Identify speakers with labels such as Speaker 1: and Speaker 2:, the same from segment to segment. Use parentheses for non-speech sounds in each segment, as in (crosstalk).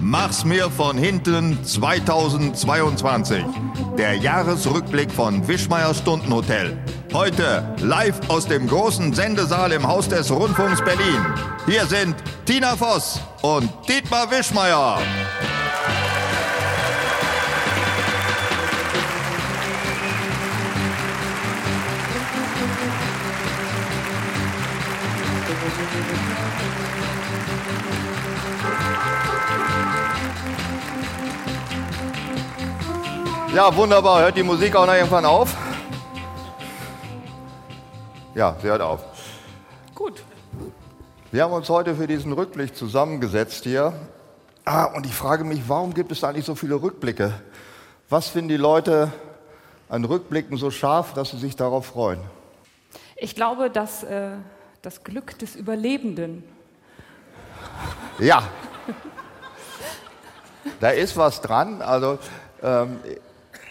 Speaker 1: Mach's mir von hinten 2022. Der Jahresrückblick von Wischmeier Stundenhotel. Heute live aus dem großen Sendesaal im Haus des Rundfunks Berlin. Hier sind Tina Voss und Dietmar Wischmeier. Ja, wunderbar. Hört die Musik auch noch irgendwann auf? Ja, sie hört auf.
Speaker 2: Gut.
Speaker 1: Wir haben uns heute für diesen Rückblick zusammengesetzt hier. Ah, und ich frage mich, warum gibt es da eigentlich so viele Rückblicke? Was finden die Leute an Rückblicken so scharf, dass sie sich darauf freuen?
Speaker 2: Ich glaube, dass äh, das Glück des Überlebenden.
Speaker 1: Ja, da ist was dran. Also, ähm,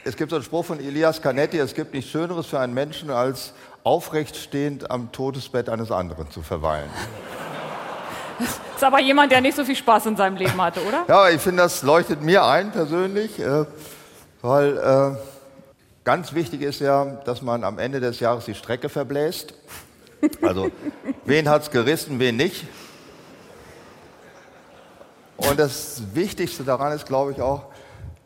Speaker 1: es gibt so einen Spruch von Elias Canetti, es gibt nichts Schöneres für einen Menschen, als aufrecht stehend am Todesbett eines anderen zu verweilen.
Speaker 2: Ist aber jemand, der nicht so viel Spaß in seinem Leben hatte, oder?
Speaker 1: Ja, aber ich finde, das leuchtet mir ein persönlich, äh, weil äh, ganz wichtig ist ja, dass man am Ende des Jahres die Strecke verbläst.
Speaker 2: (laughs)
Speaker 1: Also, wen hat's gerissen, wen nicht. Und das Wichtigste daran ist, glaube ich, auch,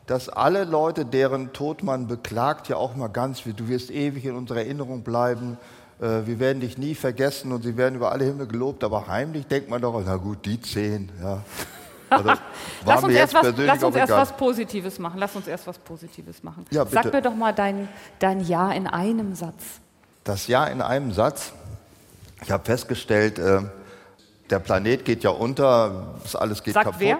Speaker 1: dass alle Leute, deren Tod man beklagt, ja auch mal ganz, du wirst ewig in unserer Erinnerung bleiben, äh, wir werden dich nie vergessen und sie werden über alle Himmel gelobt, aber heimlich denkt man doch, na gut, die zehn,
Speaker 2: (laughs)
Speaker 1: ja. Also,
Speaker 2: Lass uns,
Speaker 1: mir
Speaker 2: erst was,
Speaker 1: persönlich
Speaker 2: lass uns
Speaker 1: auch
Speaker 2: erst
Speaker 1: egal.
Speaker 2: was Positives machen. Lass uns erst was Positives machen.
Speaker 1: Ja, bitte.
Speaker 2: Sag mir doch mal dein, dein Ja in einem Satz.
Speaker 1: Das Ja in einem Satz. Ich habe festgestellt, äh, der Planet geht ja unter, das alles geht
Speaker 2: Sagt
Speaker 1: kaputt.
Speaker 2: wer?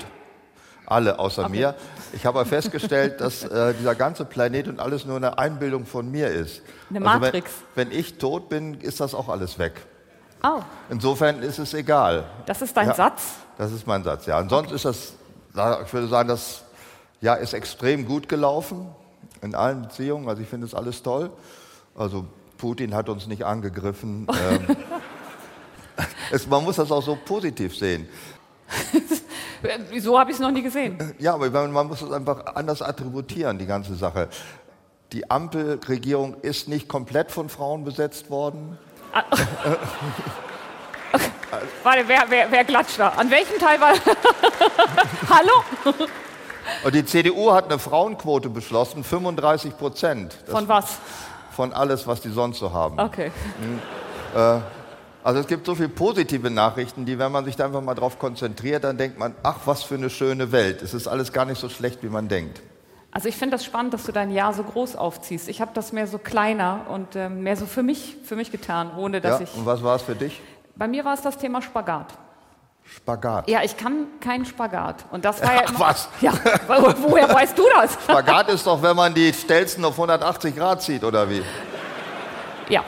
Speaker 1: Alle außer mir. Ich habe aber festgestellt, dass äh, dieser ganze Planet und alles nur eine Einbildung von mir ist. Also
Speaker 2: Eine Matrix.
Speaker 1: Wenn, wenn ich tot bin, ist das auch alles weg.
Speaker 2: Oh,
Speaker 1: Insofern ist es egal.
Speaker 2: das ist dein
Speaker 1: Ja.
Speaker 2: Satz.
Speaker 1: Das ist mein Satz, ja. Ansonsten ist das, ja, ich würde sagen, das Jahr ist extrem gut gelaufen in allen Beziehungen. Also ich finde es alles toll. Also Putin hat uns nicht angegriffen. Ähm, es, man muss das auch so positiv sehen.
Speaker 2: Äh, So habe ich es noch nie gesehen.
Speaker 1: Ja, aber man, man muss es einfach anders attributieren, die ganze Sache. Die Ampelregierung ist nicht komplett von Frauen besetzt worden.
Speaker 2: Warte, wer, wer, wer klatscht da? An welchem Teil war. (laughs) Hallo?
Speaker 1: Und die CDU hat eine Frauenquote beschlossen, 35 Prozent. Das-
Speaker 2: Von was?
Speaker 1: Von alles, was die sonst so haben.
Speaker 2: Okay.
Speaker 1: Also es gibt so viele positive Nachrichten, die, wenn man sich da einfach mal drauf konzentriert, dann denkt man, ach, was für eine schöne Welt. Es ist alles gar nicht so schlecht, wie man denkt.
Speaker 2: Also ich finde das spannend, dass du dein Jahr so groß aufziehst. Ich habe das mehr so kleiner und ähm, mehr so für mich, für mich getan, ohne
Speaker 1: Ja?
Speaker 2: dass ich.
Speaker 1: Und was war es für dich?
Speaker 2: Bei mir war es das Thema Spagat.
Speaker 1: Spagat.
Speaker 2: Ja, ich kann keinen Spagat. Und das war ja
Speaker 1: (laughs) Ach,
Speaker 2: immer,
Speaker 1: was?
Speaker 2: Ja, wo- woher weißt du das?
Speaker 1: Spagat ist doch, wenn man die Stelzen auf 180 Grad zieht, oder wie?
Speaker 2: Ja.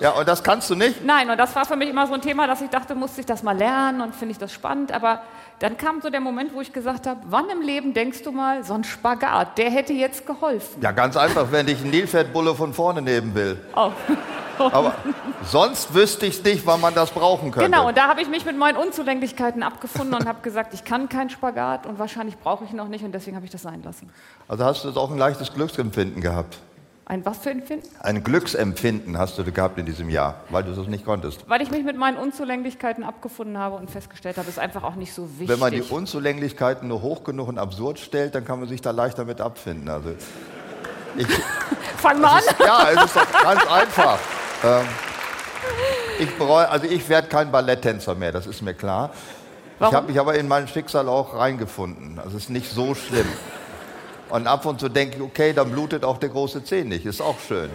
Speaker 1: Ja, und das kannst du nicht?
Speaker 2: Nein, und das war für mich immer so ein Thema, dass ich dachte, musste ich das mal lernen und finde ich das spannend. Aber dann kam so der Moment, wo ich gesagt habe, wann im Leben denkst du mal, so ein Spagat, der hätte jetzt geholfen.
Speaker 1: Ja, ganz einfach, wenn dich ein Nilpferdbulle von vorne nehmen will.
Speaker 2: Oh.
Speaker 1: Aber sonst wüsste ich nicht, wann man das brauchen könnte.
Speaker 2: Genau, und da habe ich mich mit meinen Unzulänglichkeiten abgefunden und habe gesagt, ich kann keinen Spagat und wahrscheinlich brauche ich ihn auch nicht und deswegen habe ich das sein lassen.
Speaker 1: Also hast du jetzt auch ein leichtes Glücksempfinden gehabt.
Speaker 2: Ein was für Empfinden?
Speaker 1: Ein Glücksempfinden hast du gehabt in diesem Jahr, weil du das nicht konntest.
Speaker 2: Weil ich mich mit meinen Unzulänglichkeiten abgefunden habe und festgestellt habe, ist einfach auch nicht so wichtig.
Speaker 1: Wenn man die Unzulänglichkeiten nur hoch genug und absurd stellt, dann kann man sich da leicht damit abfinden. Also, ich,
Speaker 2: Fang mal an.
Speaker 1: ja, es ist doch ganz einfach. Ähm, ich bereue, also ich werde kein Balletttänzer mehr, das ist mir klar. Ich
Speaker 2: Warum?
Speaker 1: habe mich aber in mein Schicksal auch reingefunden. Also es ist nicht so schlimm. Und ab und zu denke ich, okay, dann blutet auch der große Zeh nicht, ist auch schön.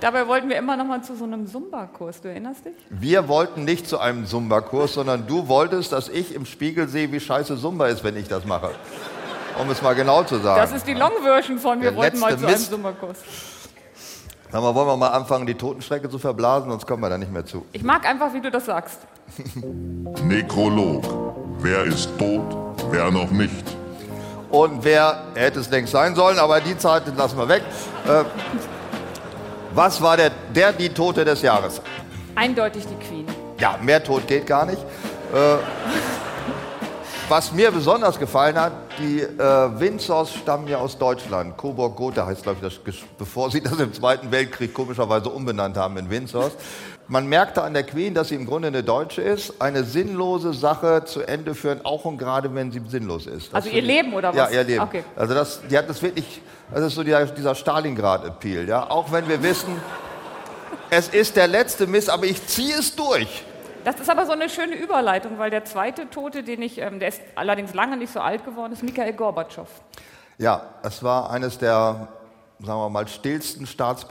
Speaker 2: Dabei wollten wir immer noch mal zu so einem Zumba-Kurs, du erinnerst dich?
Speaker 1: Wir wollten nicht zu einem Zumba-Kurs, sondern du wolltest, dass ich im Spiegel sehe, wie scheiße Zumba ist, wenn ich das mache. Um es mal genau zu sagen.
Speaker 2: Das ist die Long-Version von wir
Speaker 1: Der
Speaker 2: wollten mal
Speaker 1: letzte
Speaker 2: zu einem
Speaker 1: Mist.
Speaker 2: Zumba-Kurs.
Speaker 1: Sag mal, wollen wir mal anfangen, die Totenstrecke zu verblasen, sonst kommen wir da nicht mehr zu.
Speaker 2: Ich mag einfach, wie du das sagst.
Speaker 3: Nekrolog. Wer ist tot, wer noch nicht?
Speaker 1: Und wer er hätte es längst sein sollen, aber die Zeit lassen wir weg. Äh, was war der, der die Tote des Jahres?
Speaker 2: Eindeutig die Queen.
Speaker 1: Ja, mehr Tod geht gar nicht. Äh, Was mir besonders gefallen hat, die äh, Windsors stammen ja aus Deutschland. Coburg-Gotha heißt, glaube ich, das, Gesch- bevor sie (laughs) das im Zweiten Weltkrieg komischerweise umbenannt haben in Windsors. Man merkte an der Queen, dass sie im Grunde eine Deutsche ist, eine sinnlose Sache zu Ende führen, auch und gerade wenn sie sinnlos ist. Das
Speaker 2: Also
Speaker 1: finde
Speaker 2: ihr Leben oder
Speaker 1: Ja,
Speaker 2: was?
Speaker 1: ihr Leben.
Speaker 2: Okay.
Speaker 1: Also das, die hat das wirklich, das ist so dieser, dieser Stalingrad-Appeal, ja. Auch wenn wir wissen, es ist der letzte Mist, aber ich ziehe es durch.
Speaker 2: Das ist aber so eine schöne Überleitung, weil der zweite Tote, den ich, ähm, der ist allerdings lange nicht so alt geworden, ist Mikhail Gorbatschow.
Speaker 1: Ja, es war eines der, sagen wir mal, stillsten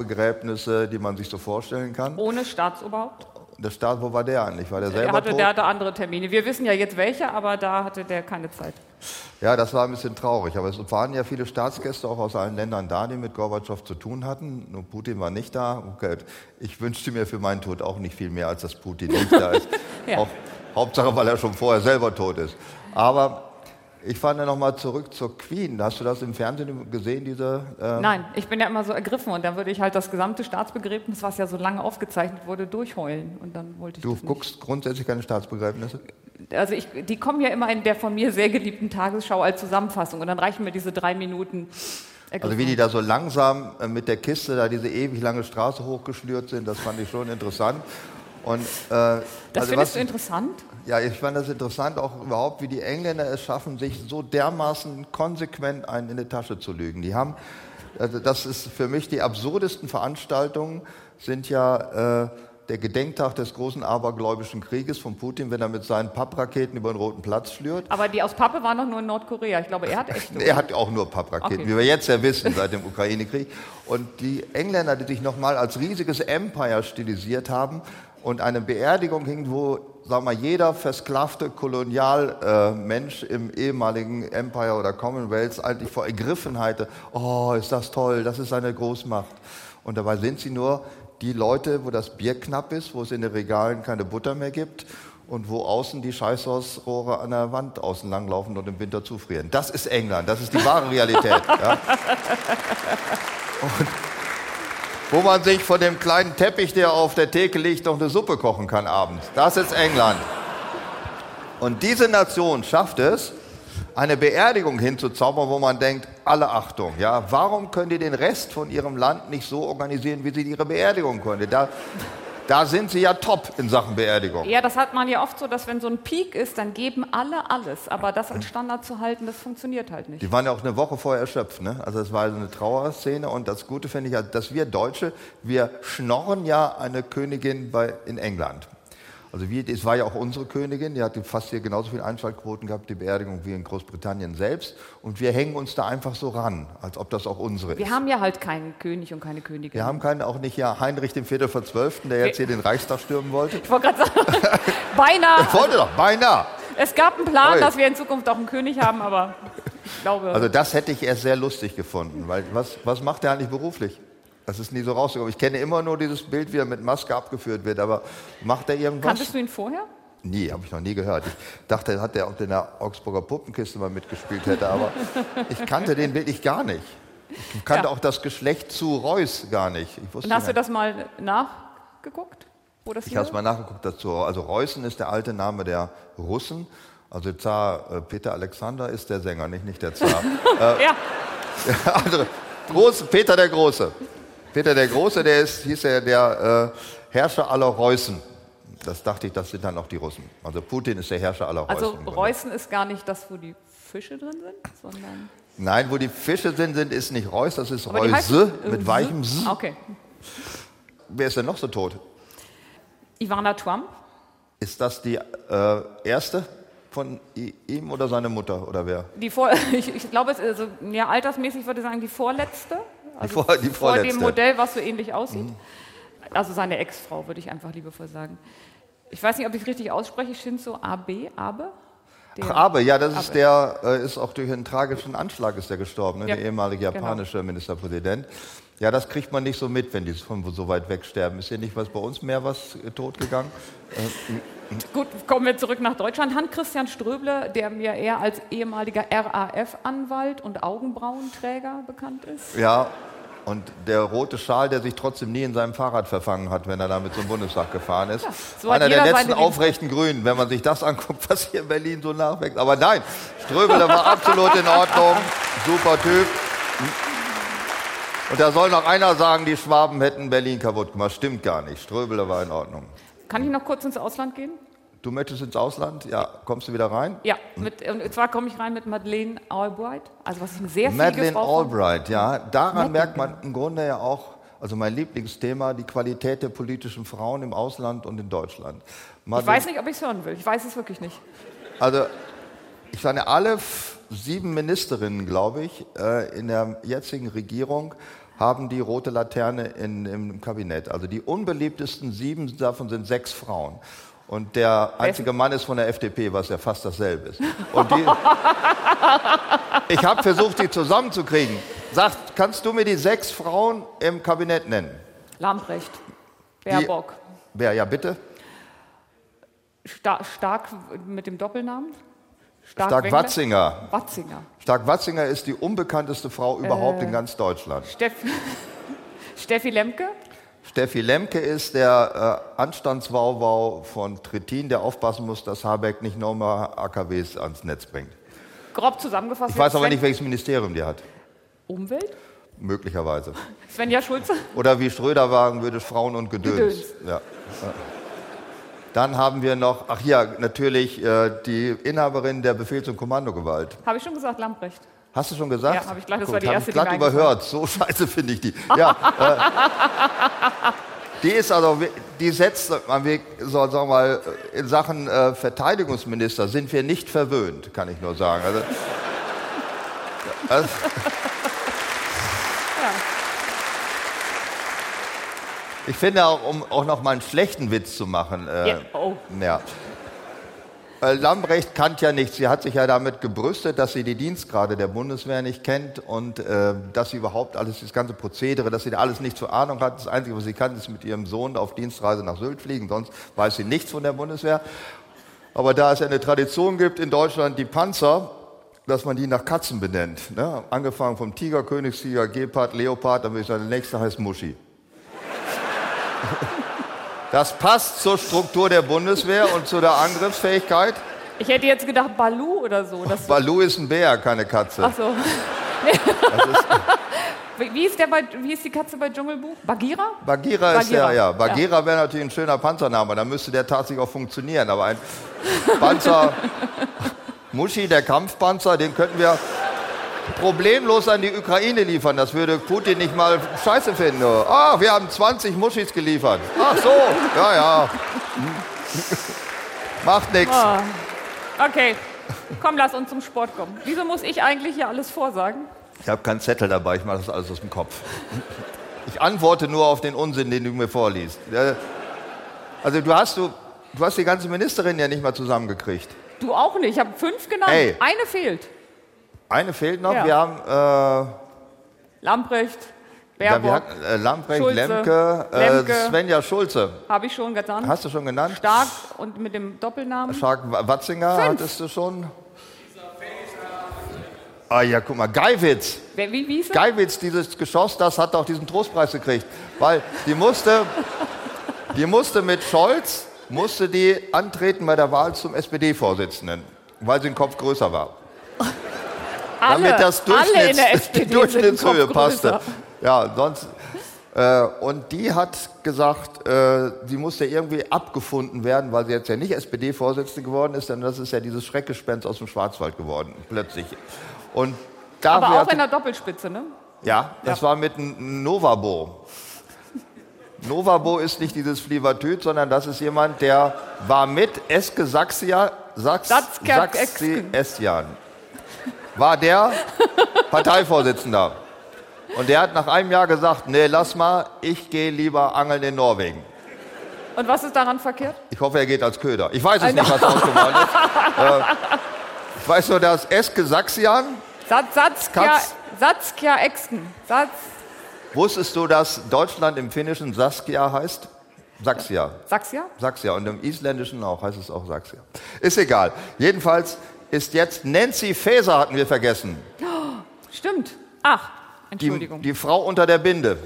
Speaker 1: Staatsbegräbnisse, die man sich so vorstellen kann.
Speaker 2: Ohne Staatsoberhaupt.
Speaker 1: Der Staat, wo war der eigentlich? War der selber
Speaker 2: Er hatte,
Speaker 1: tot?
Speaker 2: der hatte andere Termine. Wir wissen ja jetzt welche, aber da hatte der keine Zeit.
Speaker 1: Ja, das war ein bisschen traurig. Aber es waren ja viele Staatsgäste auch aus allen Ländern da, die mit Gorbatschow zu tun hatten. Nur Putin war nicht da. Okay. Ich wünschte mir für meinen Tod auch nicht viel mehr, als dass Putin nicht da ist.
Speaker 2: (laughs) Ja.
Speaker 1: auch, Hauptsache, weil er schon vorher selber tot ist. Aber ich fand ja nochmal zurück zur Queen. Hast du das im Fernsehen gesehen, diese... Äh,
Speaker 2: Nein, ich bin ja immer so ergriffen und dann würde ich halt das gesamte Staatsbegräbnis, was ja so lange aufgezeichnet wurde, durchheulen. Und dann wollte ich
Speaker 1: du
Speaker 2: das nicht.
Speaker 1: guckst grundsätzlich keine Staatsbegräbnisse?
Speaker 2: Also ich, die kommen ja immer in der von mir sehr geliebten Tagesschau als Zusammenfassung und dann reichen mir diese drei Minuten.
Speaker 1: Also wie die da so langsam äh, mit der Kiste da diese ewig lange Straße hochgeschlürt sind, das fand ich schon interessant. Und, äh,
Speaker 2: das
Speaker 1: also
Speaker 2: findest
Speaker 1: was,
Speaker 2: du interessant?
Speaker 1: ja, ich fand das interessant auch überhaupt, wie die Engländer es schaffen, sich so dermaßen konsequent einen in die Tasche zu lügen. Die haben, also das ist für mich die absurdesten Veranstaltungen, sind ja äh, der Gedenktag des großen abergläubischen Krieges von Putin, wenn er mit seinen Pappraketen über den Roten Platz schlürt.
Speaker 2: Aber die aus Pappe waren doch nur in Nordkorea. Ich glaube, er hat
Speaker 1: (laughs)
Speaker 2: echt.
Speaker 1: Er hat auch nur Pappraketen,
Speaker 2: Okay.
Speaker 1: wie wir jetzt ja wissen seit dem Ukraine-Krieg. Und die Engländer, die sich nochmal als riesiges Empire stilisiert haben und eine Beerdigung hing, wo sag mal, jeder versklavte Kolonialmensch im ehemaligen Empire oder Commonwealth eigentlich vor Ergriffenheit, oh, ist das toll, das ist eine Großmacht. Und dabei sind sie nur die Leute, wo das Bier knapp ist, wo es in den Regalen keine Butter mehr gibt und wo außen die Scheißhausrohre an der Wand außen langlaufen und im Winter zufrieren. Das ist England, das ist die wahre Realität. ja. Und wo man sich von dem kleinen Teppich, der auf der Theke liegt, noch eine Suppe kochen kann abends. Das ist England. Und diese Nation schafft es, eine Beerdigung hinzuzaubern, wo man denkt, alle Achtung, ja, warum können die den Rest von ihrem Land nicht so organisieren, wie sie ihre Beerdigung können? Da, da sind sie ja top in Sachen Beerdigung.
Speaker 2: Ja, das hat man ja oft so, dass wenn so ein Peak ist, dann geben alle alles. Aber das als Standard zu halten, das funktioniert halt nicht.
Speaker 1: Die waren ja auch eine Woche vorher erschöpft, ne? Also es war so eine Trauerszene und das Gute finde ich, ja, dass wir Deutsche, wir schnorren ja eine Königin bei, in England. Also wir, es war ja auch unsere Königin, die hatte fast hier genauso viele Einschaltquoten gehabt, die Beerdigung wie in Großbritannien selbst. Und wir hängen uns da einfach so ran, als ob das auch unsere ist.
Speaker 2: Wir haben ja halt keinen König und keine Königin.
Speaker 1: wir haben keinen, auch nicht ja Heinrich dem Viertel vor Zwölften, der jetzt hier den Reichstag stürmen wollte.
Speaker 2: Ich wollte gerade
Speaker 1: (laughs)
Speaker 2: sagen, beinahe.
Speaker 1: Wollte doch, beinahe.
Speaker 2: Es gab einen Plan,
Speaker 1: Oi.
Speaker 2: dass wir in Zukunft auch einen König haben, aber ich glaube,
Speaker 1: Also das hätte ich erst sehr lustig gefunden, weil was, was macht er eigentlich beruflich? Das ist nie so rausgekommen. Ich kenne immer nur dieses Bild, wie er mit Maske abgeführt wird, aber macht er irgendwas?
Speaker 2: kanntest du ihn vorher?
Speaker 1: Nie, habe ich noch nie gehört. Ich dachte, hat er auch in der Augsburger Puppenkiste mal mitgespielt hätte, aber ich kannte den wirklich gar nicht. Ich kannte
Speaker 2: Ja.
Speaker 1: auch das Geschlecht zu Reus gar nicht. Ich wusste
Speaker 2: Und hast du
Speaker 1: gar nicht.
Speaker 2: das mal nachgeguckt? Wo das
Speaker 1: Ich habe es mal nachgeguckt dazu. Also Reußen ist der alte Name der Russen. Also Zar äh, Peter Alexander ist der Sänger, nicht, nicht der Zar.
Speaker 2: ja,
Speaker 1: andere. Groß, Peter der Große. Peter der Große, der ist, hieß ja der äh, Herrscher aller Reußen. Das dachte ich, das sind dann auch die Russen. Also Putin ist der Herrscher aller
Speaker 2: also
Speaker 1: Reußen.
Speaker 2: Reußen ist gar nicht das, wo die Fische drin sind, sondern
Speaker 1: Nein, wo die Fische sind, sind ist nicht Reus, das ist
Speaker 2: die
Speaker 1: Reuse
Speaker 2: heißen- Ah,
Speaker 1: mit weichem S.
Speaker 2: okay.
Speaker 1: Wer ist denn noch so tot?
Speaker 2: Ivana Trump,
Speaker 1: Ist das die äh, erste von i- ihm oder seine Mutter oder wer?
Speaker 2: die vor, (laughs) ich, ich glaube, es ist also, ja, altersmäßig würde ich sagen die vorletzte, also
Speaker 1: vor- die
Speaker 2: vor dem
Speaker 1: vorletzte. Mhm.
Speaker 2: Modell, was so ähnlich aussieht. Also seine Ex-Frau würde ich einfach liebevoll sagen. Ich weiß nicht, ob ich es richtig ausspreche, Shinzo Abe, Abe.
Speaker 1: Ach, Abe, ja, das ist der, äh, ist auch durch einen tragischen Anschlag ist der gestorben, ne?
Speaker 2: Ja,
Speaker 1: der ehemalige
Speaker 2: genau.
Speaker 1: japanische Ministerpräsident. Ja, das kriegt man nicht so mit, wenn die von so weit weg sterben. Ist hier nicht was bei uns mehr was äh, totgegangen?
Speaker 2: Gut, kommen wir zurück nach Deutschland. Hans-Christian Ströble, der mir eher als ehemaliger RAF-Anwalt und Augenbrauenträger bekannt ist.
Speaker 1: Ja, Und der rote Schal, der sich trotzdem nie in seinem Fahrrad verfangen hat, wenn er damit zum Bundestag gefahren ist.
Speaker 2: so hat
Speaker 1: Einer der
Speaker 2: jeder
Speaker 1: letzten
Speaker 2: seine Liebe.
Speaker 1: aufrechten Grünen, wenn man sich das anguckt, (laughs) was hier in Berlin so nachwächst. Aber nein, Ströbele war absolut in Ordnung. Super Typ. Und da soll noch einer sagen, die Schwaben hätten Berlin kaputt gemacht. Stimmt gar nicht. Ströbele war in Ordnung.
Speaker 2: Kann ich noch kurz ins Ausland gehen?
Speaker 1: Du möchtest ins Ausland? Ja, kommst du wieder rein?
Speaker 2: Ja, mit, und zwar komme ich rein mit Madeleine Albright, also was ich eine sehr fähige
Speaker 1: Madeleine
Speaker 2: Frau fand.
Speaker 1: Albright, ja. Daran merkt man im Grunde ja auch, also mein Lieblingsthema, die Qualität der politischen Frauen im Ausland und in Deutschland.
Speaker 2: Ich weiß nicht, ob ich es hören will. Ich weiß es wirklich nicht.
Speaker 1: Also, ich sage, alle f- sieben Ministerinnen, glaube ich, äh, in der jetzigen Regierung haben die rote Laterne in, im Kabinett. Also die unbeliebtesten sieben, davon sind sechs Frauen. Und der einzige Mann ist von der FDP, was ja fast dasselbe ist. Und die, ich habe versucht, die zusammenzukriegen. Sagt, kannst du mir die sechs Frauen im Kabinett nennen?
Speaker 2: Lambrecht, Baerbock,
Speaker 1: Wer, ja bitte?
Speaker 2: Sta Stark mit dem Doppelnamen.
Speaker 1: Stark
Speaker 2: Wengler?
Speaker 1: Watzinger.
Speaker 2: Watzinger.
Speaker 1: Stark Watzinger ist die unbekannteste Frau überhaupt in ganz Deutschland.
Speaker 2: Steffi, (laughs) Steffi Lemke,
Speaker 1: Steffi Lemke ist der äh, Anstandswauwau von Trittin, der aufpassen muss, dass Habeck nicht nochmal AKWs ans Netz bringt.
Speaker 2: grob zusammengefasst.
Speaker 1: Ich weiß aber
Speaker 2: Sven-
Speaker 1: nicht, welches Ministerium die hat.
Speaker 2: Umwelt?
Speaker 1: Möglicherweise.
Speaker 2: Svenja Schulze? (laughs)
Speaker 1: Oder wie Schröder wagen würde, Frauen und Gedöns. Ja. Dann haben wir noch, ach ja, natürlich äh, die Inhaberin der Befehls- und Kommandogewalt.
Speaker 2: Habe ich schon gesagt, Lambrecht.
Speaker 1: Hast du schon gesagt?
Speaker 2: Ja, hab ich gleich, das
Speaker 1: Gut,
Speaker 2: war die
Speaker 1: hab
Speaker 2: erste,
Speaker 1: ich
Speaker 2: die
Speaker 1: glatt
Speaker 2: mir
Speaker 1: überhört. So (laughs) scheiße finde ich die. Ja, äh, (laughs) die ist also, wir- die setzt, man wir- so, sagen wir mal, in Sachen äh, Verteidigungsminister sind wir nicht verwöhnt, kann ich nur sagen. Also, also, Ich finde auch, um auch noch mal einen schlechten Witz zu machen. Äh,
Speaker 2: Ja, oh.
Speaker 1: ja. Äh, Lambrecht kannte ja nichts. Sie hat sich ja damit gebrüstet, dass sie die Dienstgrade der Bundeswehr nicht kennt und äh, dass sie überhaupt alles, das ganze Prozedere, dass sie da alles nicht zur Ahnung hat. Das Einzige, was sie kann, ist mit ihrem Sohn auf Dienstreise nach Sylt fliegen. Sonst weiß sie nichts von der Bundeswehr. Aber da es ja eine Tradition gibt in Deutschland, die Panzer, dass man die nach Katzen benennt. Ne? Angefangen vom Tiger, Königstiger, Gepard, Leopard, dann würde ich sagen, der nächste heißt Muschi. Das passt zur Struktur der Bundeswehr und zu der Angriffsfähigkeit.
Speaker 2: Ich hätte jetzt gedacht, Balu oder so.
Speaker 1: (laughs)
Speaker 2: Das,
Speaker 1: Balu ist ein Bär, keine Katze.
Speaker 2: ach so. (laughs) Wie- Wie ist, der bei, wie ist die Katze bei Dschungelbuch? Bagira?
Speaker 1: Bagheera ist
Speaker 2: Bagheera.
Speaker 1: der, ja. Bagheera wäre natürlich ein schöner Panzername, dann müsste der tatsächlich auch funktionieren. Aber ein
Speaker 2: (laughs)
Speaker 1: Panzer, Muschi, der Kampfpanzer, den könnten wir problemlos an die Ukraine liefern. Das würde Putin nicht mal scheiße finden. Ah, wir haben 20 Muschis geliefert. Ach so, ja, ja. Hm. (laughs) Macht nichts.
Speaker 2: Ah. Okay, komm, lass uns zum Sport kommen. Wieso muss ich eigentlich hier alles vorsagen?
Speaker 1: Ich habe keinen Zettel dabei, ich mache das alles aus dem Kopf. Ich antworte nur auf den Unsinn, den du mir vorliest. Ja, Also du hast, du, du hast die ganze Ministerin ja nicht mal zusammengekriegt.
Speaker 2: Du auch nicht. Ich habe fünf genannt.
Speaker 1: Hey.
Speaker 2: Eine fehlt.
Speaker 1: Eine fehlt noch,
Speaker 2: Ja.
Speaker 1: wir haben,
Speaker 2: Lamprecht,
Speaker 1: äh, ja, wir
Speaker 2: Baerbock,
Speaker 1: hatten äh, Lambrecht,
Speaker 2: Schulze,
Speaker 1: Lemke, äh,
Speaker 2: Lemke.
Speaker 1: Svenja Schulze.
Speaker 2: habe ich schon getan.
Speaker 1: Hast du schon genannt?
Speaker 2: Stark und mit dem Doppelnamen.
Speaker 1: Schark Watzinger
Speaker 2: Fünf.
Speaker 1: hattest du schon. Ah ja, guck mal, Geiwitz.
Speaker 2: Wer, wie, wie hieß er?
Speaker 1: Geiwitz, dieses Geschoss, das hat auch diesen Trostpreis gekriegt. Weil die musste, die musste mit Scholz, musste die antreten bei der Wahl zum SPD-Vorsitzenden, weil sie den Kopf größer war.
Speaker 2: Alle,
Speaker 1: Damit das
Speaker 2: alle in der
Speaker 1: Durchschnitts, (laughs) die
Speaker 2: SPD sind
Speaker 1: Durchschnittshöhe
Speaker 2: im Kopf
Speaker 1: passte.
Speaker 2: größer.
Speaker 1: Ja, sonst. Äh, und die hat gesagt, äh, sie musste irgendwie abgefunden werden, weil sie jetzt ja nicht SPD-Vorsitzende geworden ist, denn das ist ja dieses Schreckgespenst aus dem Schwarzwald geworden, plötzlich. Und dafür
Speaker 2: Aber auch
Speaker 1: hatte-
Speaker 2: in der Doppelspitze, ne?
Speaker 1: ja, das war mit einem Novabo. Novabo ist nicht dieses Flievertüt, sondern das ist jemand, der war mit Eske Saxia, Sachs,
Speaker 2: Saskia
Speaker 1: Saxi Estian. War der Parteivorsitzender. Und der hat nach einem Jahr gesagt, nee, lass mal, ich gehe lieber angeln in Norwegen.
Speaker 2: Und was ist daran verkehrt?
Speaker 1: Ich hoffe, er geht als Köder. Ich weiß es nicht, was ausgeworden ist. äh, ich weiß nur, dass Eske Saxian,
Speaker 2: Sat Satzkia,
Speaker 1: Katz.
Speaker 2: Satzkia Exten. Satz,
Speaker 1: wusstest du, dass Deutschland im Finnischen Saskia heißt? Saxia.
Speaker 2: Saxia?
Speaker 1: Sachsia und im Isländischen auch heißt es auch Sachsia. Ist egal. Jedenfalls ist jetzt Nancy Faeser hatten wir vergessen.
Speaker 2: Stimmt. Ach,
Speaker 1: Die,
Speaker 2: Entschuldigung.
Speaker 1: die Frau unter der Binde.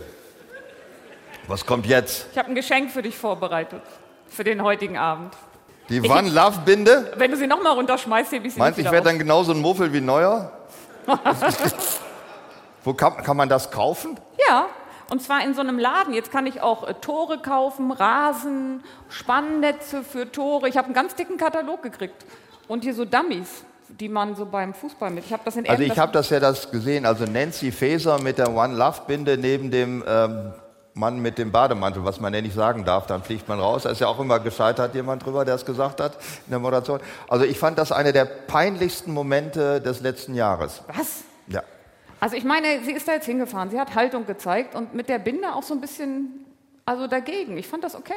Speaker 1: Was kommt jetzt?
Speaker 2: ich habe ein Geschenk für dich vorbereitet. Für den heutigen Abend.
Speaker 1: Die One Love Binde?
Speaker 2: Wenn du sie nochmal runterschmeißt, hebe ich sie
Speaker 1: Meinst du,
Speaker 2: nicht
Speaker 1: ich
Speaker 2: wieder
Speaker 1: werde dann genauso ein Muffel wie Neuer? Wo kann, kann man das kaufen?
Speaker 2: auf. Ja, und zwar in so einem Laden. Jetzt kann ich auch äh, Tore kaufen, Rasen, Spannnetze für Tore. Ich habe einen ganz dicken Katalog gekriegt. Und hier so Dummies, die man so beim Fußball mit. Ich habe das in
Speaker 1: Also ich
Speaker 2: Erden-
Speaker 1: habe das ja das gesehen, also Nancy Faeser mit der One Love Binde neben dem ähm, Mann mit dem Bademantel, was man ja nicht sagen darf, dann fliegt man raus. Da ist ja auch immer gescheitert jemand drüber, der es gesagt hat in der Moderation. Also ich fand das eine der peinlichsten Momente des letzten Jahres.
Speaker 2: Was?
Speaker 1: Ja.
Speaker 2: Also ich meine, sie ist da jetzt hingefahren, sie hat Haltung gezeigt und mit der Binde auch so ein bisschen, also dagegen. Ich fand das okay.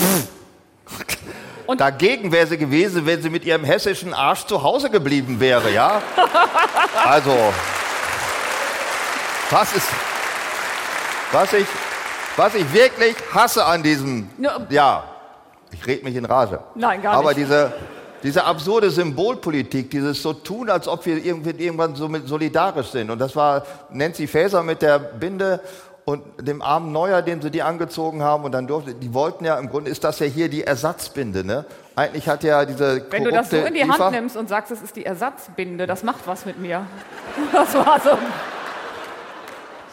Speaker 1: Dagegen wäre sie gewesen, wenn sie mit ihrem hessischen Arsch zu Hause geblieben wäre, ja? Also, was ist, was ich, was ich wirklich hasse an diesem,
Speaker 2: Ja.
Speaker 1: ja, ich red mich in Rage.
Speaker 2: Nein, gar
Speaker 1: Aber
Speaker 2: nicht.
Speaker 1: diese, diese absurde Symbolpolitik, dieses so tun, als ob wir irgendwie, irgendwann so mit solidarisch sind. Und das war Nancy Faeser mit der Binde und dem armen Neuer, dem sie die angezogen haben. Und dann durfte, die wollten ja, im Grunde ist das ja hier die Ersatzbinde, ne? Eigentlich hat ja diese
Speaker 2: Wenn du das so
Speaker 1: korrupte
Speaker 2: in die
Speaker 1: IFA
Speaker 2: Hand nimmst und sagst, es ist die Ersatzbinde, das macht was mit mir. (laughs) Das war so,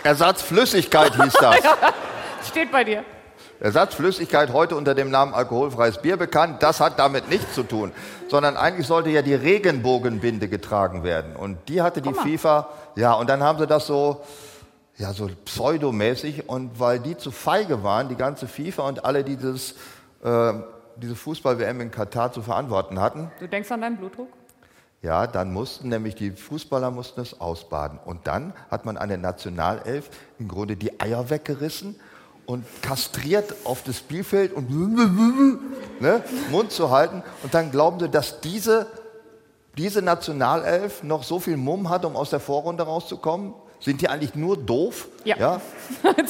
Speaker 1: Ersatzflüssigkeit hieß
Speaker 2: (laughs)
Speaker 1: das.
Speaker 2: steht bei dir.
Speaker 1: Ersatzflüssigkeit heute unter dem Namen alkoholfreies Bier bekannt, das hat damit nichts zu tun, sondern eigentlich sollte ja die Regenbogenbinde getragen werden und die hatte die
Speaker 2: Guck mal.
Speaker 1: FIFA, ja, und dann haben sie das so ja, so pseudomäßig und weil die zu feige waren, die ganze FIFA und alle die dieses äh, diese Fußball-WM in Katar zu verantworten hatten,
Speaker 2: Du denkst an deinen Blutdruck? (laughs)
Speaker 1: ja, dann mussten nämlich die Fußballer mussten es ausbaden. Und dann hat man eine Nationalelf im Grunde die Eier weggerissen und kastriert auf das Spielfeld und ne, Mund zu halten. Und dann glauben sie, dass diese, diese Nationalelf noch so viel Mumm hat, um aus der Vorrunde rauszukommen. Sind die eigentlich nur doof?
Speaker 2: Ja.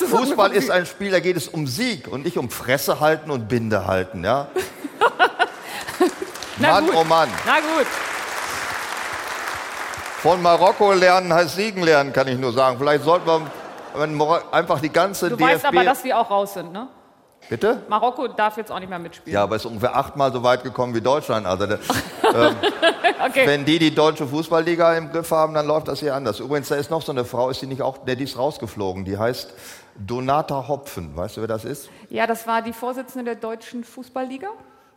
Speaker 1: Fußball ist ein Spiel, da geht es um Sieg und nicht um Fresse halten und Binde halten. Ja?
Speaker 2: (laughs) Na
Speaker 1: Mann,
Speaker 2: gut.
Speaker 1: oh Mann.
Speaker 2: Na gut.
Speaker 1: Von Marokko lernen heißt siegen lernen, kann ich nur sagen. Vielleicht sollten wir wenn Moro- einfach die ganze
Speaker 2: Du
Speaker 1: DFB...
Speaker 2: weißt aber, dass wir auch raus sind, ne?
Speaker 1: Bitte?
Speaker 2: Marokko darf jetzt auch nicht mehr mitspielen.
Speaker 1: Ja, aber ist ungefähr achtmal so weit gekommen wie Deutschland. Also, da-
Speaker 2: okay.
Speaker 1: wenn die die deutsche Fußballliga im Griff haben, dann läuft das hier anders. Übrigens, da ist noch so eine Frau, ist die nicht auch, ne, die ist rausgeflogen. Die heißt Donata Hopfen. Weißt du, wer das ist?
Speaker 2: ja, das war die Vorsitzende der deutschen Fußballliga.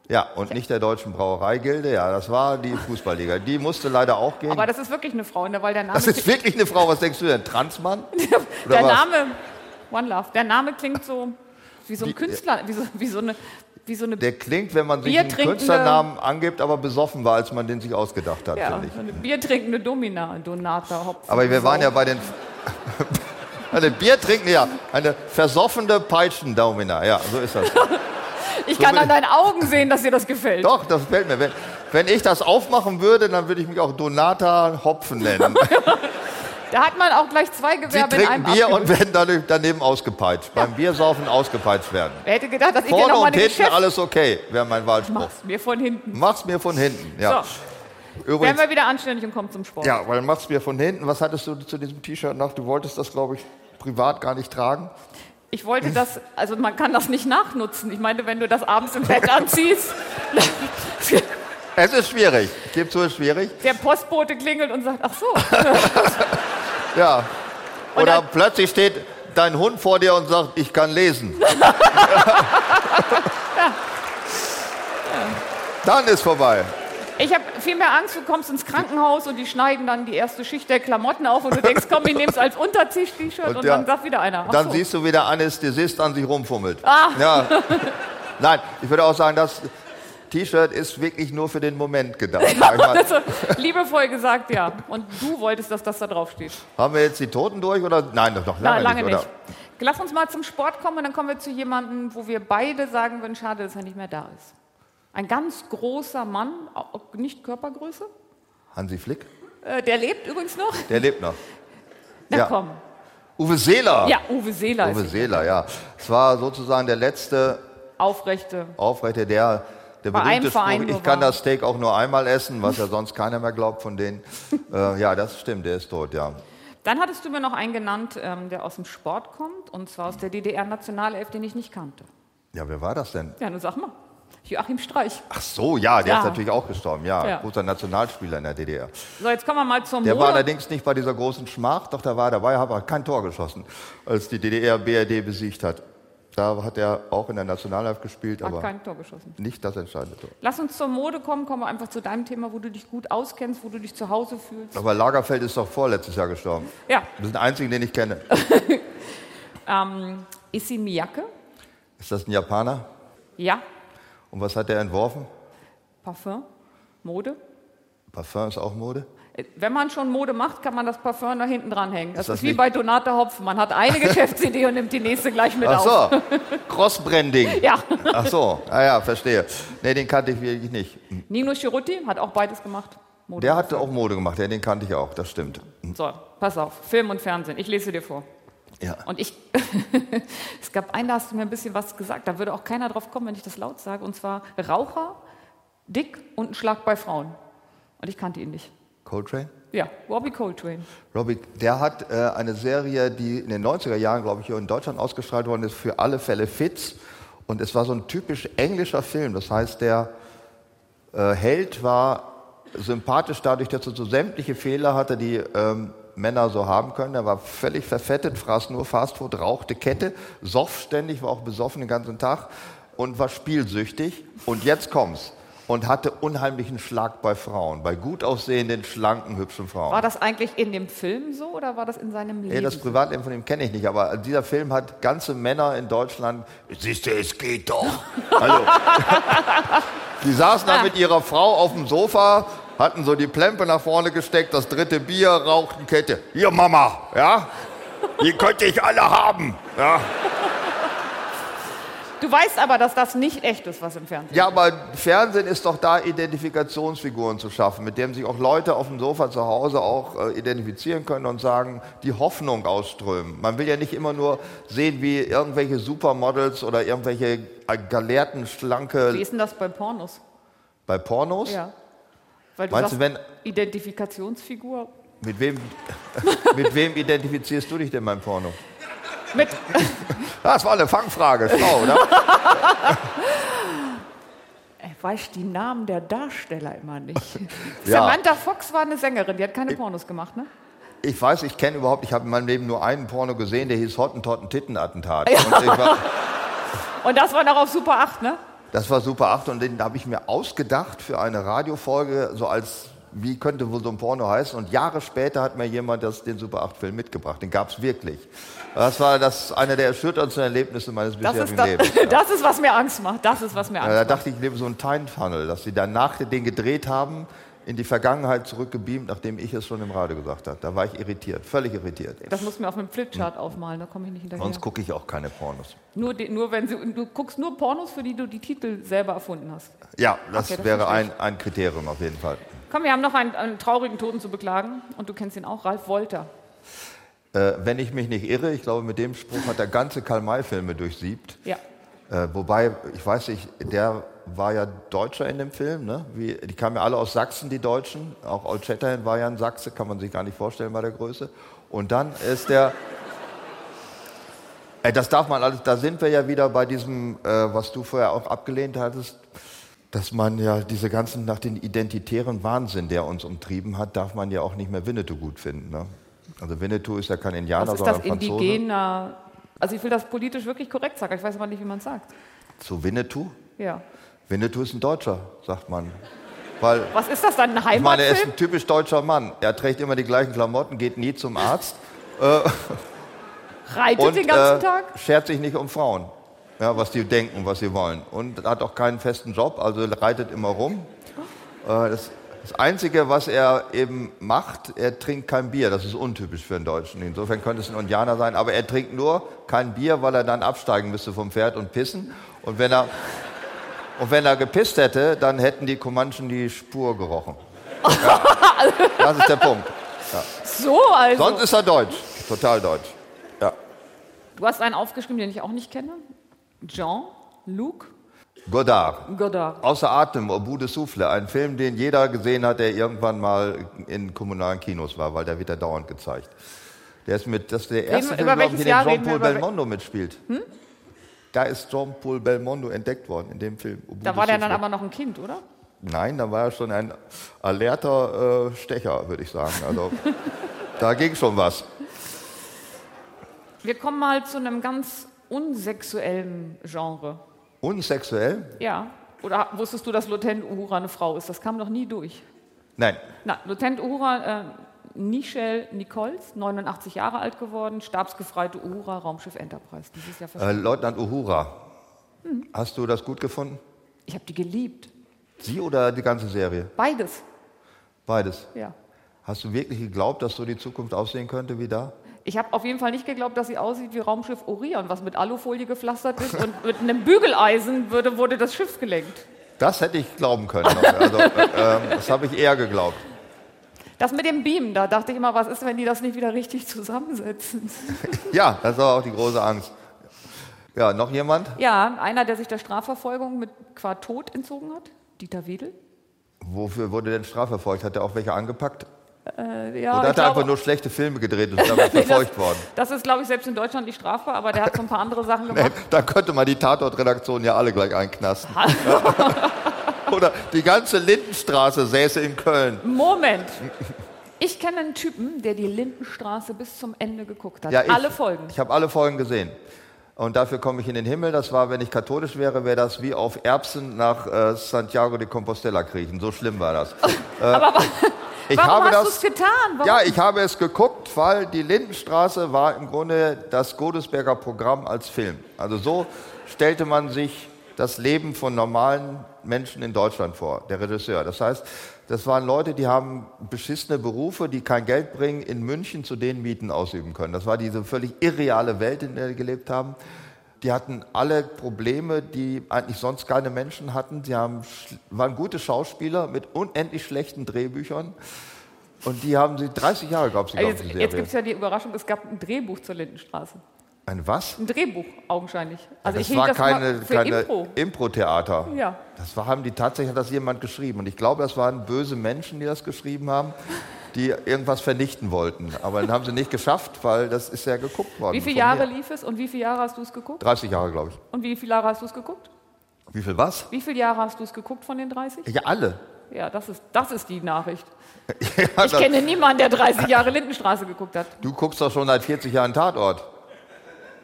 Speaker 1: Ja, und nicht der Deutschen Brauereigilde. Ja, das war die Fußballliga. Die musste leider auch gehen.
Speaker 2: Aber das ist wirklich eine Frau, ne? weil der Name
Speaker 1: das ist wirklich eine Frau. Was denkst du denn? Transmann?
Speaker 2: (laughs)
Speaker 1: was?
Speaker 2: Der Name One Love, der Name klingt so wie so ein Künstler, wie so, wie so eine, wie so eine
Speaker 1: Der klingt, wenn man sich einen
Speaker 2: Biertrinkende-
Speaker 1: Künstlernamen angibt, aber besoffen war, als man den sich ausgedacht hat,
Speaker 2: ähm, ja,
Speaker 1: finde ich.
Speaker 2: so eine biertrinkende Domina, Donata Hopfen.
Speaker 1: Aber wir waren ja bei den. (laughs) Eine Bier trinken, ja. Eine versoffene Peitschendaumina. Ja, so
Speaker 2: (laughs)
Speaker 1: ist das.
Speaker 2: ich kann an deinen Augen sehen, dass dir das gefällt.
Speaker 1: Doch, das fällt mir. Wenn, wenn ich das aufmachen würde, dann würde ich mich auch Donata Hopfen
Speaker 2: (laughs)
Speaker 1: nennen.
Speaker 2: Da hat man auch gleich zwei
Speaker 1: Sie
Speaker 2: Gewerbe in
Speaker 1: trinken
Speaker 2: einem
Speaker 1: Bier und
Speaker 2: abgebildet.
Speaker 1: werden dadurch daneben ausgepeitscht. Beim Biersaufen ausgepeitscht werden.
Speaker 2: Wer hätte gedacht, dass ich dir
Speaker 1: Vorne
Speaker 2: nochmal
Speaker 1: und
Speaker 2: eine
Speaker 1: hinten
Speaker 2: Geschäft...
Speaker 1: alles okay, wäre mein Wahlspruch.
Speaker 2: Mach's mir von hinten.
Speaker 1: Mach's mir von hinten. Ja.
Speaker 2: So, werden
Speaker 1: Übrigens,
Speaker 2: wir wieder anständig und kommen zum Sport.
Speaker 1: Ja, weil machst mir von hinten. Was hattest du zu diesem T-Shirt noch? Du wolltest das, glaube ich, privat gar nicht tragen.
Speaker 2: Ich wollte das, also man kann das nicht nachnutzen. Ich meine, wenn du das abends im Bett anziehst,
Speaker 1: Es ist schwierig. Ich gebe zu, es ist schwierig.
Speaker 2: der Postbote klingelt und sagt, ach so,
Speaker 1: Ja. Oder
Speaker 2: dann-
Speaker 1: plötzlich steht dein Hund vor dir und sagt, ich kann (laughs) lesen. Dann ist vorbei.
Speaker 2: Ich habe viel mehr Angst, du kommst ins Krankenhaus und die schneiden dann die erste Schicht der Klamotten auf und du denkst, komm, ich nehme es als Unterzieh-T-Shirt und,
Speaker 1: Und ja,
Speaker 2: dann sagt wieder einer. ach
Speaker 1: Dann
Speaker 2: so.
Speaker 1: siehst du, wie der Anästhesist an sich rumfummelt. Ja. (laughs) Nein, ich würde auch sagen, das T-Shirt ist wirklich nur für den Moment (laughs) gedacht. Einmal-
Speaker 2: Also, liebevoll gesagt, ja. Und du wolltest, dass das da drauf steht.
Speaker 1: Haben wir jetzt die Toten durch oder? Nein, noch lange,
Speaker 2: Na, lange
Speaker 1: nicht.
Speaker 2: nicht.
Speaker 1: Oder?
Speaker 2: Lass uns mal zum Sport kommen und dann kommen wir zu jemandem, wo wir beide sagen würden, schade, dass er nicht mehr da ist. Ein ganz großer Mann, auch nicht Körpergröße,
Speaker 1: Hansi Flick,
Speaker 2: äh, der lebt übrigens noch.
Speaker 1: der lebt noch.
Speaker 2: Na
Speaker 1: Ja.
Speaker 2: komm.
Speaker 1: Uwe Seeler.
Speaker 2: Ja, Uwe Seeler
Speaker 1: Uwe
Speaker 2: ist
Speaker 1: Seeler, ja. Es war sozusagen der letzte
Speaker 2: aufrechte.
Speaker 1: Aufrechte, der, der
Speaker 2: Bei einem
Speaker 1: berühmte
Speaker 2: Verein
Speaker 1: Spruch,
Speaker 2: nur
Speaker 1: ich kann
Speaker 2: war.
Speaker 1: das Steak (laughs) auch nur einmal essen, was ja sonst keiner mehr glaubt von denen. äh, ja, das stimmt, der ist tot, ja.
Speaker 2: Dann hattest du mir noch einen genannt, ähm, der aus dem Sport kommt, und zwar aus der DDR-Nationalelf, den ich nicht kannte.
Speaker 1: Ja, wer war das denn?
Speaker 2: Ja, nun sag mal. Joachim Streich.
Speaker 1: Ach so, ja, der
Speaker 2: Ja.
Speaker 1: ist natürlich auch gestorben. Ja,
Speaker 2: Ja.
Speaker 1: großer Nationalspieler in der DDR.
Speaker 2: So, jetzt kommen wir mal zum
Speaker 1: Der war
Speaker 2: Mode.
Speaker 1: allerdings nicht bei dieser großen Schmach, doch da war er dabei, aber hat kein Tor geschossen, als die DDR BRD besiegt hat. Da hat er auch in der Nationalelf gespielt,
Speaker 2: Hat
Speaker 1: aber
Speaker 2: kein Tor geschossen.
Speaker 1: nicht das entscheidende Tor.
Speaker 2: Lass uns zur Mode kommen, kommen wir einfach zu deinem Thema, wo du dich gut auskennst, wo du dich zu Hause fühlst.
Speaker 1: Aber Lagerfeld ist doch vorletztes Jahr gestorben.
Speaker 2: Ja,
Speaker 1: Das ist der einzige, den ich kenne.
Speaker 2: ähm, Issi Miyake.
Speaker 1: Ist das ein Japaner?
Speaker 2: Ja,
Speaker 1: Und was hat er entworfen?
Speaker 2: Parfum, Mode.
Speaker 1: Parfum ist auch Mode.
Speaker 2: Äh, Wenn man schon Mode macht, kann man das Parfum da hinten dranhängen. Das ist,
Speaker 1: das
Speaker 2: wie
Speaker 1: nicht-
Speaker 2: bei Donate Hopfen. Man
Speaker 1: (laughs)
Speaker 2: hat eine Geschäftsidee und nimmt die nächste gleich mit
Speaker 1: Ach
Speaker 2: auf.
Speaker 1: so, Crossbranding.
Speaker 2: Ja.
Speaker 1: Ach so, ah ja, verstehe. Nee, den kannte ich wirklich nicht.
Speaker 2: Nino Sciruti hat auch beides gemacht. Mode.
Speaker 1: Der hatte auch Mode gemacht, ja, den kannte ich auch, das stimmt.
Speaker 2: So, pass auf. Film und Fernsehen. Ich lese dir vor.
Speaker 1: Ja.
Speaker 2: Und ich, (laughs) es gab einen, da hast du mir ein bisschen was gesagt, da würde auch keiner drauf kommen, wenn ich das laut sage, und zwar Raucher, dick und ein Schlag bei Frauen. Und ich kannte ihn nicht.
Speaker 1: Coltrane?
Speaker 2: Ja, Robbie Coltrane.
Speaker 1: Robbie, der hat äh, eine Serie, die in den 90er Jahren, glaube ich, hier in Deutschland ausgestrahlt worden ist, für alle Fälle Fitz. Und es war so ein typisch englischer Film. Das heißt, der äh, Held war sympathisch dadurch, dass er so sämtliche Fehler hatte, die ähm, Männer so haben können. Er war völlig verfettet, fraß nur Fastfood, rauchte Kette, soff ständig, war auch besoffen den ganzen Tag und war spielsüchtig. Und jetzt kommt's. Und hatte unheimlichen Schlag bei Frauen, bei gut aussehenden, schlanken, hübschen Frauen.
Speaker 2: War das eigentlich in dem Film so oder war das in seinem Leben?
Speaker 1: Nee, das Privatleben von ihm kenne ich nicht, aber dieser Film hat ganze Männer in Deutschland. Siehst du, es geht doch. Also, die saßen da mit ihrer Frau auf dem Sofa, hatten so die Plempe nach vorne gesteckt, das dritte Bier, rauchten Kette. Hier, Mama, ja? Die könnte ich alle haben. Ja,
Speaker 2: du weißt aber, dass das nicht echt ist, was im Fernsehen.
Speaker 1: ja aber Fernsehen ist doch da, Identifikationsfiguren zu schaffen, mit denen sich auch Leute auf dem Sofa zu Hause auch äh, identifizieren können und sagen, die Hoffnung ausströmen. Man will ja nicht immer nur sehen, wie irgendwelche Supermodels oder irgendwelche äh, gelehrten,
Speaker 2: Wie
Speaker 1: schlanke
Speaker 2: ist denn das bei Pornos?
Speaker 1: bei Pornos.
Speaker 2: Ja. Weil du
Speaker 1: Meinst du,
Speaker 2: sagst, Identifikationsfigur
Speaker 1: Mit wem, (laughs) mit wem identifizierst du dich denn beim Porno?
Speaker 2: mit
Speaker 1: Das war eine Fangfrage, schlau, oder?
Speaker 2: Ich weiß die Namen der Darsteller immer nicht.
Speaker 1: (laughs) Ja.
Speaker 2: Samantha Fox war eine Sängerin, die hat keine Pornos gemacht, ne?
Speaker 1: Ich weiß, ich kenne überhaupt, ich habe in meinem Leben nur einen Porno gesehen, der hieß Hottentotten-Titten-Attentat. Und ich war-
Speaker 2: Und das war noch auf Super 8, ne?
Speaker 1: Das war Super 8 und den habe ich mir ausgedacht für eine Radiofolge, so als, wie könnte wohl so ein Porno heißen. Und Jahre später hat mir jemand das, den Super 8-Film mitgebracht. Den gab es wirklich. Das war das, eine der erschütterndsten Erlebnisse meines
Speaker 2: Das
Speaker 1: bisherigen
Speaker 2: ist, das,
Speaker 1: Lebens.
Speaker 2: (laughs) das ist, was mir Angst macht. Das ist, was mir Angst
Speaker 1: Äh, Da dachte ich, ich lebe so ein Time-Funnel, dass sie danach den gedreht haben, in die Vergangenheit zurückgebeamt, nachdem ich es schon im Radio gesagt habe. Da war ich irritiert, völlig irritiert.
Speaker 2: macht. Das muss mir auf einem Flipchart aufmalen, da komme ich nicht hinterher.
Speaker 1: Hm. Sonst gucke ich auch keine Pornos.
Speaker 2: Nur, die, nur wenn sie, du guckst nur Pornos, für die du die Titel selber erfunden hast.
Speaker 1: Ja, das,
Speaker 2: Okay, das
Speaker 1: wäre
Speaker 2: verstehe
Speaker 1: ein, ein Kriterium auf jeden Fall.
Speaker 2: Komm, wir haben noch einen, einen traurigen Toten zu beklagen und du kennst ihn auch, Ralf Wolter.
Speaker 1: Äh, wenn ich mich nicht irre, ich glaube, mit dem Spruch hat er ganze Karl-May-Filme durchsiebt.
Speaker 2: Ja.
Speaker 1: Äh, wobei, ich weiß nicht, der war ja Deutscher in dem Film. Ne? Wie, die kamen ja alle aus Sachsen, die Deutschen. Auch Old Shatterhand war ja ein Sachse, kann man sich gar nicht vorstellen bei der Größe. Und dann ist der. (laughs) Äh, das darf man alles, da sind wir ja wieder bei diesem, äh, was du vorher auch abgelehnt hattest, dass man ja diese ganzen, nach den identitären Wahnsinn, der uns umtrieben hat, darf man ja auch nicht mehr Winnetou gut finden. Ne? Also Winnetou ist ja kein Indianer,
Speaker 2: Das ist
Speaker 1: sondern
Speaker 2: das
Speaker 1: Franzose.
Speaker 2: indigener. Also ich will das politisch wirklich korrekt sagen, ich weiß aber nicht, wie man es sagt.
Speaker 1: Zu Winnetou?
Speaker 2: Ja.
Speaker 1: Winnetou ist ein Deutscher, sagt man. Weil,
Speaker 2: Was ist das dann, ein
Speaker 1: ich meine, er ist
Speaker 2: Heimatfilm?
Speaker 1: ein typisch deutscher Mann. Er trägt immer die gleichen Klamotten, geht nie zum Arzt
Speaker 2: Reitet
Speaker 1: und
Speaker 2: den ganzen
Speaker 1: äh,
Speaker 2: Tag?
Speaker 1: schert sich nicht um Frauen, ja, was die denken, was sie wollen. Und hat auch keinen festen Job, also reitet immer rum. Äh, das, das Einzige, was er eben macht, er trinkt kein Bier. Das ist untypisch für einen Deutschen. Insofern könnte es ein Indianer sein. Aber er trinkt nur kein Bier, weil er dann absteigen müsste vom Pferd und pissen. Und wenn er, und wenn er gepisst hätte, dann hätten die Comanchen die Spur gerochen.
Speaker 2: (laughs)
Speaker 1: Ja, das ist der Punkt.
Speaker 2: So, also.
Speaker 1: Sonst ist er deutsch, total deutsch. Ja.
Speaker 2: Du hast einen aufgeschrieben, den ich auch nicht kenne. Jean-Luc
Speaker 1: Godard.
Speaker 2: Godard.
Speaker 1: Außer Atem, Obu de Souffle, ein Film, den jeder gesehen hat, der irgendwann mal in kommunalen Kinos war, weil der wird ja dauernd gezeigt. Der ist mit, das ist der erste
Speaker 2: über
Speaker 1: Film, glaube ich,
Speaker 2: welches
Speaker 1: in
Speaker 2: Jahr
Speaker 1: dem John
Speaker 2: reden
Speaker 1: Paul
Speaker 2: wir? Über wel- Hm?
Speaker 1: Belmondo mitspielt. Da ist John Paul Belmondo entdeckt worden in dem Film.
Speaker 2: Da war der dann aber noch ein Kind, oder?
Speaker 1: Nein, da war er schon ein alerter äh, Stecher, würde ich sagen.
Speaker 2: (laughs)
Speaker 1: Also da ging schon was.
Speaker 2: Wir kommen mal zu einem ganz unsexuellen Genre.
Speaker 1: Unsexuell?
Speaker 2: Ja. Oder wusstest du, dass Lieutenant Uhura eine Frau ist? Das kam noch nie durch.
Speaker 1: Nein.
Speaker 2: Na, Lieutenant Uhura, äh, Nichelle Nichols, 89 Jahre alt geworden, stabsgefreite Uhura, Raumschiff Enterprise. Dieses Jahr verstorben.
Speaker 1: Äh, Leutnant Uhura.
Speaker 2: Hm.
Speaker 1: Hast du das gut gefunden?
Speaker 2: Ich habe die geliebt.
Speaker 1: Sie oder die ganze Serie?
Speaker 2: Beides,
Speaker 1: Beides.
Speaker 2: ja.
Speaker 1: Hast du wirklich geglaubt, dass so die Zukunft aussehen könnte wie da?
Speaker 2: Ich habe auf jeden Fall nicht geglaubt, dass sie aussieht wie Raumschiff Orion, was mit Alufolie gepflastert ist und mit einem Bügeleisen würde, wurde das Schiff gelenkt.
Speaker 1: Das hätte ich glauben können. Also, äh, ähm, das habe ich eher geglaubt.
Speaker 2: Das mit dem Beam, da dachte ich immer, was ist, wenn die das nicht wieder richtig zusammensetzen?
Speaker 1: Ja, das war auch die große Angst. Ja, noch jemand?
Speaker 2: Ja, einer, der sich der Strafverfolgung mit qua Tod entzogen hat, Dieter Wedel.
Speaker 1: Wofür wurde denn strafverfolgt? Hat er auch welche angepackt?
Speaker 2: Äh, ja,
Speaker 1: Oder
Speaker 2: ich
Speaker 1: hat er
Speaker 2: glaube-
Speaker 1: einfach nur schlechte Filme gedreht und ist
Speaker 2: (laughs)
Speaker 1: dabei
Speaker 2: Nee, das-
Speaker 1: verfolgt worden?
Speaker 2: Das ist, glaube ich, selbst in Deutschland nicht strafbar, aber der hat so ein paar andere Sachen
Speaker 1: Ey,
Speaker 2: gemacht.
Speaker 1: (laughs) da könnte man die Tatort-Redaktion ja alle gleich einknasten.
Speaker 2: (laughs)
Speaker 1: (laughs) Oder die ganze Lindenstraße säße in Köln.
Speaker 2: Moment! Ich kenne einen Typen, der die Lindenstraße bis zum Ende geguckt hat.
Speaker 1: Ja, ich-
Speaker 2: Alle Folgen.
Speaker 1: Ich habe alle Folgen gesehen. Und dafür komme ich in den Himmel. Das war, wenn ich katholisch wäre, wäre das wie auf Erbsen nach äh, Santiago de Compostela kriechen. So schlimm war das.
Speaker 2: aber wa-
Speaker 1: (laughs) Ich
Speaker 2: warum
Speaker 1: habe
Speaker 2: hast du
Speaker 1: das.
Speaker 2: es getan? Warum?
Speaker 1: Ja, ich habe es geguckt, weil die Lindenstraße war im Grunde das Godesberger Programm als Film. Also so stellte man sich das Leben von normalen Menschen in Deutschland vor, der Regisseur. Das heißt, das waren Leute, die haben beschissene Berufe, die kein Geld bringen, in München zu den Mieten ausüben können. Das war diese völlig irreale Welt, in der die gelebt haben. Die hatten alle Probleme, die eigentlich sonst keine Menschen hatten. Sie haben, sch- waren gute Schauspieler mit unendlich schlechten Drehbüchern. Und die haben sie 30 Jahre, gab es,
Speaker 2: Also Jetzt, jetzt gibt
Speaker 1: glaube
Speaker 2: es
Speaker 1: ich,
Speaker 2: ja die Überraschung, es gab ein Drehbuch zur Lindenstraße.
Speaker 1: Ein was?
Speaker 2: Ein Drehbuch, augenscheinlich. Also
Speaker 1: das
Speaker 2: ich hielt
Speaker 1: war
Speaker 2: das
Speaker 1: keine,
Speaker 2: mal für
Speaker 1: keine
Speaker 2: Impro.
Speaker 1: Impro-Theater.
Speaker 2: Ja.
Speaker 1: Das war, haben die tatsächlich, hat das jemand geschrieben. Und ich glaube, das waren böse Menschen, die das geschrieben haben, die irgendwas vernichten wollten. Aber dann haben sie nicht geschafft, weil das ist ja geguckt worden.
Speaker 2: Wie viele
Speaker 1: von
Speaker 2: Jahre
Speaker 1: mir.
Speaker 2: lief es und wie viele Jahre hast du es geguckt?
Speaker 1: 30 Jahre, glaube ich.
Speaker 2: Und wie viele Jahre hast du es geguckt?
Speaker 1: Wie viel was?
Speaker 2: Wie viele Jahre hast du es geguckt von den 30?
Speaker 1: Ja, alle.
Speaker 2: Ja, das ist, das ist die Nachricht.
Speaker 1: (laughs) Ja,
Speaker 2: Ich kenne niemanden, der 30 Jahre Lindenstraße geguckt hat.
Speaker 1: Du guckst doch schon seit 40 Jahren Tatort.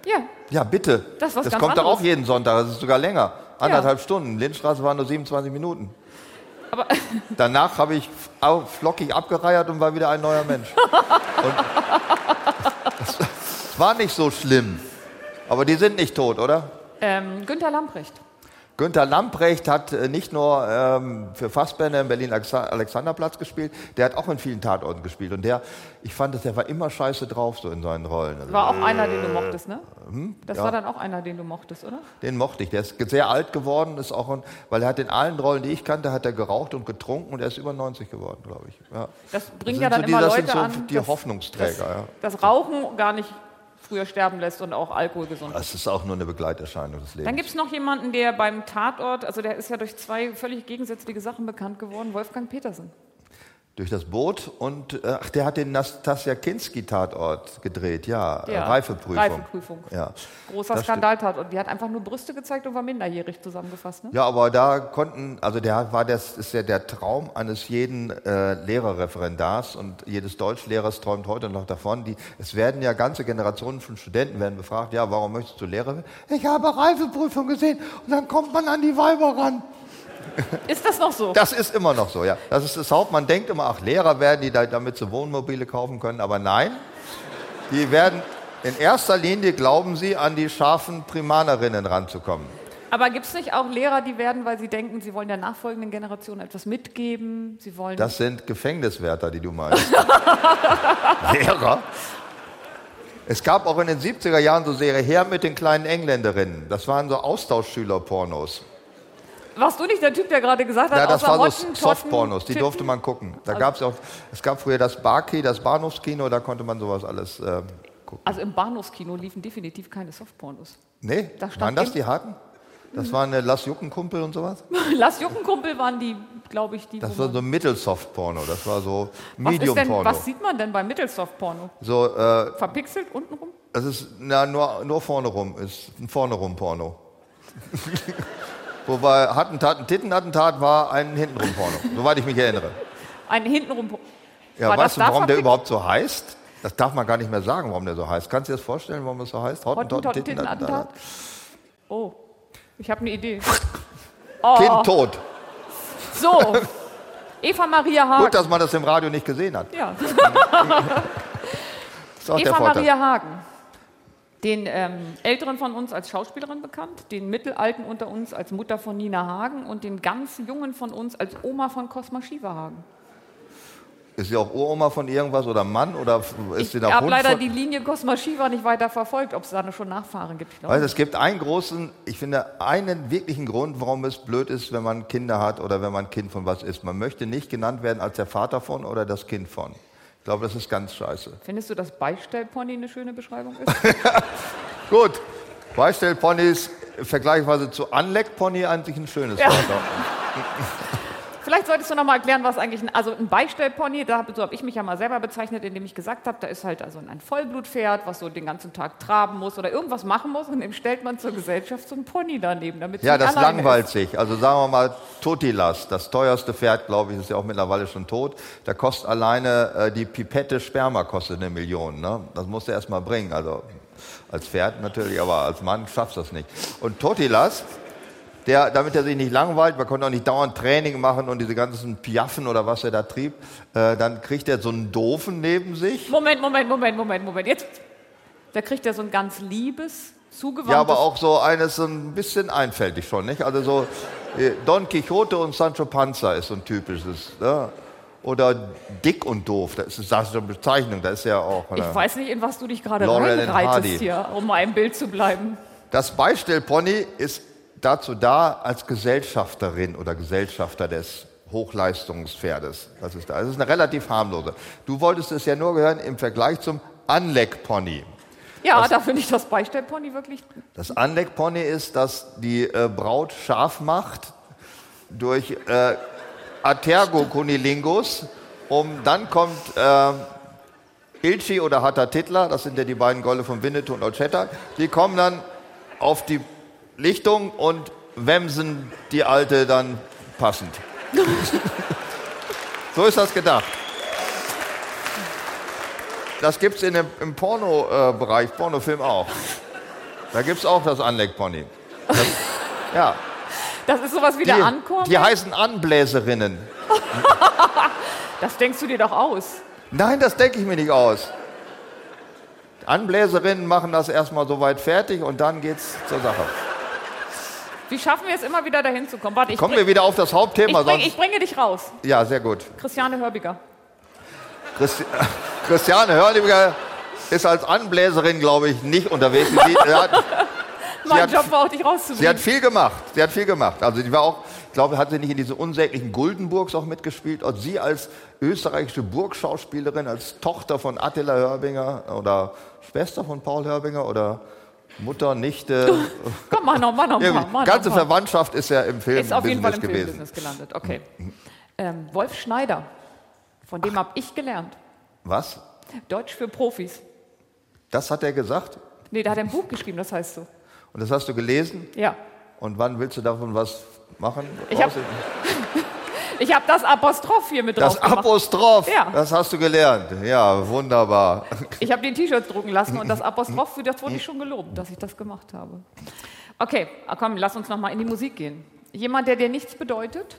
Speaker 2: Ja,
Speaker 1: Ja, bitte.
Speaker 2: Das ist was
Speaker 1: das
Speaker 2: ganz
Speaker 1: kommt doch auch
Speaker 2: anderes.
Speaker 1: jeden Sonntag, das ist sogar länger. Anderthalb Stunden. Lindstraße waren nur 27 Minuten.
Speaker 2: aber (laughs)
Speaker 1: Danach habe ich au- flockig abgereiert und war wieder ein neuer
Speaker 2: (laughs)
Speaker 1: Mensch. Und es war nicht so schlimm. Aber die sind nicht tot, oder?
Speaker 2: ähm, Günther Lamprecht.
Speaker 1: Günther Lamprecht hat äh, nicht nur ähm, für Fassbender in Berlin Alexa- Alexanderplatz gespielt, der hat auch in vielen Tatorten gespielt. Und der, ich fand, dass der war immer scheiße drauf, so in seinen Rollen. Also
Speaker 2: War auch einer, den du mochtest, ne?
Speaker 1: Äh, hm?
Speaker 2: Das war dann auch einer, den du mochtest, oder?
Speaker 1: Den mochte ich. Der ist sehr alt geworden, ist auch ein, weil er hat in allen Rollen, die ich kannte, hat er geraucht und getrunken und er ist über 90 geworden, glaube ich. Ja. Das
Speaker 2: Das bringt
Speaker 1: sind
Speaker 2: ja dann
Speaker 1: so die-
Speaker 2: immer
Speaker 1: das
Speaker 2: Leute
Speaker 1: sind so
Speaker 2: an,
Speaker 1: die
Speaker 2: dass-
Speaker 1: Hoffnungsträger,
Speaker 2: dass,
Speaker 1: ja.
Speaker 2: dass Rauchen gar nicht früher sterben lässt und auch Alkohol gesund.
Speaker 1: Das ist auch nur eine Begleiterscheinung des
Speaker 2: Dann
Speaker 1: Lebens.
Speaker 2: gibt es noch jemanden, der beim Tatort, also der ist ja durch zwei völlig gegensätzliche Sachen bekannt geworden, Wolfgang Petersen.
Speaker 1: Durch das Boot und äh, ach, der hat den Nastasia Kinski-Tatort gedreht, ja, äh,
Speaker 2: Ja,
Speaker 1: Reifeprüfung.
Speaker 2: Reifeprüfung.
Speaker 1: Ja.
Speaker 2: Großer
Speaker 1: Das
Speaker 2: Skandaltatort. Und die hat einfach nur Brüste gezeigt und war minderjährig zusammengefasst. Ne?
Speaker 1: ja, aber da konnten, also der war das ist ja der Traum eines jeden äh, Lehrerreferendars und jedes Deutschlehrers träumt heute noch davon. Die, es werden ja ganze Generationen von Studenten werden befragt, ja, warum möchtest du Lehrer werden? Ich habe Reifeprüfung gesehen und dann kommt man an die Weiber ran.
Speaker 2: Ist das noch so?
Speaker 1: Das ist immer noch so, ja. Das ist das Haupt. Man denkt immer, ach, Lehrer werden, die da, damit sie Wohnmobile kaufen können. Aber nein, die werden in erster Linie, glauben sie, an die scharfen Primanerinnen ranzukommen.
Speaker 2: Aber gibt es nicht auch Lehrer, die werden, weil sie denken, sie wollen der nachfolgenden Generation etwas mitgeben, sie wollen
Speaker 1: Das sind Gefängniswärter, die du meinst. Lehrer? Es gab auch in den 70er Jahren so Serie Her mit den kleinen Engländerinnen. Das waren so Austauschschüler-Pornos.
Speaker 2: Warst du nicht der Typ, der gerade gesagt hat,
Speaker 1: Ja, das
Speaker 2: Äh, außer
Speaker 1: war so
Speaker 2: Hotten, Totten,
Speaker 1: Softpornos, die
Speaker 2: Titten? Also
Speaker 1: durfte man gucken. Da gab's auch, es gab früher das Barkey, das Bahnhofskino, da konnte man sowas alles ähm, gucken.
Speaker 2: Also im Bahnhofskino liefen definitiv keine Softpornos. (laughs)
Speaker 1: Nee,
Speaker 2: Da stand
Speaker 1: waren das
Speaker 2: im-
Speaker 1: die harten? Das war eine Lass Jucken Kumpel und sowas?
Speaker 2: Lass Juckenkumpel waren die, glaube ich, die.
Speaker 1: Das
Speaker 2: wo
Speaker 1: war
Speaker 2: man-
Speaker 1: so Mittelsoft-Porno. Das war so
Speaker 2: was, ist denn,
Speaker 1: Medium-Porno.
Speaker 2: was sieht man denn bei Mittelsoft-Porno?
Speaker 1: So, äh,
Speaker 2: Verpixelt untenrum?
Speaker 1: das ist na, nur, nur vorne rum. Ist ein vorne rum Porno.
Speaker 2: (laughs)
Speaker 1: Wobei Attentat, ein Tittenattentat war ein hintenrum Porno, soweit ich mich erinnere.
Speaker 2: Ein hintenrum.
Speaker 1: Ja,
Speaker 2: War das
Speaker 1: weißt du, warum der
Speaker 2: verpixelt?
Speaker 1: überhaupt so heißt? Das darf man gar nicht mehr sagen, warum der so heißt. Kannst du dir das vorstellen, warum das so heißt?
Speaker 2: Hottentotten, Tittenattentat.
Speaker 1: Tittenattentat.
Speaker 2: Oh, ich habe eine
Speaker 1: (laughs)
Speaker 2: Idee. Oh,
Speaker 1: Kind tot.
Speaker 2: So, Eva Maria
Speaker 1: Gut,
Speaker 2: Hagen.
Speaker 1: dass man das im Radio nicht gesehen hat.
Speaker 2: Ja.
Speaker 1: Ist auch der
Speaker 2: Eva
Speaker 1: Vorteil.
Speaker 2: Maria Hagen. Den ähm, Älteren von uns als Schauspielerin bekannt, den Mittelalten unter uns als Mutter von Nina Hagen und den ganz Jungen von uns als Oma von Cosma Schiefer Hagen.
Speaker 1: Ist sie auch Uroma von irgendwas oder Mann oder f- ist
Speaker 2: Ich
Speaker 1: sie noch
Speaker 2: habe
Speaker 1: Hund
Speaker 2: leider
Speaker 1: von?
Speaker 2: die Linie Cosma Schiefer nicht weiter verfolgt, ob es da schon Nachfahren gibt. Ich glaub.
Speaker 1: Weißt, du, es gibt einen großen, ich finde, einen wirklichen Grund, warum es blöd ist, wenn man Kinder hat oder wenn man Kind von was ist. Man möchte nicht genannt werden als der Vater von oder das Kind von. Ich glaube, das ist ganz scheiße.
Speaker 2: Findest du, dass Beistellpony eine schöne Beschreibung ist? (laughs)
Speaker 1: Gut, Beistellponys vergleichsweise zu Anleckpony eigentlich ein schönes Wort.
Speaker 2: Vielleicht solltest du noch mal erklären, was eigentlich ein, also ein Beistellpony, da hab, so habe ich mich ja mal selber bezeichnet, indem ich gesagt habe, da ist halt also ein Vollblutpferd, was so den ganzen Tag traben muss oder irgendwas machen muss und dem stellt man zur Gesellschaft so ein Pony daneben, damit
Speaker 1: Ja,
Speaker 2: sie
Speaker 1: das
Speaker 2: alleine
Speaker 1: langweilt sich. Also sagen wir mal Totilas, das teuerste Pferd, glaube ich, ist ja auch mittlerweile schon tot. Da kostet alleine äh, die Pipette Sperma kostet eine Million. Ne? Das musst du erst mal bringen. Also als Pferd natürlich, aber als Mann schaffst du das nicht. Und Totilas, der, damit er sich nicht langweilt, man konnte auch nicht dauernd Training machen und diese ganzen Piaffen oder was er da trieb, äh, dann kriegt er so einen Doofen neben sich.
Speaker 2: Ist. Moment, Moment, Moment, Moment, Moment. Jetzt, da kriegt er so ein ganz liebes, zugewandtes.
Speaker 1: Ja, aber auch so eines so ein bisschen einfältig schon, nicht? Also so äh, Don Quixote und Sancho Panza ist so ein typisches. Ne? Oder dick und doof, das ist, das ist eine Bezeichnung, da ist ja auch.
Speaker 2: Ich
Speaker 1: Ne?
Speaker 2: weiß nicht, in was du dich gerade
Speaker 1: Laurel and Hardy.
Speaker 2: reinreitest hier, um mal im Bild zu bleiben.
Speaker 1: Das Beistellpony ist dazu da, als Gesellschafterin oder Gesellschafter des Hochleistungspferdes. Das ist da. Das ist eine relativ harmlose. Du wolltest es ja nur hören im Vergleich zum Anleckpony.
Speaker 2: Ja, da finde ich das Beistellpony wirklich
Speaker 1: Das Anleckpony ist, dass die äh, Braut scharf macht durch äh, Atergo Cunilingus, um dann kommt äh, Ilchi oder Hatta Titler, das sind ja die beiden Golle von Winnetou und Olchetta, die kommen dann auf die Lichtung und wemsen die Alte dann passend. so ist das gedacht. Das gibt's in dem, im Porno-Bereich, Pornofilm auch. Da gibt's auch das Anleckpony. Das, ja.
Speaker 2: das ist sowas wie der Ankorn.
Speaker 1: die heißen Anbläserinnen.
Speaker 2: Das denkst du dir doch aus.
Speaker 1: Nein, das denke ich mir nicht aus. Anbläserinnen machen das erstmal soweit fertig und dann geht's zur Sache.
Speaker 2: Wie schaffen wir es immer wieder dahin zu kommen? Warte, ich,
Speaker 1: Kommen
Speaker 2: bring,
Speaker 1: wir wieder auf das
Speaker 2: ich,
Speaker 1: Hauptthema.
Speaker 2: bring,
Speaker 1: Sonst,
Speaker 2: ich bringe dich raus.
Speaker 1: ja, sehr gut.
Speaker 2: Christiane Hörbiger.
Speaker 1: Christi (laughs) Christiane Hörniger ist als Anbläserin, glaube ich, nicht unterwegs. Sie, sie,
Speaker 2: (laughs)
Speaker 1: hat,
Speaker 2: Mein
Speaker 1: hat-
Speaker 2: Job war auch, dich
Speaker 1: sie hat
Speaker 2: rauszubringen.
Speaker 1: viel gemacht. Sie hat viel gemacht. Also sie war auch, ich glaube, hat sie nicht in diesen unsäglichen Guldenburgs auch mitgespielt? Und sie als österreichische Burgschauspielerin, als Tochter von Attila Hörbinger oder Schwester von Paul Hörbinger oder Mutter,
Speaker 2: (laughs)
Speaker 1: Nichte.
Speaker 2: Komm, mach noch, mach noch,
Speaker 1: Irgendwie,
Speaker 2: mach, mach
Speaker 1: ganze
Speaker 2: noch. mal.
Speaker 1: Verwandtschaft ist ja im Film
Speaker 2: Ist auf jeden Fall im
Speaker 1: gewesen.
Speaker 2: Filmbusiness gelandet. Okay. Ähm, Wolf Schneider, von dem habe ich gelernt.
Speaker 1: Was?
Speaker 2: Deutsch für Profis.
Speaker 1: Das hat er gesagt?
Speaker 2: Nee, da hat er ein Buch geschrieben, das heißt so.
Speaker 1: Und das hast du gelesen?
Speaker 2: Ja.
Speaker 1: Und wann willst du davon was machen?
Speaker 2: Ich hab- Ich habe das Apostroph hier mit drauf
Speaker 1: das
Speaker 2: gemacht.
Speaker 1: Apostroph,
Speaker 2: Ja.
Speaker 1: das hast du gelernt. Ja, wunderbar.
Speaker 2: Ich habe den T-Shirts drucken lassen und das Apostroph, für das wurde ich schon gelobt, dass ich das gemacht habe. Okay, ah, komm, lass uns noch mal in die Musik gehen. Jemand, der dir nichts bedeutet,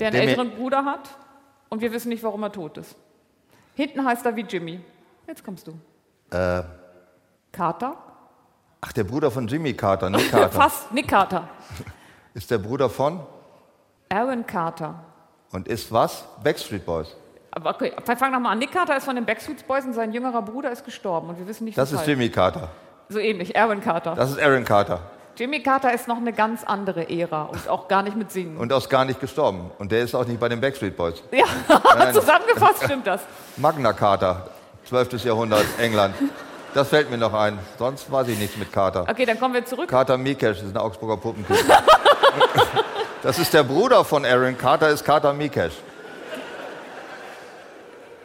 Speaker 2: der einen
Speaker 1: Der mir-
Speaker 2: älteren Bruder hat und wir wissen nicht, warum er tot ist. Hinten heißt er wie Jimmy. Jetzt kommst du.
Speaker 1: Äh.
Speaker 2: Carter?
Speaker 1: Ach, der Bruder von Jimmy Carter,
Speaker 2: (laughs)
Speaker 1: Nick Carter.
Speaker 2: Fast, Nick Carter.
Speaker 1: ist der Bruder von
Speaker 2: Aaron Carter.
Speaker 1: und ist was? Backstreet Boys.
Speaker 2: Aber okay, fang noch mal an. Nick Carter ist von den Backstreet Boys und sein jüngerer Bruder ist gestorben und wir wissen nicht,
Speaker 1: Das ist Jimmy Carter.
Speaker 2: So ähnlich, Aaron Carter.
Speaker 1: Das ist Aaron Carter.
Speaker 2: Jimmy Carter ist noch eine ganz andere Ära und auch gar nicht mit Singen.
Speaker 1: Und auch gar nicht gestorben. Und der ist auch nicht bei den Backstreet Boys.
Speaker 2: Ja, (laughs) zusammengefasst stimmt das.
Speaker 1: Magna Carter, 12. Jahrhundert, England. Das fällt mir noch ein. Sonst weiß ich nichts mit Kater.
Speaker 2: Okay, dann kommen wir zurück.
Speaker 1: Kater Mikesh ist ein Augsburger Puppenkiste. (laughs) das ist der Bruder von Aaron Carter, ist Kater Mikesh.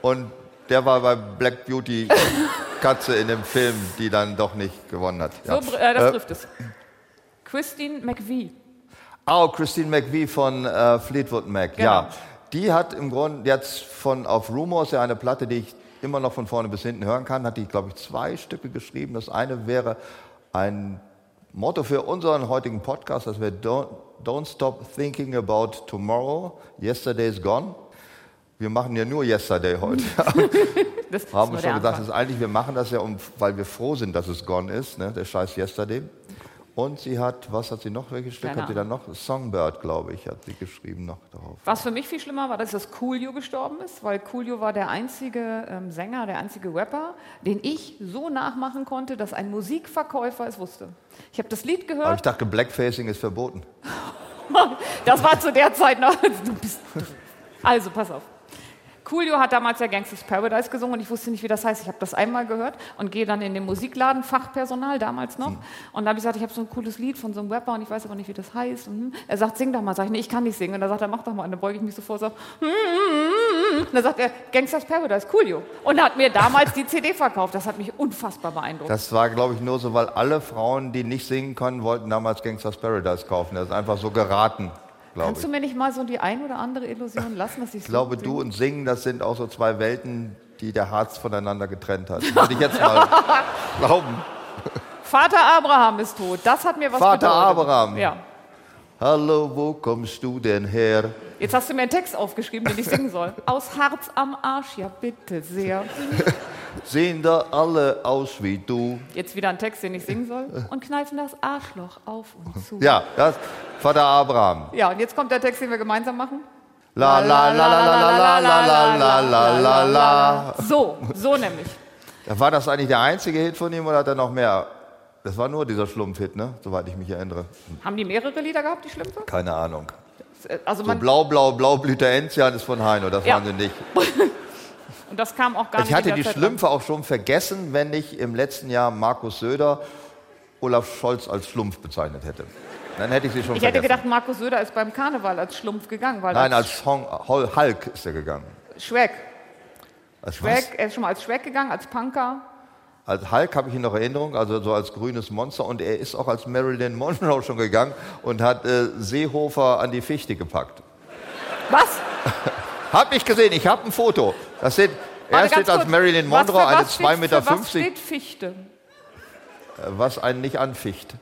Speaker 1: Und der war bei Black Beauty Katze in dem Film, die dann doch nicht gewonnen hat.
Speaker 2: So,
Speaker 1: Ja.
Speaker 2: br- äh, das trifft es. Christine McVie.
Speaker 1: Oh, Christine McVie von äh, Fleetwood Mac,
Speaker 2: Genau.
Speaker 1: ja. Die hat im Grunde jetzt von auf Rumors ja eine Platte, die ich immer noch von vorne bis hinten hören kann, hat die, glaube ich, zwei Stücke geschrieben. Das eine wäre ein Motto für unseren heutigen Podcast, das wäre don't, don't stop thinking about tomorrow, yesterday's gone. Wir machen ja nur yesterday heute.
Speaker 2: Das ist
Speaker 1: haben
Speaker 2: nur
Speaker 1: wir
Speaker 2: der
Speaker 1: schon gesagt, das
Speaker 2: Anfang.
Speaker 1: ist eigentlich, wir machen das ja, um, weil wir froh sind, dass es gone ist, ne? der Scheiß Yesterday. Und sie hat, was hat sie noch, welches Stück
Speaker 2: Keine
Speaker 1: hat sie dann noch? Songbird, glaube ich, hat sie geschrieben noch darauf.
Speaker 2: Was für mich viel schlimmer war, dass das Coolio gestorben ist, weil Coolio war der einzige ähm, Sänger, der einzige Rapper, den ich so nachmachen konnte, dass ein Musikverkäufer es wusste. Ich habe das Lied
Speaker 1: Aber ich
Speaker 2: gehört.
Speaker 1: dachte, Blackfacing ist verboten.
Speaker 2: (laughs) Das war zu der Zeit noch. Du bist- Also, pass auf. Coolio hat damals ja Gangsters Paradise gesungen und ich wusste nicht, wie das heißt. Ich habe das einmal gehört und gehe dann in den Musikladen, Fachpersonal damals
Speaker 1: Hm.
Speaker 2: noch. Und da habe ich gesagt, ich habe so ein cooles Lied von so einem Rapper und ich weiß aber nicht, wie das heißt. Und, hm. er sagt, sing doch mal. Sag ich, nee, ich kann nicht singen. Und er sagt, er mach doch mal. Und dann beuge ich mich so vor und sage, hm, hm, hm. Und dann sagt er, Gangsters Paradise, Coolio. Und hat mir damals die CD verkauft. Das hat mich unfassbar beeindruckt.
Speaker 1: Das war, glaube ich, nur so, weil alle Frauen, die nicht singen können, wollten damals Gangsters Paradise kaufen. Das ist einfach so geraten, glaube
Speaker 2: Kannst
Speaker 1: ich.
Speaker 2: du mir nicht mal so die ein oder andere Illusion lassen, dass ich
Speaker 1: Ich glaube, du und Singen, das sind auch so zwei Welten, die der Harz voneinander getrennt
Speaker 2: (laughs)
Speaker 1: hat. Würde ich jetzt mal glauben.
Speaker 2: Vater Abraham ist tot. Das hat mir was
Speaker 1: Vater
Speaker 2: bedeutet.
Speaker 1: Abraham.
Speaker 2: Ja.
Speaker 1: Hallo, wo kommst du denn her?
Speaker 2: Jetzt hast du mir einen Text aufgeschrieben, den ich singen
Speaker 1: (laughs)
Speaker 2: soll. Aus Harz am Arsch, ja bitte sehr.
Speaker 1: Sehen da alle aus wie du?
Speaker 2: Jetzt wieder ein Text, den ich singen soll. Und kneifen das Arschloch auf und zu.
Speaker 1: Ja, das Vater Abraham.
Speaker 2: Ja, und jetzt kommt der Text, den wir gemeinsam machen.
Speaker 1: La la la la la la la la la la la la.
Speaker 2: So, so nämlich.
Speaker 1: War das eigentlich der einzige Hit von ihm oder hat er noch mehr? Das war nur dieser Schlumpf-Hit, ne? Soweit ich mich erinnere.
Speaker 2: Haben die mehrere Lieder gehabt, die Schlümpfe?
Speaker 1: Keine Ahnung.
Speaker 2: Also
Speaker 1: So
Speaker 2: man,
Speaker 1: blau, blau, blau blüht der Enzian ist von Heino, das
Speaker 2: Ja.
Speaker 1: waren sie nicht.
Speaker 2: und das kam auch gar nicht
Speaker 1: Ich hatte
Speaker 2: in der
Speaker 1: die
Speaker 2: Zeit
Speaker 1: Schlümpfe auch schon vergessen, wenn ich im letzten Jahr Markus Söder Olaf Scholz als Schlumpf bezeichnet hätte. Dann hätte ich sie schon
Speaker 2: an. Ich hätte
Speaker 1: vergessen.
Speaker 2: gedacht, Markus Söder ist beim Karneval als Schlumpf gegangen, weil
Speaker 1: Nein, als Song, Hol- Hulk ist er gegangen.
Speaker 2: Schweck.
Speaker 1: Als was?
Speaker 2: Schweck, er ist schon mal als Schweck gegangen, als Punker.
Speaker 1: Als Hulk habe ich ihn noch Erinnerung, also so als grünes Monster. Und er ist auch als Marilyn Monroe schon gegangen und hat äh, Seehofer an die Fichte gepackt.
Speaker 2: Was?
Speaker 1: Hab ich gesehen, ich habe ein Foto. Das steht, er
Speaker 2: Warte, ganz
Speaker 1: steht als
Speaker 2: kurz.
Speaker 1: Marilyn
Speaker 2: Was
Speaker 1: Monroe,
Speaker 2: für
Speaker 1: eine
Speaker 2: was steht-
Speaker 1: 2,50 Meter,
Speaker 2: Für was
Speaker 1: was,
Speaker 2: steht Fichte?
Speaker 1: was einen nicht anficht.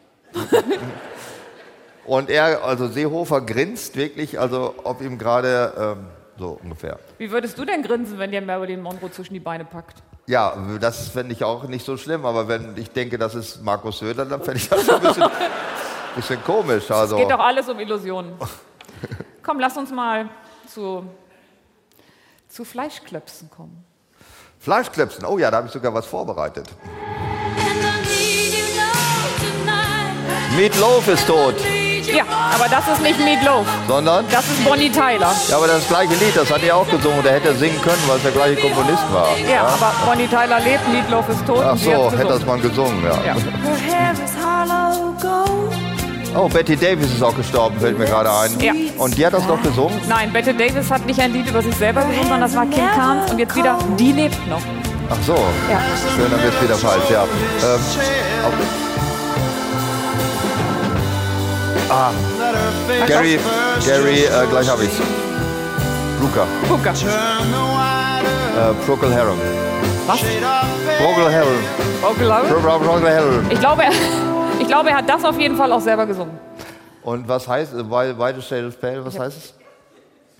Speaker 1: (laughs) und er, also Seehofer grinst wirklich, also ob ihm gerade ähm, so ungefähr.
Speaker 2: Wie würdest du denn grinsen, wenn dir Marilyn Monroe zwischen die Beine packt?
Speaker 1: Ja, das fände ich auch nicht so schlimm, aber wenn ich denke, das ist Markus Söder, dann fände ich das schon ein bisschen, (laughs) bisschen komisch. Also.
Speaker 2: Es geht doch alles
Speaker 1: (laughs)
Speaker 2: um Illusionen. Komm, lass uns mal zu, zu Fleischklöpsen kommen.
Speaker 1: Fleischklöpsen. Oh ja, da habe ich sogar was vorbereitet. Meatloaf ist tot,
Speaker 2: Ja, aber das ist nicht Meatloaf,
Speaker 1: sondern?
Speaker 2: das ist Bonnie Tyler.
Speaker 1: Ja, aber das gleiche Lied, das hat er auch gesungen und er hätte singen können, weil es der gleiche Komponist war.
Speaker 2: Ja, aber Bonnie Tyler lebt, Meatloaf ist tot.
Speaker 1: Ach
Speaker 2: und sie
Speaker 1: so,
Speaker 2: hat's
Speaker 1: hätte das
Speaker 2: gesungen.
Speaker 1: mal gesungen, ja.
Speaker 2: Ja.
Speaker 4: Her hair is hollow gold.
Speaker 1: Oh, Betty Davis ist auch gestorben, fällt mir gerade ein.
Speaker 2: Ja.
Speaker 1: Und die hat das noch gesungen?
Speaker 2: Nein, Bette Davis hat nicht ein Lied über sich selber gesungen, sondern das war Kim Carnes und jetzt wieder, die lebt noch.
Speaker 1: Ach so,
Speaker 2: Ja.
Speaker 1: schön, dann wird wieder falsch, ja. Ähm, auf, ah, Gary, Gary, äh, gleich habe ich's. Luca,
Speaker 2: Guck,
Speaker 1: äh, Procol Harum.
Speaker 2: was?
Speaker 1: Procol Harum.
Speaker 2: Oh, glaube ich.
Speaker 1: Procol Harum.
Speaker 2: Ich glaube, er, ich glaube, er (laughs) hat das auf jeden Fall auch selber gesungen.
Speaker 1: Und was heißt, äh, Why, why the Shade is Pale, was heißt es?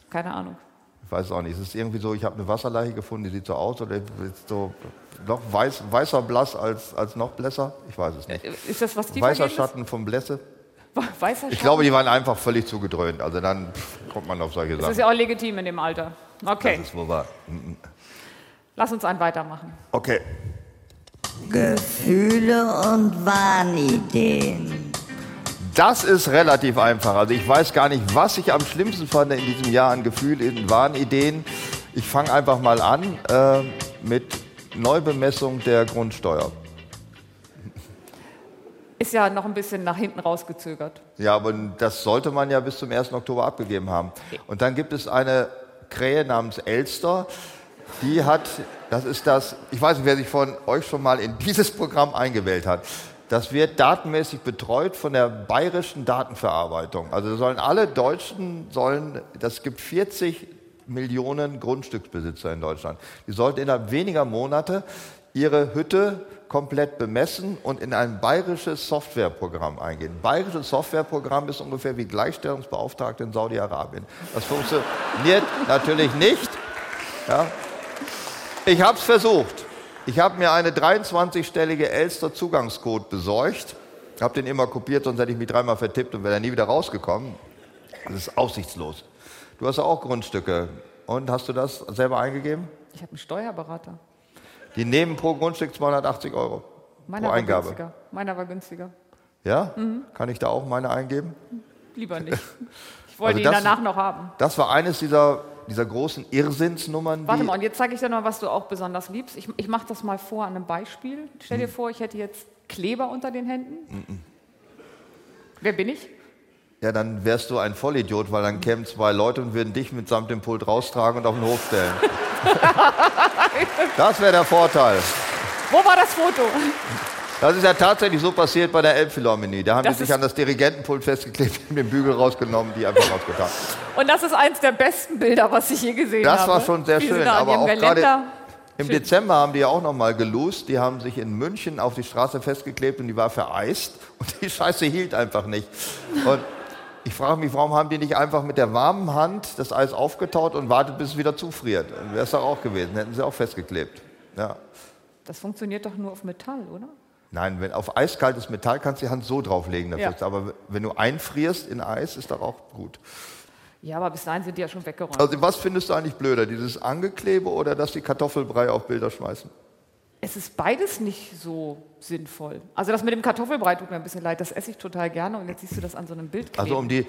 Speaker 2: Keine Ahnung.
Speaker 1: Ich weiß auch nicht. Es ist irgendwie so, ich habe eine Wasserleiche gefunden, die sieht so aus oder ist so noch weiß, weißer blass als, als noch blässer. Ich weiß es nicht.
Speaker 2: Ist das was tiefer
Speaker 1: Weißer Schatten vom Blässe.
Speaker 2: Weißer Schatten.
Speaker 1: Ich glaube, die waren einfach völlig zugedröhnt. Also dann pff, kommt man auf solche
Speaker 2: das
Speaker 1: Sachen.
Speaker 2: ist ja auch legitim in dem Alter. Okay,
Speaker 1: Das ist wohl wahr. Hm.
Speaker 2: lass uns einen weitermachen.
Speaker 1: Okay.
Speaker 5: Gefühle und Wahnideen.
Speaker 1: Das ist relativ einfach. Also ich weiß gar nicht, was ich am schlimmsten fand in diesem Jahr an Gefühlen, Wahnideen. Ich fange einfach mal an äh, mit Neubemessung der Grundsteuer.
Speaker 2: Ist ja noch ein bisschen nach hinten rausgezögert.
Speaker 1: Ja, aber das sollte man ja bis zum 1. Oktober abgegeben haben. Und dann gibt es eine Krähe namens Elster, die hat, das ist das, ich weiß nicht, wer sich von euch schon mal in dieses Programm eingewählt hat. Das wird datenmäßig betreut von der bayerischen Datenverarbeitung. Also sollen alle Deutschen sollen, das gibt 40 Millionen Grundstücksbesitzer in Deutschland. Die sollten innerhalb weniger Monate ihre Hütte komplett bemessen und in ein bayerisches Softwareprogramm eingehen. Bayerisches Softwareprogramm ist ungefähr wie Gleichstellungsbeauftragte in Saudi-Arabien. Das funktioniert (laughs) natürlich nicht. Ja. Ich habe es versucht. Ich habe mir eine 23-stellige Elster Zugangscode besorgt, habe den immer kopiert, sonst hätte ich mich dreimal vertippt und wäre nie wieder rausgekommen. Das ist aussichtslos. Du hast ja auch Grundstücke. Und hast du das selber eingegeben?
Speaker 2: Ich habe einen Steuerberater.
Speaker 1: Die nehmen pro Grundstück 280 Euro.
Speaker 2: Meiner Mhm.
Speaker 1: pro
Speaker 2: war
Speaker 1: Eingabe.
Speaker 2: günstiger. Meiner war günstiger.
Speaker 1: Ja? Kann ich da auch meine eingeben? (laughs)
Speaker 2: Lieber nicht. Ich wollte
Speaker 1: Also
Speaker 2: ihn
Speaker 1: das-
Speaker 2: danach noch haben.
Speaker 1: Das war eines dieser, dieser großen Irrsinnsnummern.
Speaker 2: Warte
Speaker 1: die-
Speaker 2: mal, und jetzt zeige ich dir noch, was du auch besonders liebst. Ich, ich mache das mal vor an einem Beispiel. Stell
Speaker 1: Mhm.
Speaker 2: dir vor, ich hätte jetzt Kleber unter den Händen. Wer bin ich?
Speaker 1: Ja, dann wärst du ein Vollidiot, weil dann kämen zwei Leute und würden dich mitsamt dem Pult raustragen und auf den Hof
Speaker 2: (laughs)
Speaker 1: stellen. das wäre der Vorteil.
Speaker 2: Wo war das Foto?
Speaker 1: Das ist ja tatsächlich so passiert bei der Elbphilharmonie. Da haben
Speaker 2: Das
Speaker 1: die sich
Speaker 2: ist-
Speaker 1: an das Dirigentenpult festgeklebt, (laughs) haben den Bügel rausgenommen, die einfach rausgetan.
Speaker 2: Und das ist eins der besten Bilder, was ich je gesehen
Speaker 1: Das
Speaker 2: habe.
Speaker 1: war schon sehr
Speaker 2: Wie sie
Speaker 1: schön,
Speaker 2: da an
Speaker 1: aber
Speaker 2: ihrem
Speaker 1: auch gerade-
Speaker 2: Geländer-
Speaker 1: Im
Speaker 2: Schön.
Speaker 1: Dezember haben die ja auch nochmal gelost. Die haben sich in München auf die Straße festgeklebt und die war vereist. (laughs) Und die Scheiße hielt einfach nicht. Und ich frage mich, warum haben die nicht einfach mit der warmen Hand das Eis aufgetaut und wartet, bis es wieder zufriert? Dann wäre es doch auch gewesen. Hätten sie auch festgeklebt. Ja.
Speaker 2: Das funktioniert doch nur auf Metall, oder?
Speaker 1: Nein, wenn, auf eiskaltes Metall kannst du die Hand so drauflegen. Dafür.
Speaker 2: Ja.
Speaker 1: ist- Aber wenn du einfrierst in Eis, ist doch auch gut.
Speaker 2: Ja, aber bis dahin sind die ja schon weggeräumt.
Speaker 1: Also was findest du eigentlich blöder? Dieses Angeklebe oder dass die Kartoffelbrei auf Bilder schmeißen?
Speaker 2: es ist beides nicht so sinnvoll. Also das mit dem Kartoffelbrei tut mir ein bisschen leid. Das esse ich total gerne und jetzt siehst du das an so einem Bild kleben.
Speaker 1: Also um die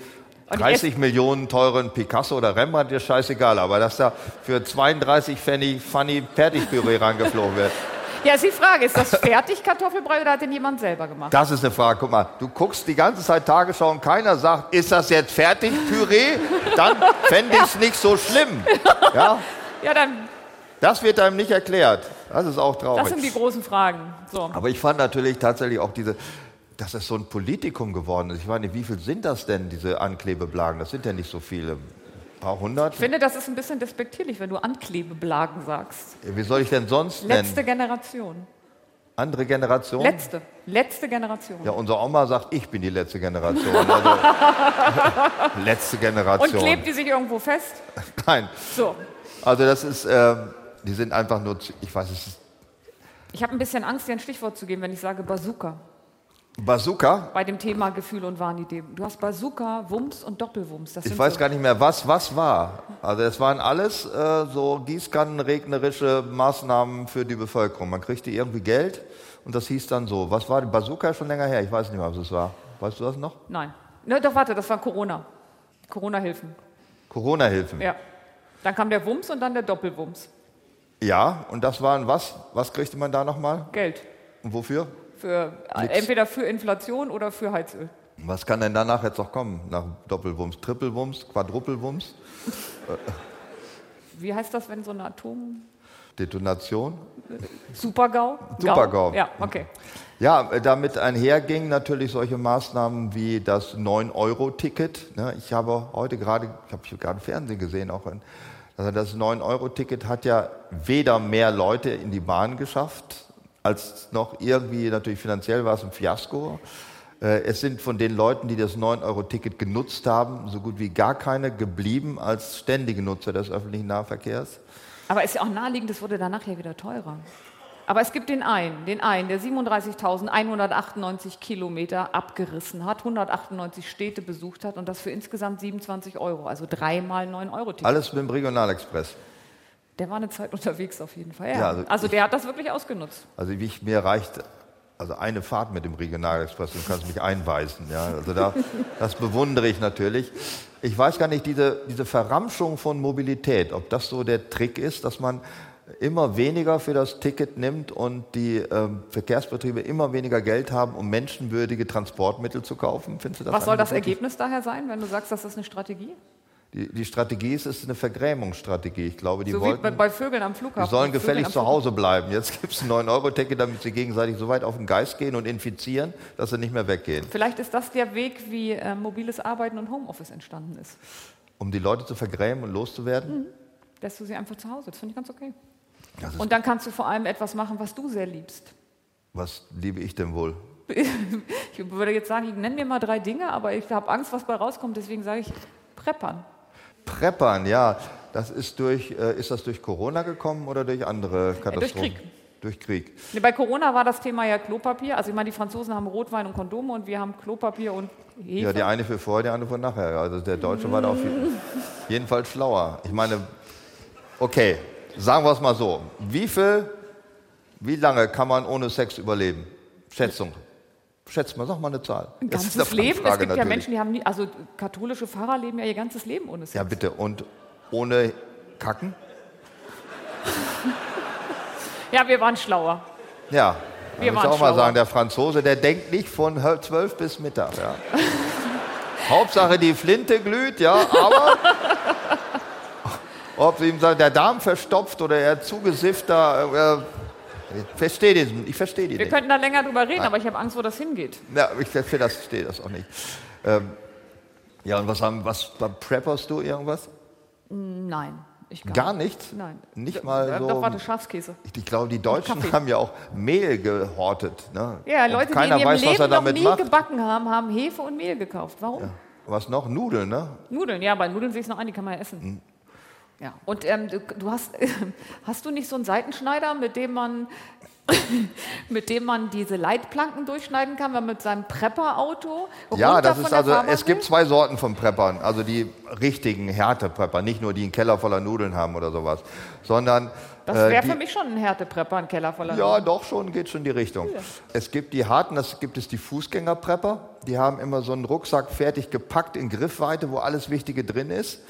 Speaker 2: Und die
Speaker 1: 30 Millionen teuren Picasso oder Rembrandt, dir scheißegal, aber dass da für 32 Pfennig Funny
Speaker 2: (laughs)
Speaker 1: Fertigpüree reingeflogen wird,
Speaker 2: ja, ist die Frage, ist das fertig Kartoffelbrei oder hat den jemand selber gemacht?
Speaker 1: das ist eine Frage. Guck mal, du guckst die ganze Zeit Tagesschau und keiner sagt, ist das jetzt Fertigpüree? Dann fände ich
Speaker 2: (laughs)
Speaker 1: es nicht so schlimm. Ja,
Speaker 2: Ja, dann,
Speaker 1: das wird einem nicht erklärt. Das ist auch traurig.
Speaker 2: das sind die großen Fragen. So.
Speaker 1: Aber ich fand natürlich tatsächlich auch diese, dass es so ein Politikum geworden ist. Ich meine, wie viel sind das denn, diese Anklebeblagen? Das sind ja nicht so viele. Ein paar hundert?
Speaker 2: Ich finde, das ist ein bisschen despektierlich, wenn du Anklebeblagen sagst.
Speaker 1: Wie soll ich denn sonst nennen?
Speaker 2: Letzte Generation.
Speaker 1: Andere Generation?
Speaker 2: Letzte. Letzte Generation.
Speaker 1: ja, unsere Oma sagt, ich bin die letzte Generation. Also, (laughs) letzte
Speaker 2: Und
Speaker 1: Generation.
Speaker 2: klebt die sich irgendwo fest?
Speaker 1: Nein,
Speaker 2: So.
Speaker 1: also das ist, ähm, die sind einfach nur, zu- ich weiß es, ist
Speaker 2: Ich habe ein bisschen Angst, dir ein Stichwort zu geben, wenn ich sage Bazooka.
Speaker 1: Bazooka.
Speaker 2: Bei dem Thema Gefühl und Wahnidee. Du hast Bazooka, Wumms und Doppelwumms. Das
Speaker 1: Ich
Speaker 2: sind
Speaker 1: weiß
Speaker 2: so.
Speaker 1: gar nicht mehr, was was war. Also es waren alles äh, so gießkannenregnerische Maßnahmen für die Bevölkerung. Man kriegte irgendwie Geld und das hieß dann so. Was war die Bazooka schon länger her? Ich weiß nicht mehr, was es war. Weißt du das noch?
Speaker 2: Nein. Ne, doch, warte, das war Corona. Corona-Hilfen.
Speaker 1: Corona-Hilfen.
Speaker 2: Ja. Dann kam der Wumms und dann der Doppelwumms.
Speaker 1: ja, und das waren was? Was kriegte man da nochmal?
Speaker 2: Geld.
Speaker 1: Und wofür?
Speaker 2: Für, äh,
Speaker 1: Nix.
Speaker 2: entweder für Inflation oder für Heizöl.
Speaker 1: Was kann denn danach jetzt noch kommen? Nach Doppelwumms, Trippelwumms, Quadruppelwumms,
Speaker 2: Wie heißt das, wenn so ein Atom.
Speaker 1: Detonation?
Speaker 2: Supergau?
Speaker 1: Supergau.
Speaker 2: Ja, okay.
Speaker 1: Ja, äh, damit einhergingen natürlich solche Maßnahmen wie das 9-Euro-Ticket. ne? Ich habe heute gerade, ich habe hier gerade im Fernsehen gesehen, auch in, also das 9-Euro-Ticket hat ja weder mehr Leute in die Bahn geschafft, als noch irgendwie, natürlich finanziell war es ein Fiasko. Äh, Es sind von den Leuten, die das 9-Euro-Ticket genutzt haben, so gut wie gar keine geblieben als ständige Nutzer des öffentlichen Nahverkehrs.
Speaker 2: Aber ist ja auch naheliegend, es wurde danach ja wieder teurer. Aber es gibt den einen, den einen, der 37.198 Kilometer abgerissen hat, 198 Städte besucht hat und das für insgesamt 27 Euro, also dreimal 9 Euro Ticket.
Speaker 1: Alles mit dem Regionalexpress.
Speaker 2: Der war eine Zeit unterwegs auf jeden Fall. Ja.
Speaker 1: Ja, also
Speaker 2: also der hat das wirklich ausgenutzt.
Speaker 1: Also wie ich, mir reicht also eine Fahrt mit dem Regionalexpress, du kannst mich einweisen. Ja? Also da, das bewundere ich natürlich. Ich weiß gar nicht, diese, diese Verramschung von Mobilität, ob das so der Trick ist, dass man immer weniger für das Ticket nimmt und die ähm, Verkehrsbetriebe immer weniger Geld haben, um menschenwürdige Transportmittel zu kaufen? Findest du das
Speaker 2: Was soll das
Speaker 1: angeblich?
Speaker 2: Ergebnis daher sein, wenn du sagst, das ist eine Strategie?
Speaker 1: Die, die Strategie ist, ist eine Vergrämungsstrategie. Ich glaube, die
Speaker 2: So wie
Speaker 1: wollten.
Speaker 2: bei, bei Vögeln am Flughafen.
Speaker 1: Die sollen
Speaker 2: Vögeln
Speaker 1: gefälligst
Speaker 2: am
Speaker 1: zu
Speaker 2: Flughafen.
Speaker 1: Hause bleiben. Jetzt gibt es ein 9-Euro-Ticket, damit sie gegenseitig so weit auf den Geist gehen und infizieren, dass sie nicht mehr weggehen.
Speaker 2: Vielleicht ist das der Weg, wie äh, mobiles Arbeiten und Homeoffice entstanden ist.
Speaker 1: Um die Leute zu vergrämen und loszuwerden.
Speaker 2: Lässt du sie einfach zu Hause. Das finde ich ganz okay.
Speaker 1: Das ist,
Speaker 2: Und dann kannst du vor allem etwas machen, was du sehr liebst. (laughs)
Speaker 1: was liebe ich denn wohl?
Speaker 2: Ich würde jetzt sagen, nenn mir mal drei Dinge, aber ich habe Angst, was bei rauskommt. Deswegen sage ich Preppern.
Speaker 1: Preppern, ja. Das ist durch, äh, ist das durch Corona gekommen oder durch andere Katastrophen?
Speaker 2: Krieg.
Speaker 1: Durch Krieg.
Speaker 2: Nee, Bei Corona war das Thema ja Klopapier. Also ich meine, die Franzosen haben Rotwein und Kondome und wir haben Klopapier und
Speaker 1: Ja,
Speaker 2: Hefe.
Speaker 1: die eine für vorher, die andere für nachher. Also der Deutsche war da auf
Speaker 2: (laughs)
Speaker 1: jeden- jeden Fall schlauer. Ich meine, okay, sagen wir es mal so. Wie viel, wie lange kann man ohne Sex überleben? Schätzung. Schätzt mal, sag mal eine Zahl.
Speaker 2: Ein
Speaker 1: Das ist
Speaker 2: ganzes
Speaker 1: eine
Speaker 2: Leben. Es
Speaker 1: Fangfrage
Speaker 2: gibt ja
Speaker 1: natürlich.
Speaker 2: Menschen, die haben nie, also katholische Pfarrer leben ja ihr ganzes Leben ohne Sex.
Speaker 1: Ja, bitte. Und ohne Kacken?
Speaker 2: Ja, wir waren schlauer.
Speaker 1: Ja.
Speaker 2: Wir
Speaker 1: muss ich
Speaker 2: waren
Speaker 1: auch mal
Speaker 2: schlauer.
Speaker 1: sagen, der Franzose, der denkt nicht von halb zwölf bis Mittag.
Speaker 2: (laughs)
Speaker 1: Ja. Hauptsache die Flinte glüht, ja,
Speaker 2: (laughs)
Speaker 1: aber ob ihm sein- der Darm verstopft oder er zugesifft, da, äh, ich verstehe diesen, ich verstehe die
Speaker 2: Wir
Speaker 1: nicht.
Speaker 2: könnten da länger drüber reden, aber ich habe Angst, wo das hingeht.
Speaker 1: Ja, ich verstehe das, verstehe das auch nicht. Ähm, ja, und was haben, was prepperst du irgendwas?
Speaker 2: Nein, ich kann
Speaker 1: Gar nichts?
Speaker 2: Nein.
Speaker 1: Nicht Also- mal
Speaker 2: Äh,
Speaker 1: so.
Speaker 2: Doch, warte, Schafskäse.
Speaker 1: Ich- Ich glaube, die Deutschen
Speaker 2: Kaffee.
Speaker 1: haben ja auch Mehl gehortet. Ne?
Speaker 2: Ja,
Speaker 1: Und
Speaker 2: Leute, die in
Speaker 1: keiner
Speaker 2: ihrem
Speaker 1: weiß, was er
Speaker 2: Leben noch
Speaker 1: damit
Speaker 2: nie
Speaker 1: macht.
Speaker 2: gebacken haben, haben Hefe und Mehl gekauft. Warum?
Speaker 1: Was noch? Nudeln, ne?
Speaker 2: Nudeln, ja, bei Nudeln sehe ich es noch ein, die kann man ja essen.
Speaker 1: Mhm.
Speaker 2: Ja. Und ähm, du, du hast, (laughs) hast du nicht so einen Seitenschneider, mit dem man, (laughs) mit dem man diese Leitplanken durchschneiden kann, wenn man mit seinem Prepper-Auto
Speaker 1: Ja,
Speaker 2: runter
Speaker 1: das
Speaker 2: von
Speaker 1: ist
Speaker 2: der
Speaker 1: also,
Speaker 2: Fahrbahn
Speaker 1: es
Speaker 2: will?
Speaker 1: gibt zwei Sorten von Preppern. Also die richtigen Härteprepper, nicht nur die einen Keller voller Nudeln haben oder sowas, sondern. äh,
Speaker 2: Das wäre
Speaker 1: die-
Speaker 2: für mich schon ein Härteprepper, ein Keller voller
Speaker 1: Ja, doch schon, geht schon in die Richtung. Es gibt die harten, das gibt es die Fußgängerprepper. Die haben immer so einen Rucksack fertig gepackt in Griffweite, wo alles Wichtige drin ist.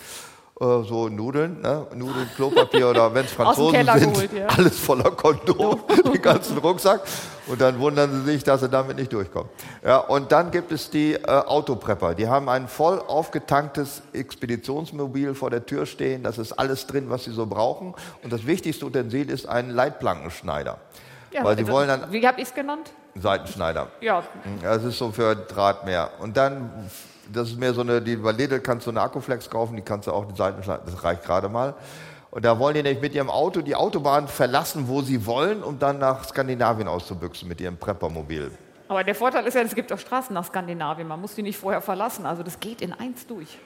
Speaker 1: Äh, So Nudeln, ne? Nudeln, Klopapier oder
Speaker 2: (laughs)
Speaker 1: wenn es Franzosen
Speaker 2: Keller
Speaker 1: sind,
Speaker 2: geholt, ja.
Speaker 1: alles voller Kondom, (laughs) den ganzen Rucksack. Und dann wundern sie sich, dass sie damit nicht durchkommen. Ja, und dann gibt es die äh, Autoprepper. Die haben ein voll aufgetanktes Expeditionsmobil vor der Tür stehen. Das ist alles drin, was sie so brauchen. Und das wichtigste Utensil ist ein Leitplankenschneider.
Speaker 2: Ja,
Speaker 1: weil sie
Speaker 2: also,
Speaker 1: wollen dann
Speaker 2: Wie habe ich es genannt?
Speaker 1: Seitenschneider.
Speaker 2: Ja,
Speaker 1: Hm, Das ist so für Draht mehr. Und dann, das ist mehr so eine, die bei Lidl kannst du eine Akkuflex kaufen, die kannst du auch die Seiten schneiden, das reicht gerade mal. Und da wollen die nämlich mit ihrem Auto die Autobahn verlassen, wo sie wollen, um dann nach Skandinavien auszubüchsen mit ihrem Preppermobil.
Speaker 2: aber der Vorteil ist ja, es gibt auch Straßen nach Skandinavien. Man muss die nicht vorher verlassen. Also das geht in eins durch.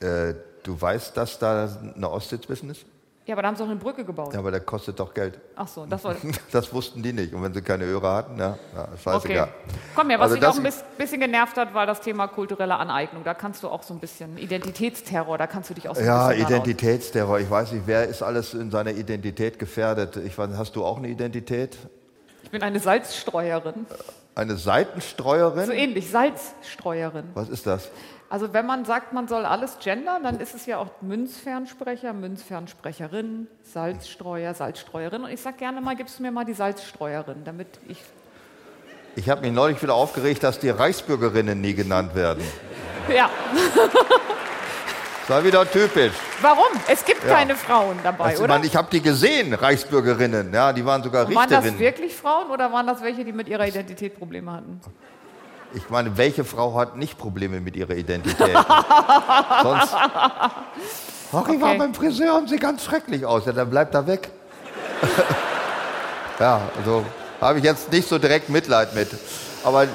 Speaker 1: Äh, du weißt, dass da eine Ostsee zwischen ist?
Speaker 2: Ja, aber da haben sie auch eine Brücke gebaut.
Speaker 1: Ja, aber der kostet doch Geld.
Speaker 2: Ach so, das war...
Speaker 1: (laughs) Das wussten die nicht. Und wenn sie keine Öre hatten, ja, ja scheißegal.
Speaker 2: Komm her, was
Speaker 1: Also
Speaker 2: mich
Speaker 1: das-
Speaker 2: auch ein bis- bisschen genervt hat, war das Thema kulturelle Aneignung. Da kannst du auch so ein bisschen Identitätsterror, da kannst du dich auch so ein
Speaker 1: Ja,
Speaker 2: bisschen daran aus-
Speaker 1: Identitätsterror. Ich weiß nicht, wer ist alles in seiner Identität gefährdet? Ich weiß, hast du auch eine Identität?
Speaker 2: Ich bin eine Salzstreuerin.
Speaker 1: Eine Seitenstreuerin?
Speaker 2: So ähnlich, Salzstreuerin.
Speaker 1: Was ist das?
Speaker 2: Also wenn man sagt, man soll alles gendern, dann ist es ja auch Münzfernsprecher, Münzfernsprecherin, Salzstreuer, Salzstreuerin. Und ich sag gerne mal, gibst du mir mal die Salzstreuerin, damit ich... (laughs)
Speaker 1: Ich habe mich neulich wieder aufgeregt, dass die Reichsbürgerinnen nie genannt werden.
Speaker 2: Ja,
Speaker 1: Sei wieder typisch.
Speaker 2: warum? Es gibt keine Frauen dabei,
Speaker 1: Also, ich
Speaker 2: oder?
Speaker 1: meine, ich habe die gesehen, Reichsbürgerinnen. Ja, die waren sogar
Speaker 2: waren das
Speaker 1: Richterinnen.
Speaker 2: wirklich Frauen oder waren das welche, die mit ihrer Identität Probleme hatten?
Speaker 1: Ich meine, welche Frau hat nicht Probleme mit ihrer
Speaker 2: (laughs)
Speaker 1: Identität? Sonst. Ach, ich war
Speaker 2: Okay.
Speaker 1: beim Friseur und sie ganz schrecklich aus. Ja, dann bleibt da weg. (laughs) ja, also habe ich jetzt nicht so direkt Mitleid mit. Aber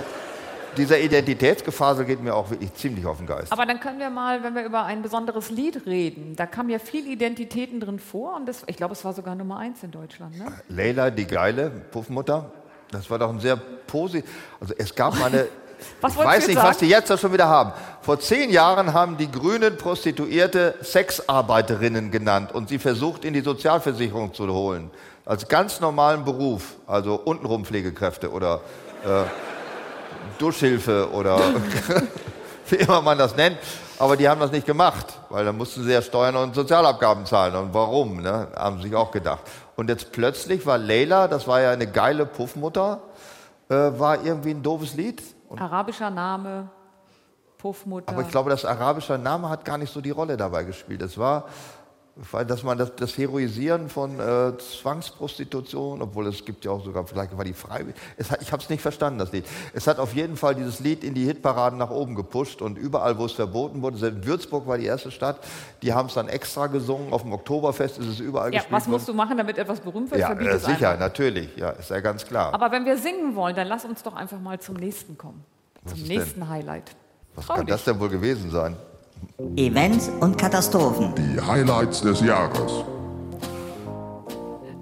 Speaker 1: dieser Identitätsgefasel geht mir auch wirklich ziemlich auf den Geist.
Speaker 2: Aber dann können wir mal, wenn wir über ein besonderes Lied reden, da kamen ja viel Identitäten drin vor und das, ich glaube, es war sogar Nummer eins in Deutschland. Ne?
Speaker 1: Leila, die Geile, Puffmutter, das war doch ein sehr positiv. Also es gab mal eine.
Speaker 2: (laughs) Was
Speaker 1: ich
Speaker 2: wolltest du
Speaker 1: weiß
Speaker 2: jetzt
Speaker 1: nicht, was
Speaker 2: sagen?
Speaker 1: die jetzt da schon wieder haben. Vor zehn Jahren haben die Grünen Prostituierte Sexarbeiterinnen genannt und sie versucht, in die Sozialversicherung zu holen. Als ganz normalen Beruf. Also untenrum Pflegekräfte oder äh, (laughs) Duschhilfe oder (laughs) wie immer man das nennt. Aber die haben das nicht gemacht, weil da mussten sie ja Steuern und Sozialabgaben zahlen. Und warum? Ne? Haben sie sich auch gedacht. Und jetzt plötzlich war Leila, das war ja eine geile Puffmutter, äh, war irgendwie ein doofes Lied. Und,
Speaker 2: Arabischer Name, Puffmutter.
Speaker 1: aber ich glaube, das arabische Name hat gar nicht so die Rolle dabei gespielt. Es war, weil- dass man das, das Heroisieren von äh, Zwangsprostitution, obwohl es gibt ja auch sogar, vielleicht war die Freiwillig. Es hat, ich habe es nicht verstanden, das Lied. Es hat auf jeden Fall dieses Lied in die Hitparaden nach oben gepusht und überall, wo es verboten wurde, selbst Würzburg war die erste Stadt, die haben es dann extra gesungen. Auf dem Oktoberfest ist es überall
Speaker 2: ja,
Speaker 1: gespielt
Speaker 2: was musst
Speaker 1: worden.
Speaker 2: du machen, damit etwas berühmt wird?
Speaker 1: Ja,
Speaker 2: Verbiet
Speaker 1: äh,
Speaker 2: es
Speaker 1: sicher,
Speaker 2: einfach.
Speaker 1: natürlich, ja, ist ja ganz klar.
Speaker 2: Aber wenn wir singen wollen, dann lass uns doch einfach mal zum nächsten kommen. zum
Speaker 1: ist
Speaker 2: nächsten Highlight.
Speaker 1: Was
Speaker 2: Trau
Speaker 1: kann das denn wohl gewesen sein?
Speaker 5: Events und Katastrophen.
Speaker 3: Die Highlights des Jahres.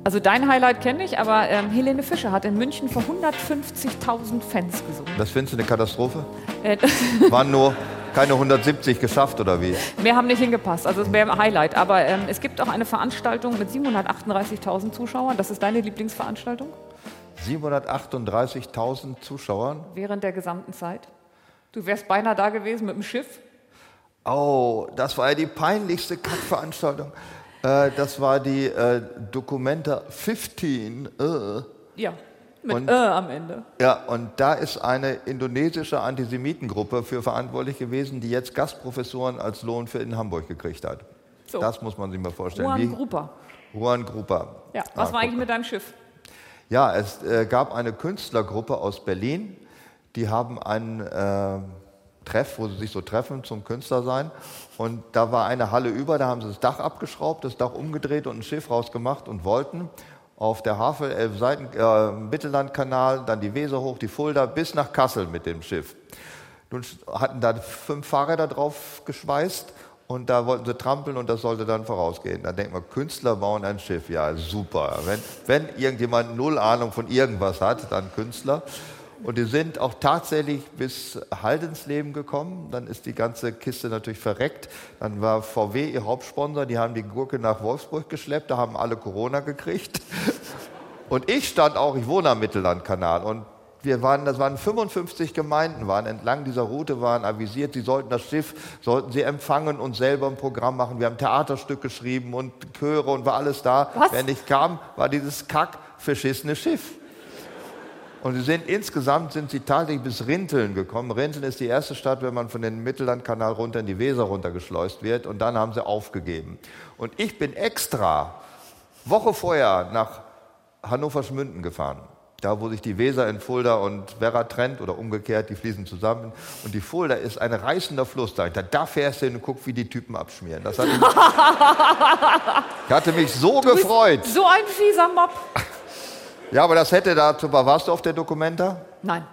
Speaker 2: Also dein Highlight kenne ich, aber ähm, Helene Fischer hat in München vor 150.000 Fans gesungen.
Speaker 1: Das findest du eine Katastrophe?
Speaker 2: Äh, (laughs)
Speaker 1: Waren nur keine 170 geschafft oder wie?
Speaker 2: Mehr haben nicht hingepasst, also es wäre ein Highlight. Aber ähm, es gibt auch eine Veranstaltung mit 738.000 Zuschauern. Das ist deine Lieblingsveranstaltung
Speaker 1: 738.000 Zuschauern.
Speaker 2: während der gesamten Zeit. Du wärst beinahe da gewesen mit dem Schiff.
Speaker 1: Oh, das war ja die peinlichste Kackveranstaltung. Äh, das war die äh, Dokumenta 15. Äh.
Speaker 2: Ja, mit
Speaker 1: Und-
Speaker 2: äh am Ende.
Speaker 1: Ja, und da ist eine indonesische Antisemitengruppe für verantwortlich gewesen, die jetzt Gastprofessoren als Lohn für in Hamburg gekriegt hat.
Speaker 2: So.
Speaker 1: Das muss man sich mal vorstellen.
Speaker 2: Juan
Speaker 1: Wie-
Speaker 2: Grupa.
Speaker 1: Juan Grupa.
Speaker 2: Ja,
Speaker 1: Ah,
Speaker 2: was war
Speaker 1: guck.
Speaker 2: eigentlich mit deinem Schiff?
Speaker 1: Ja, es äh, gab eine Künstlergruppe aus Berlin, die haben einen äh, Treff, wo sie sich so treffen zum Künstler sein. Und da war eine Halle über, da haben sie das Dach abgeschraubt, das Dach umgedreht und ein Schiff rausgemacht und wollten auf der Havel, elf Seiten, äh, Mittellandkanal, dann die Weser hoch, die Fulda, bis nach Kassel mit dem Schiff. Nun sch- hatten da fünf Fahrräder drauf geschweißt und da wollten sie trampeln und das sollte dann vorausgehen. Da denkt man, Künstler bauen ein Schiff, ja super. Wenn, wenn irgendjemand null Ahnung von irgendwas hat, dann Künstler. Und die sind auch tatsächlich bis Haldensleben gekommen. Dann ist die ganze Kiste natürlich verreckt. Dann war VW ihr Hauptsponsor. Die haben die Gurke nach Wolfsburg geschleppt. Da haben alle Corona gekriegt. Und ich stand auch, ich wohne am Mittellandkanal und wir waren, das waren 55 Gemeinden, waren entlang dieser Route, waren avisiert, sie sollten das Schiff, sollten sie empfangen und selber ein Programm machen. Wir haben Theaterstück geschrieben und Chöre und war alles da.
Speaker 2: Was?
Speaker 1: Wenn ich kam, war dieses kack verschissene Schiff. Und sie sind insgesamt sind sie tatsächlich bis Rinteln gekommen. Rinteln ist die erste Stadt, wenn man von den Mittellandkanal runter in die Weser runtergeschleust wird. Und dann haben sie aufgegeben. Und ich bin extra Woche vorher nach Hannover-Schmünden gefahren. Da, wo sich die Weser in Fulda und Werra trennt oder umgekehrt, die fließen zusammen. Und die Fulda ist ein reißender Fluss da. Da fährst du hin und guck, wie die Typen abschmieren. Das hat mich, ich hatte mich so gefreut.
Speaker 2: So ein fieser Mob.
Speaker 1: Ja, aber das hätte dazu, warst du auf der Dokumenta?
Speaker 2: Nein,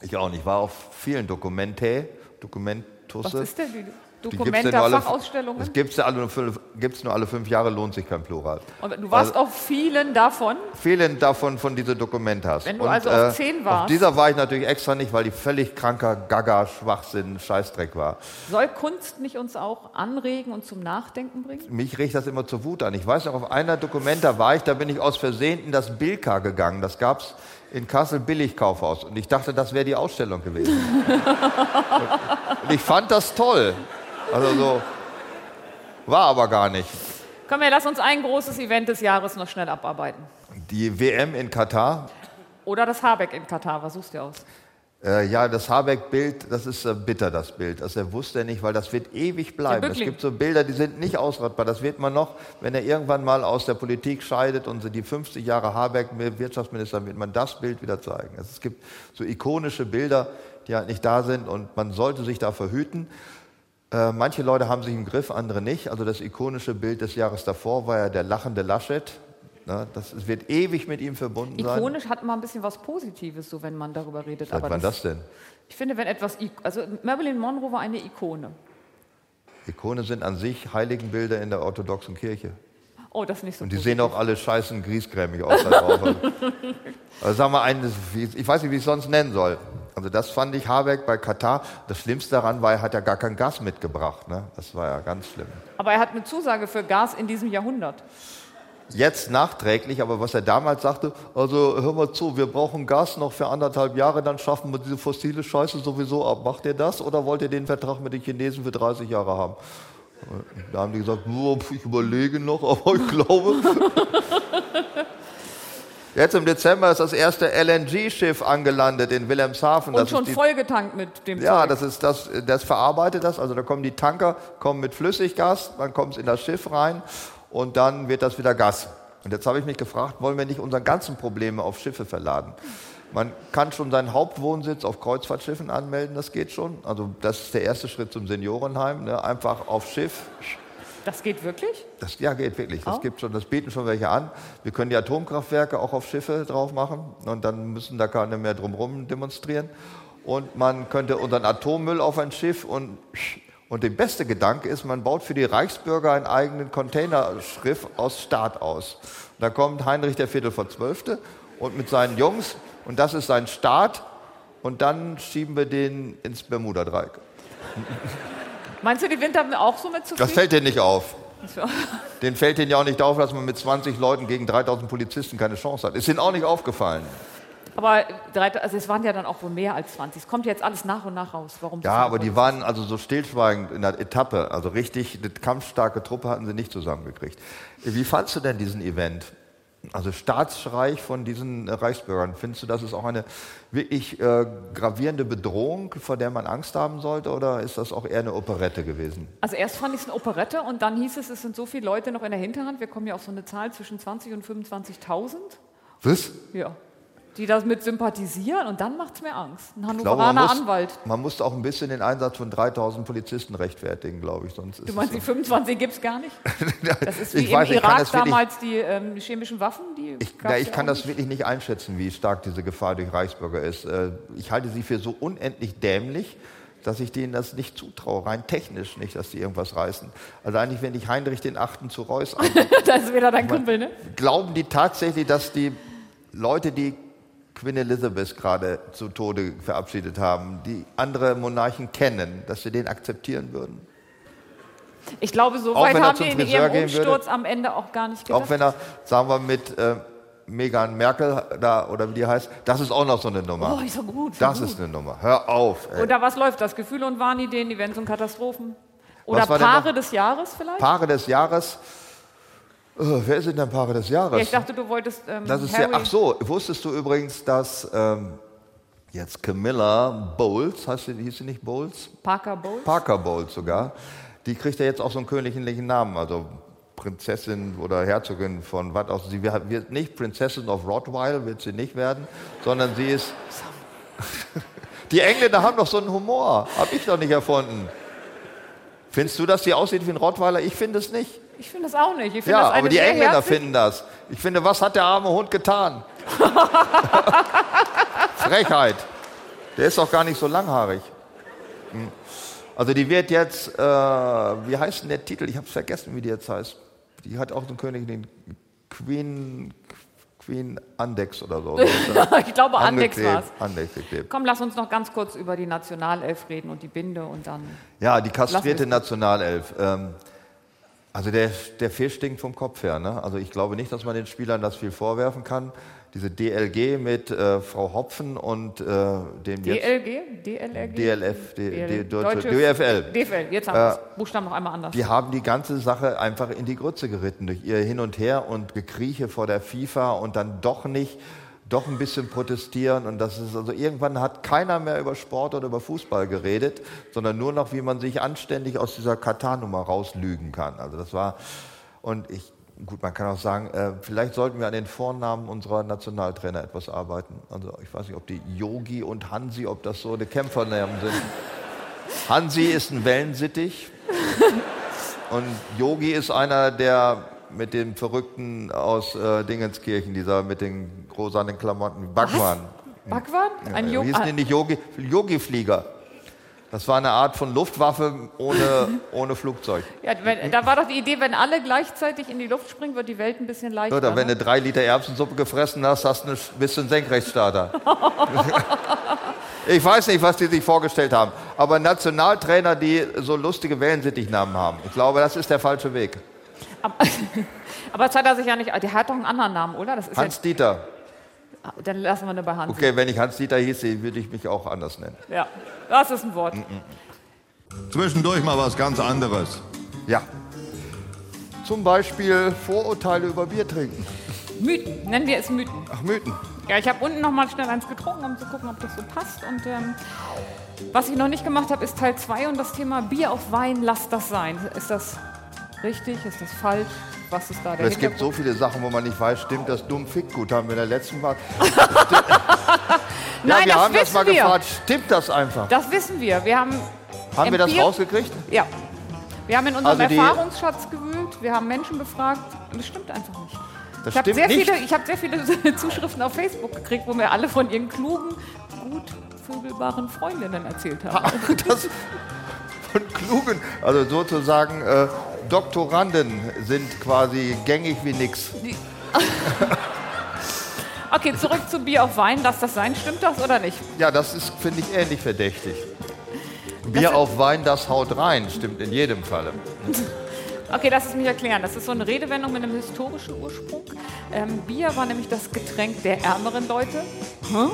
Speaker 1: Ich auch nicht. War auf vielen Dokumente, Dokumentusse.
Speaker 2: was ist denn die
Speaker 1: Die gibt's ja nur
Speaker 2: Dokumenta
Speaker 1: alle-
Speaker 2: Fachausstellungen?
Speaker 1: Das gibt es ja alle nur, fünf- gibt's nur alle fünf Jahre, lohnt sich kein Plural.
Speaker 2: Und du warst auf vielen davon.
Speaker 1: Vielen davon von diese Dokumentas.
Speaker 2: Wenn du also auf zehn warst.
Speaker 1: äh, Auf dieser war ich natürlich extra nicht, weil die völlig kranker Gaga, Schwachsinn, Scheißdreck war.
Speaker 2: Soll Kunst nicht uns auch anregen und zum Nachdenken bringen?
Speaker 1: Mich riecht das immer zur Wut an. Ich weiß noch, auf einer Dokumenta war ich, da bin ich aus Versehen in das Bilka gegangen. Das gab es in Kassel Billigkaufhaus. Und ich dachte, das wäre die Ausstellung
Speaker 2: (laughs)
Speaker 1: gewesen. und, und ich fand das toll. Also so, war aber gar nicht.
Speaker 2: Komm, ja, lass uns ein großes Event des Jahres noch schnell abarbeiten.
Speaker 1: Die WM in Katar,
Speaker 2: Oder das Habeck in Katar, was suchst du aus?
Speaker 1: Äh, ja, das Habeck-Bild, das ist äh, bitter, das Bild. Das er wusste er nicht, weil das wird ewig bleiben. Es
Speaker 2: Bückling.
Speaker 1: gibt so Bilder, die sind nicht ausrottbar. Das wird man noch, wenn er irgendwann mal aus der Politik scheidet und so die 50 Jahre Habeck mit Wirtschaftsminister, wird man das Bild wieder zeigen. Also es gibt so ikonische Bilder, die halt nicht da sind und man sollte sich da verhüten. Äh, manche Leute haben sich im Griff, andere nicht. Also das ikonische Bild des Jahres davor war ja der lachende Laschet. Ne, das es wird ewig mit ihm verbunden sein.
Speaker 2: Ikonisch hat mal ein bisschen was Positives, so wenn man darüber redet.
Speaker 1: Seit
Speaker 2: aber
Speaker 1: wann das denn?
Speaker 2: Ich finde, wenn etwas, ik- also Marilyn Monroe war eine Ikone.
Speaker 1: Ikone sind an sich Heiligenbilder in der orthodoxen Kirche.
Speaker 2: Oh, das ist nicht so.
Speaker 1: Und die
Speaker 2: gut.
Speaker 1: sehen auch alle scheißen griesgrämig aus. da drauf. Also, also sag mal, einen, das- wie- ich weiß nicht, wie ich es sonst nennen soll. Also das fand ich Habeck bei Katar. Das Schlimmste daran war, er hat ja gar kein Gas mitgebracht. Ne? Das war ja ganz schlimm.
Speaker 2: Aber er hat eine Zusage für Gas in diesem Jahrhundert.
Speaker 1: Jetzt nachträglich, aber was er damals sagte, also hör mal zu, wir brauchen Gas noch für anderthalb Jahre, dann schaffen wir diese fossile Scheiße sowieso ab. Macht ihr das oder wollt ihr den Vertrag mit den Chinesen für 30 Jahre haben? Da haben die gesagt, "Boah, pf, ich überlege noch, (laughs) aber ich
Speaker 2: (laughs)
Speaker 1: glaube. Jetzt im Dezember ist das erste LNG-Schiff angelandet in Wilhelmshaven.
Speaker 2: Und
Speaker 1: das
Speaker 2: schon
Speaker 1: ist die,
Speaker 2: vollgetankt mit dem
Speaker 1: ja,
Speaker 2: Zeug.
Speaker 1: das ist das, das verarbeitet das. Also da kommen die Tanker, kommen mit Flüssiggas, dann kommt es in das Schiff rein und dann wird das wieder Gas. Und jetzt habe ich mich gefragt, wollen wir nicht unsere ganzen Probleme auf Schiffe verladen? Man kann schon seinen Hauptwohnsitz auf Kreuzfahrtschiffen anmelden, das geht schon. Also das ist der erste Schritt zum Seniorenheim, ne? einfach auf Schiff.
Speaker 2: Das geht wirklich?
Speaker 1: Das ja, geht wirklich. Das
Speaker 2: Oh.
Speaker 1: gibt schon, das bieten schon welche an. Wir können die Atomkraftwerke auch auf Schiffe drauf machen und dann müssen da keine mehr drumherum demonstrieren. Und man könnte unseren Atommüll auf ein Schiff und und der beste Gedanke ist, man baut für die Reichsbürger einen eigenen Containerschiff aus Staat aus. Und da kommt Heinrich der Viertel vor Zwölfte und mit seinen Jungs und das ist sein Staat und dann schieben wir den ins Bermuda-Dreieck.
Speaker 2: Meinst du, die Winter haben wir auch so mit zu
Speaker 1: Das
Speaker 2: viel?
Speaker 1: fällt dir nicht auf.
Speaker 2: So.
Speaker 1: Den fällt denen ja auch nicht auf, dass man mit 20 Leuten gegen 3000 Polizisten keine Chance hat. Ist ihnen auch nicht aufgefallen.
Speaker 2: Aber drei, also es waren ja dann auch wohl mehr als 20. Es kommt jetzt alles nach und nach raus. Warum?
Speaker 1: Ja, aber die waren also so stillschweigend in der Etappe. Also richtig, eine kampfstarke Truppe hatten sie nicht zusammengekriegt. Wie fandst du denn diesen Event? Also Staatsstreich von diesen äh, Reichsbürgern. Findest du, das ist auch eine wirklich äh, gravierende Bedrohung, vor der man Angst haben sollte? Oder ist das auch eher eine Operette gewesen?
Speaker 2: Also erst fand ich es eine Operette und dann hieß es, es sind so viele Leute noch in der Hinterhand. Wir kommen ja auf so eine Zahl zwischen 20 und 25.000.
Speaker 1: Was?
Speaker 2: Ja. Die damit sympathisieren und dann macht es mir Angst. Ein
Speaker 1: Ich glaube, man,
Speaker 2: Hannoveraner Anwalt.
Speaker 1: muss, man muss auch ein bisschen den Einsatz von 3000 Polizisten rechtfertigen, glaube ich. Sonst
Speaker 2: Du meinst, die 25 gibt es
Speaker 1: (laughs)
Speaker 2: gar nicht? Das ist wie
Speaker 1: Ich
Speaker 2: im
Speaker 1: weiß, ich kann
Speaker 2: Irak
Speaker 1: das wirklich-
Speaker 2: damals die ähm, chemischen Waffen. Die
Speaker 1: Ich,
Speaker 2: gab's
Speaker 1: na, ich
Speaker 2: ja
Speaker 1: kann
Speaker 2: auch
Speaker 1: das wirklich nicht einschätzen, wie stark diese Gefahr durch Reichsbürger ist. Äh, Ich halte sie für so unendlich dämlich, dass ich denen das nicht zutraue, rein technisch nicht, dass die irgendwas reißen. Also eigentlich, wenn ich Heinrich den Achten zu Reuß
Speaker 2: (laughs)
Speaker 1: angucke,
Speaker 2: nicht. da ist wieder dein Kumpel, ne?
Speaker 1: glauben die tatsächlich, dass die Leute, die Queen Elizabeth gerade zu Tode verabschiedet haben, die andere Monarchen kennen, dass sie den akzeptieren würden?
Speaker 2: Ich glaube, so
Speaker 1: Auch
Speaker 2: weit
Speaker 1: wenn er
Speaker 2: haben
Speaker 1: zum
Speaker 2: die in
Speaker 1: Friseur
Speaker 2: ihrem
Speaker 1: gehen würde?
Speaker 2: Umsturz am Ende auch gar nicht gedacht.
Speaker 1: Auch wenn er, sagen wir, mit äh, Megan Merkel da oder wie die heißt, das ist auch noch so eine Nummer.
Speaker 2: Oh, ist so gut. so
Speaker 1: Das
Speaker 2: gut.
Speaker 1: ist eine Nummer. Hör auf. Ey.
Speaker 2: Oder was läuft das? Gefühle und Wahnideen, Events und Katastrophen. Oder
Speaker 1: Was war denn
Speaker 2: Paare
Speaker 1: noch?
Speaker 2: des Jahres vielleicht?
Speaker 1: Paare des Jahres. Äh, wer ist denn Paare des Jahres?
Speaker 2: ja, ich dachte, du wolltest ähm,
Speaker 1: das ist ja,
Speaker 2: Harry.
Speaker 1: ach so, wusstest du übrigens, dass ähm, jetzt Camilla Bowles, heißt sie, hieß sie nicht Bowles?
Speaker 2: Parker Bowles.
Speaker 1: Parker Bowles sogar, die kriegt ja jetzt auch so einen königlichen Namen, also Prinzessin oder Herzogin von was auch. Sie wird wird nicht Prinzessin of Rottweil, wird sie nicht werden, sondern sie ist... (laughs) Die Engländer haben doch so einen Humor, hab ich doch nicht erfunden. Findest du, dass sie aussieht wie ein Rottweiler? Ich finde es nicht.
Speaker 2: ich finde das auch nicht. Ich finde
Speaker 1: Ja,
Speaker 2: das eine
Speaker 1: aber die
Speaker 2: sehr
Speaker 1: Engländer
Speaker 2: herzlich-
Speaker 1: finden das. Ich finde, was hat der arme Hund
Speaker 2: (laughs)
Speaker 1: getan? Frechheit. Der ist doch gar nicht so langhaarig. Hm. Also die wird jetzt, äh, wie heißt denn der Titel? Ich habe es vergessen, wie die jetzt heißt. Die hat auch den König, den Queen, Queen Andex oder so.
Speaker 2: ich glaube, (laughs) Andex war es.
Speaker 1: Andex geklebt.
Speaker 2: Komm, lass uns noch ganz kurz über die Nationalelf reden und die Binde und dann.
Speaker 1: Ja, die
Speaker 2: Lass
Speaker 1: kastrierte
Speaker 2: mich-
Speaker 1: Nationalelf. Ähm, also der, der Fisch stinkt vom Kopf her. Ne? Also ich glaube nicht, dass man den Spielern das viel vorwerfen kann. Diese DLG mit äh, Frau Hopfen und äh, dem jetzt
Speaker 2: DLG? DLRG?
Speaker 1: DLF, D, D, Deutsche,
Speaker 2: Deutsche-
Speaker 1: DFL.
Speaker 2: DFL, jetzt haben wir es. Buchstaben noch einmal anders.
Speaker 1: Die haben die ganze Sache einfach in die Grütze geritten durch ihr Hin und Her und Gekrieche vor der FIFA und dann doch nicht, doch ein bisschen protestieren und das ist also irgendwann hat keiner mehr über Sport oder über Fußball geredet, sondern nur noch, wie man sich anständig aus dieser Katar-Nummer rauslügen kann. Also das war und ich gut, man kann auch sagen, äh, vielleicht sollten wir an den Vornamen unserer Nationaltrainer etwas arbeiten. Also ich weiß nicht, ob die Yogi und Hansi, ob das so eine Kämpfernamen sind. Hansi ist ein Wellensittich. Und Yogi ist einer, der mit dem Verrückten aus äh, Dingenskirchen, dieser mit den rosanen Klamotten, Bhagwan.
Speaker 2: Bhagwan? Ein
Speaker 1: Äh,
Speaker 2: Jung-
Speaker 1: Hießen
Speaker 2: ah,
Speaker 1: die nicht Yogi? Yogi-Flieger. Das war eine Art von Luftwaffe ohne, ohne Flugzeug.
Speaker 2: ja, wenn, da war doch die Idee, wenn alle gleichzeitig in die Luft springen, wird die Welt ein bisschen leichter.
Speaker 1: Oder wenn
Speaker 2: ne?
Speaker 1: du drei Liter Erbsensuppe gefressen hast, hast du ein bisschen Senkrechtstarter. ich weiß nicht, was die sich vorgestellt haben. Aber Nationaltrainer, die so lustige Wellensittichnamen haben. Ich glaube, das ist der falsche Weg.
Speaker 2: Aber, (laughs) aber das hat er sich ja nicht. Der hat doch einen anderen Namen, oder? Das ist
Speaker 1: Hans-Dieter.
Speaker 2: ja, dann lassen wir eine bei Hansi.
Speaker 1: Okay, wenn ich Hans-Dieter hieße, würde ich mich auch anders nennen.
Speaker 2: Ja, das ist ein Wort.
Speaker 3: Zwischendurch mal was ganz anderes.
Speaker 1: Ja. Zum Beispiel Vorurteile über Bier trinken.
Speaker 2: Mythen, nennen wir es Mythen.
Speaker 1: Ach, Mythen.
Speaker 2: Ja, ich habe unten noch mal schnell eins getrunken, um zu gucken, ob das so passt. Und ähm, was ich noch nicht gemacht habe, ist Teil 2 und das Thema Bier auf Wein, lasst das sein. Ist das richtig? Ist das falsch? Was ist da der
Speaker 1: Es gibt so
Speaker 2: Hintergrund?
Speaker 1: viele Sachen, wo man nicht weiß, stimmt das dumm fick gut, haben wir in der letzten
Speaker 2: (laughs)
Speaker 1: Mal.
Speaker 2: Nein,
Speaker 1: ja, wir
Speaker 2: das
Speaker 1: haben das
Speaker 2: wissen
Speaker 1: mal
Speaker 2: wir.
Speaker 1: gefragt, stimmt das einfach?
Speaker 2: Das wissen wir. Wir haben,
Speaker 1: haben wir das
Speaker 2: Empir-
Speaker 1: rausgekriegt?
Speaker 2: ja. Wir haben in unserem
Speaker 1: Also die-
Speaker 2: Erfahrungsschatz gewühlt, wir haben Menschen befragt und es stimmt einfach nicht.
Speaker 1: Das
Speaker 2: ich habe
Speaker 1: stimmt
Speaker 2: sehr,
Speaker 1: nicht.
Speaker 2: viele-
Speaker 1: (laughs)
Speaker 2: ich hab sehr viele (laughs) Zuschriften auf Facebook gekriegt, wo mir alle von ihren klugen, gut vögelbaren Freundinnen erzählt haben.
Speaker 1: das von klugen, also sozusagen äh, Doktoranden sind quasi gängig wie nix.
Speaker 2: Okay, zurück zu Bier auf Wein, lass das sein. Stimmt das oder nicht?
Speaker 1: Ja, das ist, finde ich, ähnlich verdächtig. Bier auf Wein, das haut rein, stimmt in jedem Falle.
Speaker 2: Okay, lass es mich erklären. Das ist so eine Redewendung mit einem historischen Ursprung. Ähm, Bier war nämlich das Getränk der ärmeren Leute. Hm?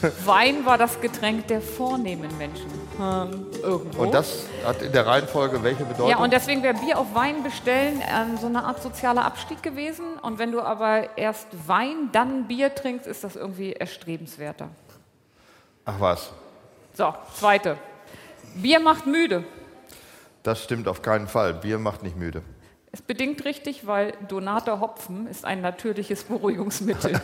Speaker 2: Hä? (laughs) Wein war das Getränk der vornehmen Menschen. Hm, irgendwo.
Speaker 1: Und das hat in der Reihenfolge welche Bedeutung?
Speaker 2: ja, und deswegen wäre Bier auf Wein bestellen ähm, so eine Art sozialer Abstieg gewesen. Und wenn du aber erst Wein, dann Bier trinkst, ist das irgendwie erstrebenswerter.
Speaker 1: Ach was,
Speaker 2: So, zweite. Bier macht müde.
Speaker 1: das stimmt auf keinen Fall. Bier macht nicht müde. (laughs)
Speaker 2: Ist bedingt richtig, weil donater Hopfen ist ein
Speaker 1: (laughs)
Speaker 2: natürliches Beruhigungsmittel.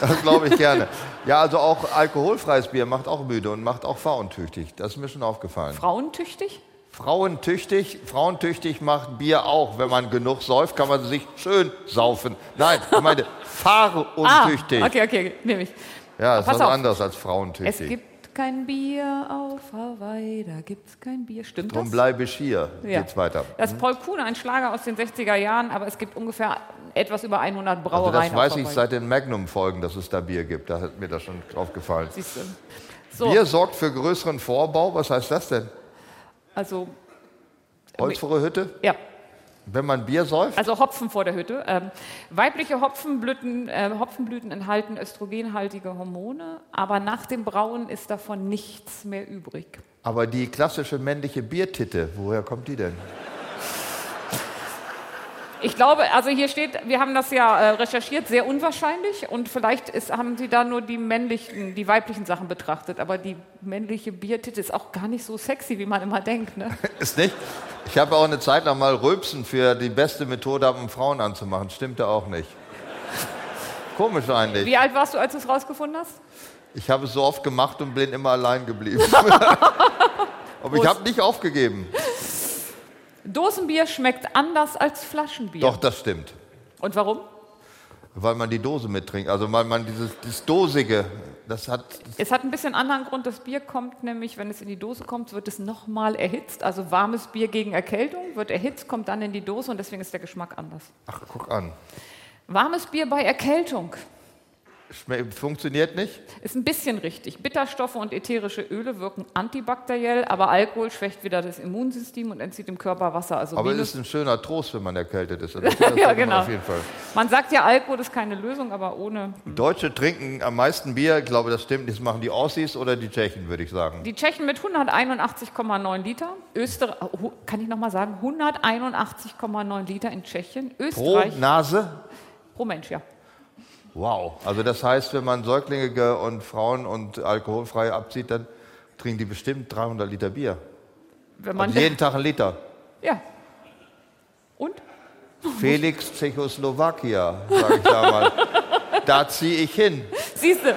Speaker 1: Das glaube ich gerne. Ja, also auch alkoholfreies Bier macht auch müde und macht auch frauentüchtig. Das ist mir schon aufgefallen.
Speaker 2: Frauentüchtig?
Speaker 1: Frauentüchtig, frauentüchtig macht Bier auch. Wenn man genug säuft, kann man sich schön saufen. Nein, ich
Speaker 2: (laughs)
Speaker 1: meine fahruntüchtig.
Speaker 2: Ah, okay, okay, nehme ich.
Speaker 1: Ja, ist
Speaker 2: Pass
Speaker 1: was
Speaker 2: auf.
Speaker 1: anderes als
Speaker 2: Es
Speaker 1: frauentüchtig.
Speaker 2: gibt kein Bier auf Hawaii, da gibt es kein Bier. Stimmt
Speaker 1: Drum
Speaker 2: das?
Speaker 1: bleibe ich hier. Geht's weiter. Mhm.
Speaker 2: Das ist Paul Kuhn, ein Schlager aus den 60er Jahren, aber es gibt ungefähr etwas über 100
Speaker 1: Also
Speaker 2: Brauereien
Speaker 1: das weiß
Speaker 2: auf
Speaker 1: ich
Speaker 2: Hawaii.
Speaker 1: seit den Magnum-Folgen, dass es da Bier gibt. Da hat mir das schon aufgefallen.
Speaker 2: Siehst du. So,
Speaker 1: Bier sorgt für größeren Vorbau. Was heißt das denn?
Speaker 2: also,
Speaker 1: Holz vor der Hütte?
Speaker 2: ja,
Speaker 1: Wenn man Bier säuft?
Speaker 2: also Hopfen vor der Hütte. Ähm, weibliche Hopfenblüten, äh, Hopfenblüten enthalten östrogenhaltige Hormone, aber nach dem Brauen ist davon nichts mehr übrig.
Speaker 1: Aber die klassische männliche Biertitte, woher kommt die denn?
Speaker 2: Ich glaube, also hier steht, wir haben das ja äh, recherchiert, sehr unwahrscheinlich und vielleicht ist, haben Sie da nur die männlichen, die weiblichen Sachen betrachtet, aber die männliche Biertitte ist auch gar nicht so sexy, wie man immer denkt. Ne?
Speaker 1: Ist nicht? Ich habe auch eine Zeit lang mal Rülpsen für die beste Methode, um Frauen anzumachen. Stimmte auch nicht. Komisch eigentlich.
Speaker 2: Wie alt warst du, als du es rausgefunden hast?
Speaker 1: Ich habe es so oft gemacht und bin immer allein geblieben. Aber ich habe nicht aufgegeben.
Speaker 2: Dosenbier schmeckt anders als Flaschenbier.
Speaker 1: Doch, das stimmt.
Speaker 2: Und warum?
Speaker 1: Weil man die Dose mittrinkt. Also weil man dieses, dieses Dosige, das hat.
Speaker 2: Es hat ein bisschen anderen Grund. Das Bier kommt nämlich, wenn es in die Dose kommt, wird es nochmal erhitzt. Also warmes Bier gegen Erkältung wird erhitzt, kommt dann in die Dose und deswegen ist der Geschmack anders.
Speaker 1: Ach, guck an.
Speaker 2: Warmes Bier bei Erkältung.
Speaker 1: Schme funktioniert nicht?
Speaker 2: Ist ein bisschen richtig. Bitterstoffe und ätherische Öle wirken antibakteriell, aber Alkohol schwächt wieder das Immunsystem und entzieht dem Körper Wasser. Also
Speaker 1: Aber es
Speaker 2: minus-
Speaker 1: ist ein schöner Trost, wenn man erkältet
Speaker 2: (laughs)
Speaker 1: ist. Also Das sollte man
Speaker 2: genau.
Speaker 1: Auf jeden Fall.
Speaker 2: man sagt ja, Alkohol ist keine Lösung, aber ohne.
Speaker 1: Deutsche trinken am meisten Bier. Ich glaube, das stimmt. Das machen die Aussies oder die Tschechen, würde ich sagen.
Speaker 2: Die Tschechen mit 181,9 Liter, Österreich, kann ich nochmal sagen, 181,9 Liter in Tschechien,
Speaker 1: Pro
Speaker 2: Österreich, pro,
Speaker 1: Nase?
Speaker 2: Mensch, ja.
Speaker 1: Wow. Also das heißt, wenn man Säuglinge ge- und Frauen und alkoholfrei abzieht, dann trinken die bestimmt 300 Liter Bier.
Speaker 2: Wenn man,
Speaker 1: Und jeden Tag ein Liter.
Speaker 2: ja. Und?
Speaker 1: Felix Tschechoslowakia, sage ich da mal.
Speaker 2: (laughs)
Speaker 1: Da ziehe ich hin.
Speaker 2: Siehst du,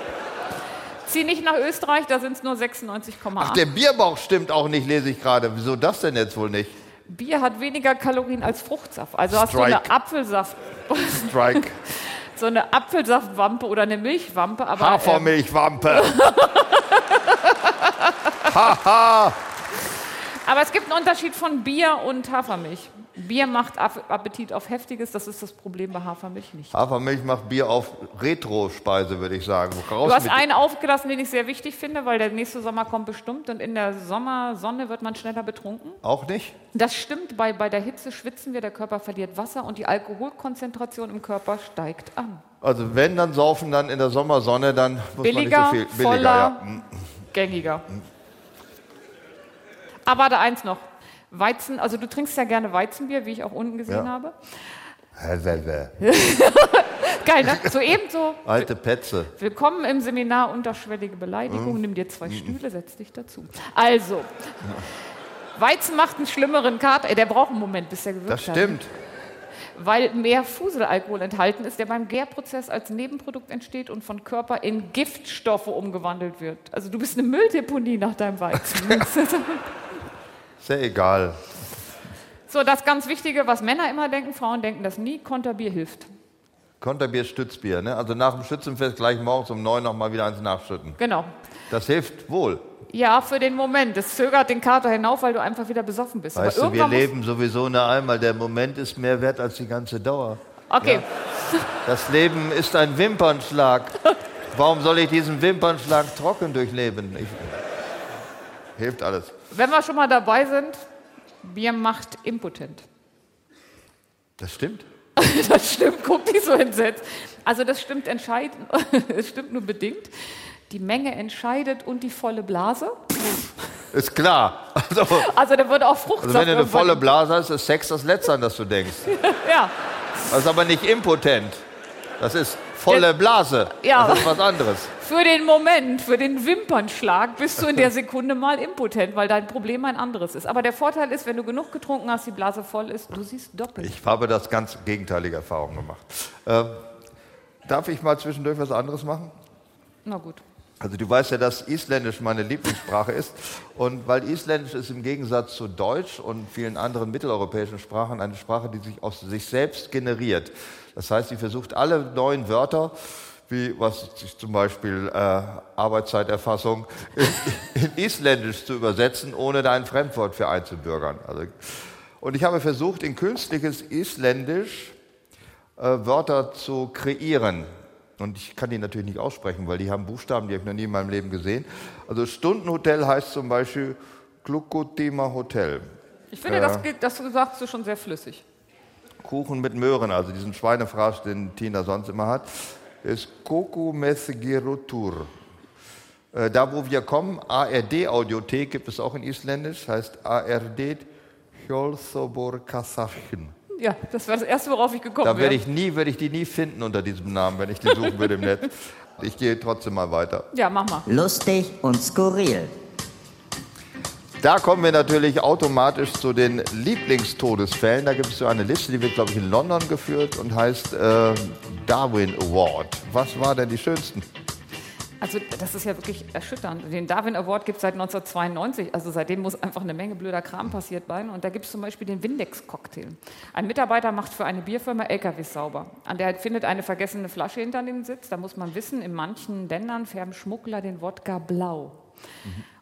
Speaker 2: zieh nicht nach Österreich, da sind es nur 96,8.
Speaker 1: Ach, der Bierbauch stimmt auch nicht, lese ich gerade. Wieso das denn jetzt wohl nicht?
Speaker 2: Bier hat weniger Kalorien als Fruchtsaft. Also hast du
Speaker 1: Strike.
Speaker 2: eine Apfelsaft, (laughs)
Speaker 1: Strike.
Speaker 2: so eine Apfelsaftwampe oder eine Milchwampe, aber ähm,
Speaker 1: (laughs) Hafermilchwampe.
Speaker 2: (laughs) äh, aber es gibt einen Unterschied von Bier und Hafermilch. Bier macht Aff- Appetit auf heftiges, das ist das Problem bei Hafermilch nicht.
Speaker 1: Hafermilch macht Bier auf Retro-Speise, würde ich sagen. Raus
Speaker 2: Du hast
Speaker 1: mit-
Speaker 2: einen aufgelassen, den ich sehr wichtig finde, weil der nächste Sommer kommt bestimmt und in der Sommersonne wird man schneller betrunken.
Speaker 1: auch nicht?
Speaker 2: Das stimmt, bei, bei der Hitze schwitzen wir, der Körper verliert Wasser und die Alkoholkonzentration im Körper steigt an.
Speaker 1: Also wenn, dann saufen dann in der Sommersonne, dann muss
Speaker 2: Billiger,
Speaker 1: man nicht so viel. Mhm.
Speaker 2: voller,
Speaker 1: ja.
Speaker 2: gängiger. Aber da Ah, eins noch. Weizen, also du trinkst ja gerne Weizenbier, wie ich auch unten gesehen
Speaker 1: Ja.
Speaker 2: habe.
Speaker 1: Helvete.
Speaker 2: Geil, ne? So ebenso.
Speaker 1: Alte Petze.
Speaker 2: (laughs) Willkommen im Seminar Unterschwellige Beleidigung.
Speaker 1: Mhm.
Speaker 2: Nimm dir zwei Stühle, setz dich dazu. Also, Weizen macht einen schlimmeren Kater. Äh, Der braucht einen Moment, bis er gewirkt
Speaker 1: Das
Speaker 2: hat.
Speaker 1: stimmt.
Speaker 2: Weil mehr Fuselalkohol enthalten ist, der beim Gärprozess als Nebenprodukt entsteht und von Körper in Giftstoffe umgewandelt wird. Also du bist eine Mülldeponie nach deinem
Speaker 1: (laughs)
Speaker 2: Weizen.
Speaker 1: Sehr egal.
Speaker 2: so, das ganz Wichtige, was Männer immer denken, Frauen denken das nie, Konterbier hilft.
Speaker 1: Konterbier, Stützbier. Ne? Also nach dem Schützenfest gleich morgens um neun nochmal wieder eins nachschütten.
Speaker 2: Genau.
Speaker 1: Das hilft wohl.
Speaker 2: Ja, für den Moment. Es zögert den Kater hinauf, weil du einfach wieder besoffen bist.
Speaker 1: Weißt du, wir
Speaker 2: muss-
Speaker 1: leben sowieso nur einmal. Der Moment ist mehr wert als die ganze Dauer.
Speaker 2: Okay,
Speaker 1: Das Leben ist ein Wimpernschlag. Warum soll ich diesen Wimpernschlag trocken durchleben? Ich, hilft alles.
Speaker 2: wenn wir schon mal dabei sind, Bier macht impotent. (laughs)
Speaker 1: Das stimmt.
Speaker 2: Das stimmt, guck die so entsetzt. Also das stimmt (laughs) entscheidend, es stimmt nur bedingt. Die Menge entscheidet und die volle Blase.
Speaker 1: Ist klar.
Speaker 2: (laughs)
Speaker 1: Also,
Speaker 2: Also da würde auch Fruchtsaft.
Speaker 1: also wenn du eine
Speaker 2: irgendwann-
Speaker 1: volle Blase hast, ist Sex das Letzte, an das du denkst.
Speaker 2: (laughs) Ja,
Speaker 1: Das ist aber nicht impotent. Das ist volle Blase.
Speaker 2: Ja.
Speaker 1: Das ist was anderes.
Speaker 2: für den Moment, für den Wimpernschlag bist du
Speaker 1: (laughs)
Speaker 2: in der Sekunde mal impotent, weil dein Problem ein anderes ist. Aber der Vorteil ist, wenn du genug getrunken hast, die Blase voll ist, du siehst doppelt.
Speaker 1: Ich habe das ganz gegenteilige Erfahrung gemacht. Ähm, darf ich mal zwischendurch was anderes machen?
Speaker 2: Na gut.
Speaker 1: Also du weißt ja, dass Isländisch meine Lieblingssprache ist. Und weil Isländisch ist im Gegensatz zu Deutsch und vielen anderen mitteleuropäischen Sprachen eine Sprache, die sich aus sich selbst generiert. Das heißt, sie versucht alle neuen Wörter, wie was ich zum Beispiel äh, Arbeitszeiterfassung, (laughs) in, in Isländisch zu übersetzen, ohne da ein Fremdwort für einzubürgern. Also, und ich habe versucht, in künstliches Isländisch äh, Wörter zu kreieren. Und ich kann die natürlich nicht aussprechen, weil die haben Buchstaben, die habe ich noch nie in meinem Leben gesehen. Also Stundenhotel heißt zum Beispiel Glukothema Hotel.
Speaker 2: Ich finde, das, geht- das sagst du schon sehr flüssig.
Speaker 1: Kuchen mit Möhren, also diesen Schweinefraß, den Tina sonst immer hat, ist Koko Mesgerotur. Äh, Da, wo wir kommen, ARD-Audiothek gibt es auch in Isländisch, heißt ARD Hjolsobor Kasachn.
Speaker 2: Ja, das war das Erste, worauf ich gekommen
Speaker 1: Da
Speaker 2: wäre.
Speaker 1: werde ich nie, werde ich die nie finden unter diesem Namen, wenn ich die suchen würde im Netz. Ich gehe trotzdem mal weiter.
Speaker 2: ja, mach mal.
Speaker 5: Lustig und skurril.
Speaker 1: Da kommen wir natürlich automatisch zu den Lieblingstodesfällen. Da gibt es so eine Liste, die wird, glaube ich, in London geführt und heißt äh, Darwin Award. Was war denn die schönsten?
Speaker 2: Also das ist ja wirklich erschütternd. Den Darwin Award gibt es seit 1992. Also seitdem muss einfach eine Menge blöder Kram passiert sein. Und da gibt es zum Beispiel den Windex-Cocktail. Ein Mitarbeiter macht für eine Bierfirma LKWs sauber. An der findet eine vergessene Flasche hinter dem Sitz. Da muss man wissen, in manchen Ländern färben Schmuggler den Wodka blau.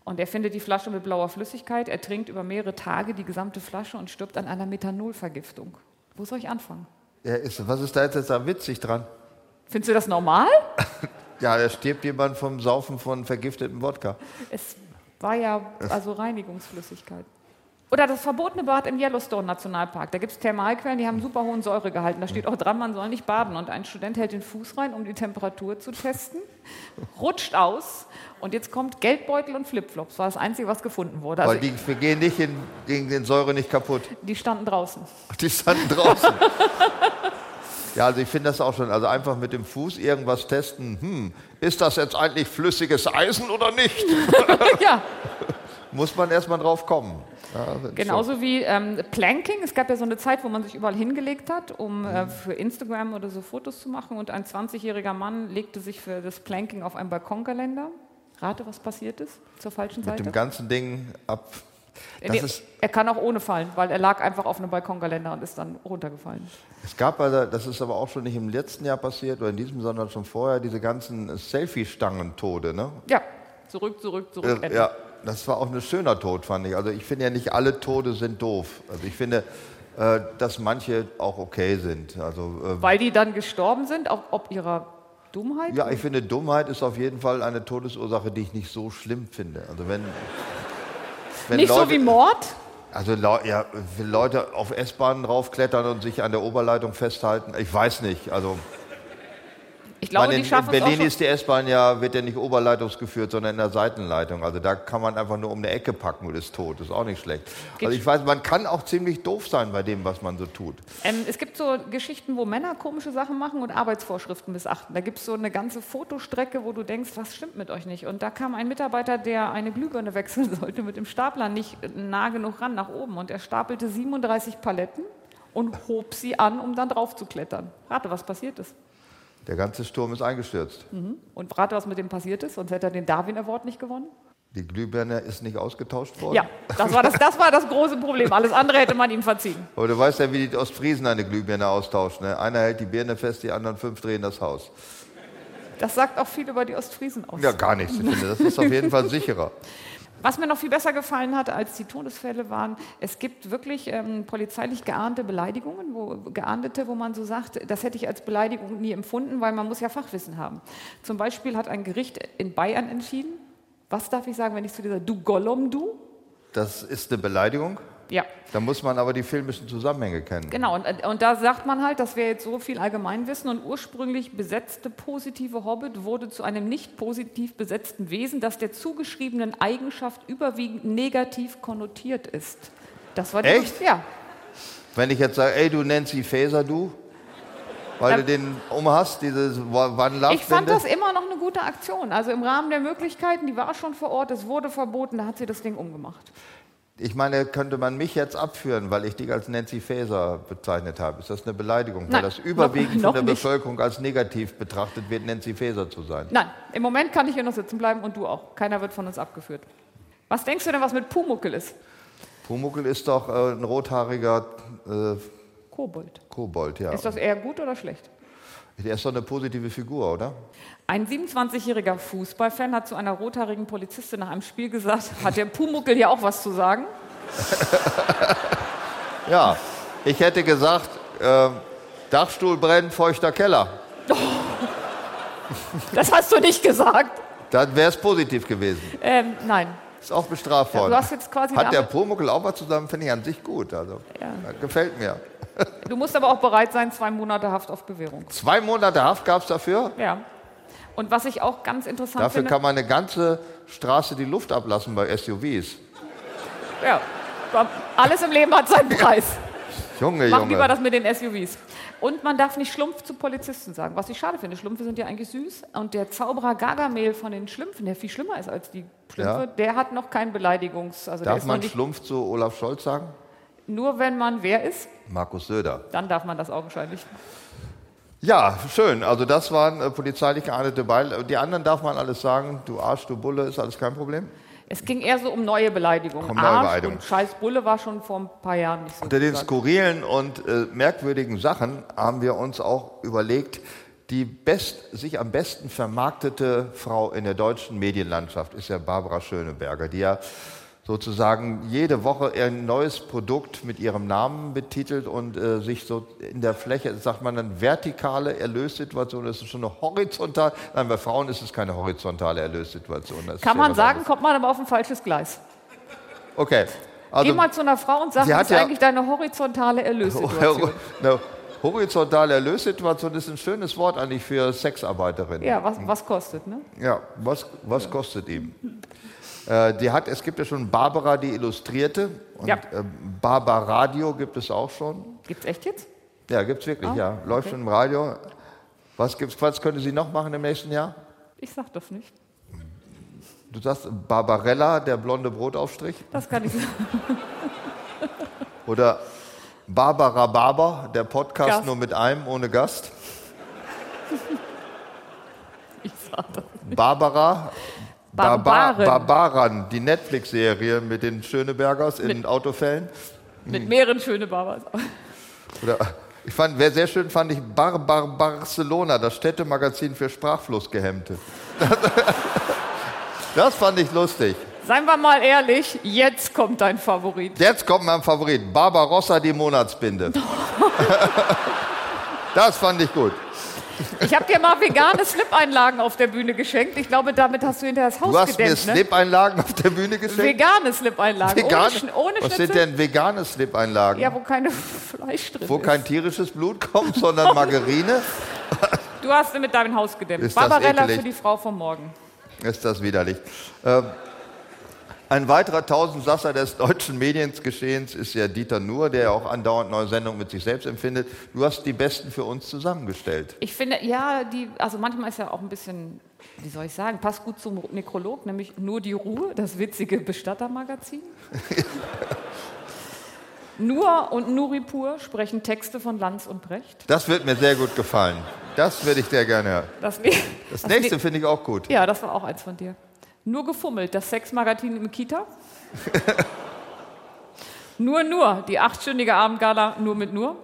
Speaker 2: Und er findet die Flasche mit blauer Flüssigkeit. Er trinkt über mehrere Tage die gesamte Flasche und stirbt an einer Methanolvergiftung. Wo soll ich anfangen?
Speaker 1: Ja, ist, was ist da jetzt, jetzt da witzig dran?
Speaker 2: Findest du das normal?
Speaker 1: Ja, da stirbt jemand vom Saufen von vergiftetem Wodka.
Speaker 2: Es war ja also Reinigungsflüssigkeit. Oder das verbotene Bad im Yellowstone-Nationalpark. Da gibt es Thermalquellen, die haben einen super hohen Säuregehalt. Und Da steht auch dran, man soll nicht baden. Und ein Student hält den Fuß rein, um die Temperatur zu testen, rutscht aus. Und jetzt kommt Geldbeutel und Flipflops. War das Einzige, was gefunden wurde. Also
Speaker 1: Weil die wir gehen nicht in, gegen den Säure nicht kaputt.
Speaker 2: die standen draußen.
Speaker 1: Die standen draußen. (laughs) Ja, also ich finde das auch schon. Also einfach mit dem Fuß irgendwas testen. Hm, ist das jetzt eigentlich flüssiges Eisen oder nicht?
Speaker 2: ja.
Speaker 1: Muss man erstmal drauf kommen. Ja,
Speaker 2: Genauso wie ähm, Planking. Es gab ja so eine Zeit, wo man sich überall hingelegt hat, um äh,
Speaker 1: Mhm.
Speaker 2: für Instagram oder so Fotos zu machen. Und ein 20-jähriger Mann legte sich für das Planking auf einen Balkonkalender. Rate, was passiert ist zur falschen
Speaker 1: Mit dem
Speaker 2: Seite.
Speaker 1: ganzen Ding ab. Das
Speaker 2: Äh, Nee,
Speaker 1: ist,
Speaker 2: er kann auch ohne fallen, weil er lag einfach auf einem Balkonkalender und ist dann runtergefallen.
Speaker 1: es gab, also, das ist aber auch schon nicht im letzten Jahr passiert oder in diesem, sondern schon vorher, diese ganzen Selfie-Stangentode. Ne?
Speaker 2: Ja, zurück, zurück, zurück.
Speaker 1: Äh, ja, das war auch ein schöner Tod, fand ich. Also ich finde ja nicht alle Tode sind doof. Also ich finde, äh, dass manche auch okay sind. Also äh,
Speaker 2: Weil die dann gestorben sind, auch ob ihrer Dummheit.
Speaker 1: Ja, ich finde, Dummheit ist auf jeden Fall eine Todesursache, die ich nicht so schlimm finde. Also wenn, wenn
Speaker 2: Nicht
Speaker 1: Leute,
Speaker 2: so wie Mord.
Speaker 1: Also Leu ja, wenn Leute auf S-Bahnen raufklettern und sich an der Oberleitung festhalten, ich weiß nicht. Also
Speaker 2: Ich glaube,
Speaker 1: Meine,
Speaker 2: die
Speaker 1: in
Speaker 2: schaffen es auch
Speaker 1: Berlin
Speaker 2: schon.
Speaker 1: ist die S-Bahn ja, wird ja nicht oberleitungsgeführt, sondern in der Seitenleitung. Also da kann man einfach nur um eine Ecke packen und ist tot. Ist auch nicht schlecht. Also ich weiß, man kann auch ziemlich doof sein bei dem, was man so tut.
Speaker 2: Ähm, es gibt so Geschichten, wo Männer komische Sachen machen und Arbeitsvorschriften missachten. Da gibt es so eine ganze Fotostrecke, wo du denkst, was stimmt mit euch nicht? Und da kam ein Mitarbeiter, der eine Glühbirne (laughs) wechseln sollte, mit dem Stapler nicht nah genug ran nach oben. Und er stapelte 37 Paletten und hob sie an, um dann drauf zu klettern. Rate, was passiert ist.
Speaker 1: Der ganze Sturm ist eingestürzt.
Speaker 2: Hm. Und rate, was mit dem passiert ist, sonst hätte er den Darwin Award nicht gewonnen.
Speaker 1: Die Glühbirne ist nicht ausgetauscht worden.
Speaker 2: Ja, das war das, das war das große Problem. Alles andere hätte man ihm verziehen.
Speaker 1: Aber du weißt ja, wie die Ostfriesen eine Glühbirne austauschen. Ne? Einer hält die Birne fest, die anderen fünf drehen das Haus.
Speaker 2: Das sagt auch viel über die Ostfriesen aus.
Speaker 1: Ja, gar nichts. Ich finde, das ist auf jeden Fall sicherer.
Speaker 2: Was mir noch viel besser gefallen hat als die Todesfälle waren, es gibt wirklich ähm, polizeilich geahnte Beleidigungen, wo, geahndete, wo man so sagt, das hätte ich als Beleidigung nie empfunden, weil man muss ja Fachwissen haben. Zum Beispiel hat ein Gericht in Bayern entschieden, was darf ich sagen, wenn ich zu dieser Du Gollum du?
Speaker 1: Das ist eine Beleidigung.
Speaker 2: Ja,
Speaker 1: Da muss man aber die filmischen Zusammenhänge kennen.
Speaker 2: Genau, und, und da sagt man halt, das wäre jetzt so viel Allgemeinwissen und ursprünglich besetzte positive Hobbit wurde zu einem nicht positiv besetzten Wesen, das der zugeschriebenen Eigenschaft überwiegend negativ konnotiert ist. Das war die
Speaker 1: Echt?
Speaker 2: Ja.
Speaker 1: Wenn ich jetzt sage, ey, du Nancy Faeser, du, weil du den umhast, dieses Wandler.
Speaker 2: Ähm, Ich fand das immer noch eine gute Aktion. Also im Rahmen der Möglichkeiten, die war schon vor Ort, es wurde verboten, da hat sie das Ding umgemacht.
Speaker 1: Ich meine, könnte man mich jetzt abführen, weil ich dich als Nancy Faeser bezeichnet habe? Ist das eine Beleidigung? weil
Speaker 2: Nein,
Speaker 1: das überwiegend
Speaker 2: noch- noch
Speaker 1: von der
Speaker 2: nicht.
Speaker 1: Bevölkerung als negativ betrachtet wird, Nancy Faeser zu sein.
Speaker 2: Nein, im Moment kann ich hier noch sitzen bleiben und du auch. Keiner wird von uns abgeführt. Was denkst du denn, was mit Pumuckel ist?
Speaker 1: Pumuckl ist doch äh, ein rothaariger äh,
Speaker 2: Kobold.
Speaker 1: Kobold, ja.
Speaker 2: Ist das eher gut oder schlecht?
Speaker 1: Er ist doch eine positive Figur, oder?
Speaker 2: Ein 27-jähriger Fußballfan hat zu einer rothaarigen Polizistin nach einem Spiel gesagt, hat der Pumuckel hier auch was zu sagen?
Speaker 1: Ja, ich hätte gesagt, ähm, Dachstuhl brennt, feuchter Keller.
Speaker 2: Das hast du nicht gesagt.
Speaker 1: Dann wäre es positiv gewesen.
Speaker 2: Ähm, nein.
Speaker 1: Ist auch bestraft
Speaker 2: Ja,
Speaker 1: worden.
Speaker 2: du hast jetzt quasi
Speaker 1: Hat der
Speaker 2: damit-
Speaker 1: Pumuckl auch mal zusammen, finde ich an sich gut. Also, das Gefällt mir.
Speaker 2: Du musst aber auch bereit sein, zwei Monate Haft auf Bewährung.
Speaker 1: Zwei Monate Haft gab es dafür.
Speaker 2: Ja. Und was ich auch ganz interessant
Speaker 1: Dafür
Speaker 2: finde.
Speaker 1: kann man eine ganze Straße die Luft ablassen bei SUVs.
Speaker 2: ja, alles im Leben hat seinen Preis.
Speaker 1: Junge,
Speaker 2: Mach
Speaker 1: Junge.
Speaker 2: lieber das mit den SUVs. Und man darf nicht Schlumpf zu Polizisten sagen, was ich schade finde. Schlumpfe sind ja eigentlich süß. Und der Zauberer Gargamel von den Schlümpfen, der viel schlimmer ist als die Schlümpfe,
Speaker 1: Ja.
Speaker 2: der hat noch kein Beleidigungs... Also der
Speaker 1: Darf
Speaker 2: ist
Speaker 1: man
Speaker 2: noch nicht,
Speaker 1: Schlumpf zu Olaf Scholz sagen?
Speaker 2: nur wenn man wer ist,
Speaker 1: Markus Söder.
Speaker 2: dann darf man das augenscheinlich.
Speaker 1: Ja, schön. Also das waren äh, polizeilich geahndete Beile. Die anderen darf man alles sagen. Du Arsch, du Bulle, ist alles kein Problem.
Speaker 2: Es ging eher so um neue Beleidigungen.
Speaker 1: Um neue
Speaker 2: Arsch
Speaker 1: Beleidigungen.
Speaker 2: und Scheiß Bulle war schon vor ein paar Jahren nicht so
Speaker 1: Unter den
Speaker 2: gesagt.
Speaker 1: skurrilen und äh, merkwürdigen Sachen haben wir uns auch überlegt, die best, sich am besten vermarktete Frau in der deutschen Medienlandschaft ist ja Barbara Schöneberger, die ja sozusagen jede Woche ein neues Produkt mit ihrem Namen betitelt und äh, sich so in der Fläche, sagt man dann, vertikale Erlössituation, das ist schon eine horizontal, nein, bei Frauen ist es keine horizontale Erlössituation. das ist
Speaker 2: Kann
Speaker 1: ja
Speaker 2: man
Speaker 1: was
Speaker 2: sagen,
Speaker 1: anderes.
Speaker 2: kommt man aber auf ein falsches Gleis.
Speaker 1: Okay. also
Speaker 2: Geh mal zu einer Frau und sag,
Speaker 1: sie
Speaker 2: das
Speaker 1: hat
Speaker 2: ist
Speaker 1: ja-
Speaker 2: eigentlich deine
Speaker 1: (laughs)
Speaker 2: horizontale Erlössituation.
Speaker 1: Eine horizontale Erlössituation ist ein schönes Wort eigentlich für Sexarbeiterin.
Speaker 2: Ja, was, was kostet, ne?
Speaker 1: Ja, was, was kostet ihm? Äh, die hat, es gibt ja schon Barbara die Illustrierte und
Speaker 2: Ja.
Speaker 1: ähm, Barbaradio gibt es auch schon.
Speaker 2: Gibt's echt jetzt?
Speaker 1: Ja, gibt's wirklich,
Speaker 2: Ah,
Speaker 1: ja. Läuft schon im Radio. Was, gibt's, was könnte sie noch machen im nächsten Jahr?
Speaker 2: Ich sag das nicht.
Speaker 1: Du sagst Barbarella, der blonde Brotaufstrich?
Speaker 2: Das kann ich sagen. (laughs)
Speaker 1: Oder Barbara Barber, der Podcast
Speaker 2: Gast.
Speaker 1: nur mit einem, ohne Gast?
Speaker 2: Ich sag das.
Speaker 1: Barbara. Barbar-
Speaker 2: Barbaren.
Speaker 1: Barbaran, die Netflix-Serie mit den Schönebergers in Autofällen.
Speaker 2: Mit mehreren schöne Barbers.
Speaker 1: Oder, ich fand, wer sehr schön fand ich Barbar Barcelona, das Städtemagazin für Sprachflussgehemmte. (laughs) Das fand ich lustig.
Speaker 2: Seien wir mal ehrlich, jetzt kommt dein Favorit.
Speaker 1: Jetzt kommt mein Favorit, Barbarossa die
Speaker 2: (laughs)
Speaker 1: Monatsbinde. Das fand ich gut.
Speaker 2: Ich habe dir mal vegane Slip-Einlagen auf der Bühne geschenkt. Ich glaube, damit hast du hinterher das Haus
Speaker 1: Du hast mir
Speaker 2: gedämmt. Ne?
Speaker 1: Slip-Einlagen auf der Bühne geschickt.
Speaker 2: Vegane Slip-Einlagen. Ohne,
Speaker 1: Vegan?
Speaker 2: Schn- ohne
Speaker 1: Was
Speaker 2: Schnitzel.
Speaker 1: sind denn vegane Slip-Einlagen?
Speaker 2: Ja, wo keine (laughs) Fleisch drin
Speaker 1: Wo
Speaker 2: ist. (laughs)
Speaker 1: kein tierisches Blut kommt, sondern Margarine?
Speaker 2: Du Du hast mit deinem Haus gedämmt.
Speaker 1: Ist das
Speaker 2: Barbarella
Speaker 1: ekelig.
Speaker 2: für die Frau von morgen.
Speaker 1: Ist das widerlich. Ähm, ein weiterer Tausendsasser des deutschen Mediengeschehens ist ja Dieter Nuhr, der ja auch andauernd neue Sendungen mit sich selbst empfindet. Du hast die besten für uns zusammengestellt.
Speaker 2: Ich finde, ja, die, also manchmal ist ja auch ein bisschen, wie soll ich sagen, passt gut zum Nekrolog, nämlich nur die Ruhe, das
Speaker 1: (laughs)
Speaker 2: witzige Bestattermagazin. Nur und Nuripur sprechen Texte von Lanz und Brecht.
Speaker 1: Das wird mir sehr gut gefallen. Das würde ich sehr gerne hören.
Speaker 2: Das, ne-
Speaker 1: Das
Speaker 2: ne-
Speaker 1: nächste finde ich auch gut.
Speaker 2: Ja, das war auch eins von dir. Nur gefummelt, das Sexmagazin im Kita. nur, nur, die achtstündige Abendgala, nur mit nur.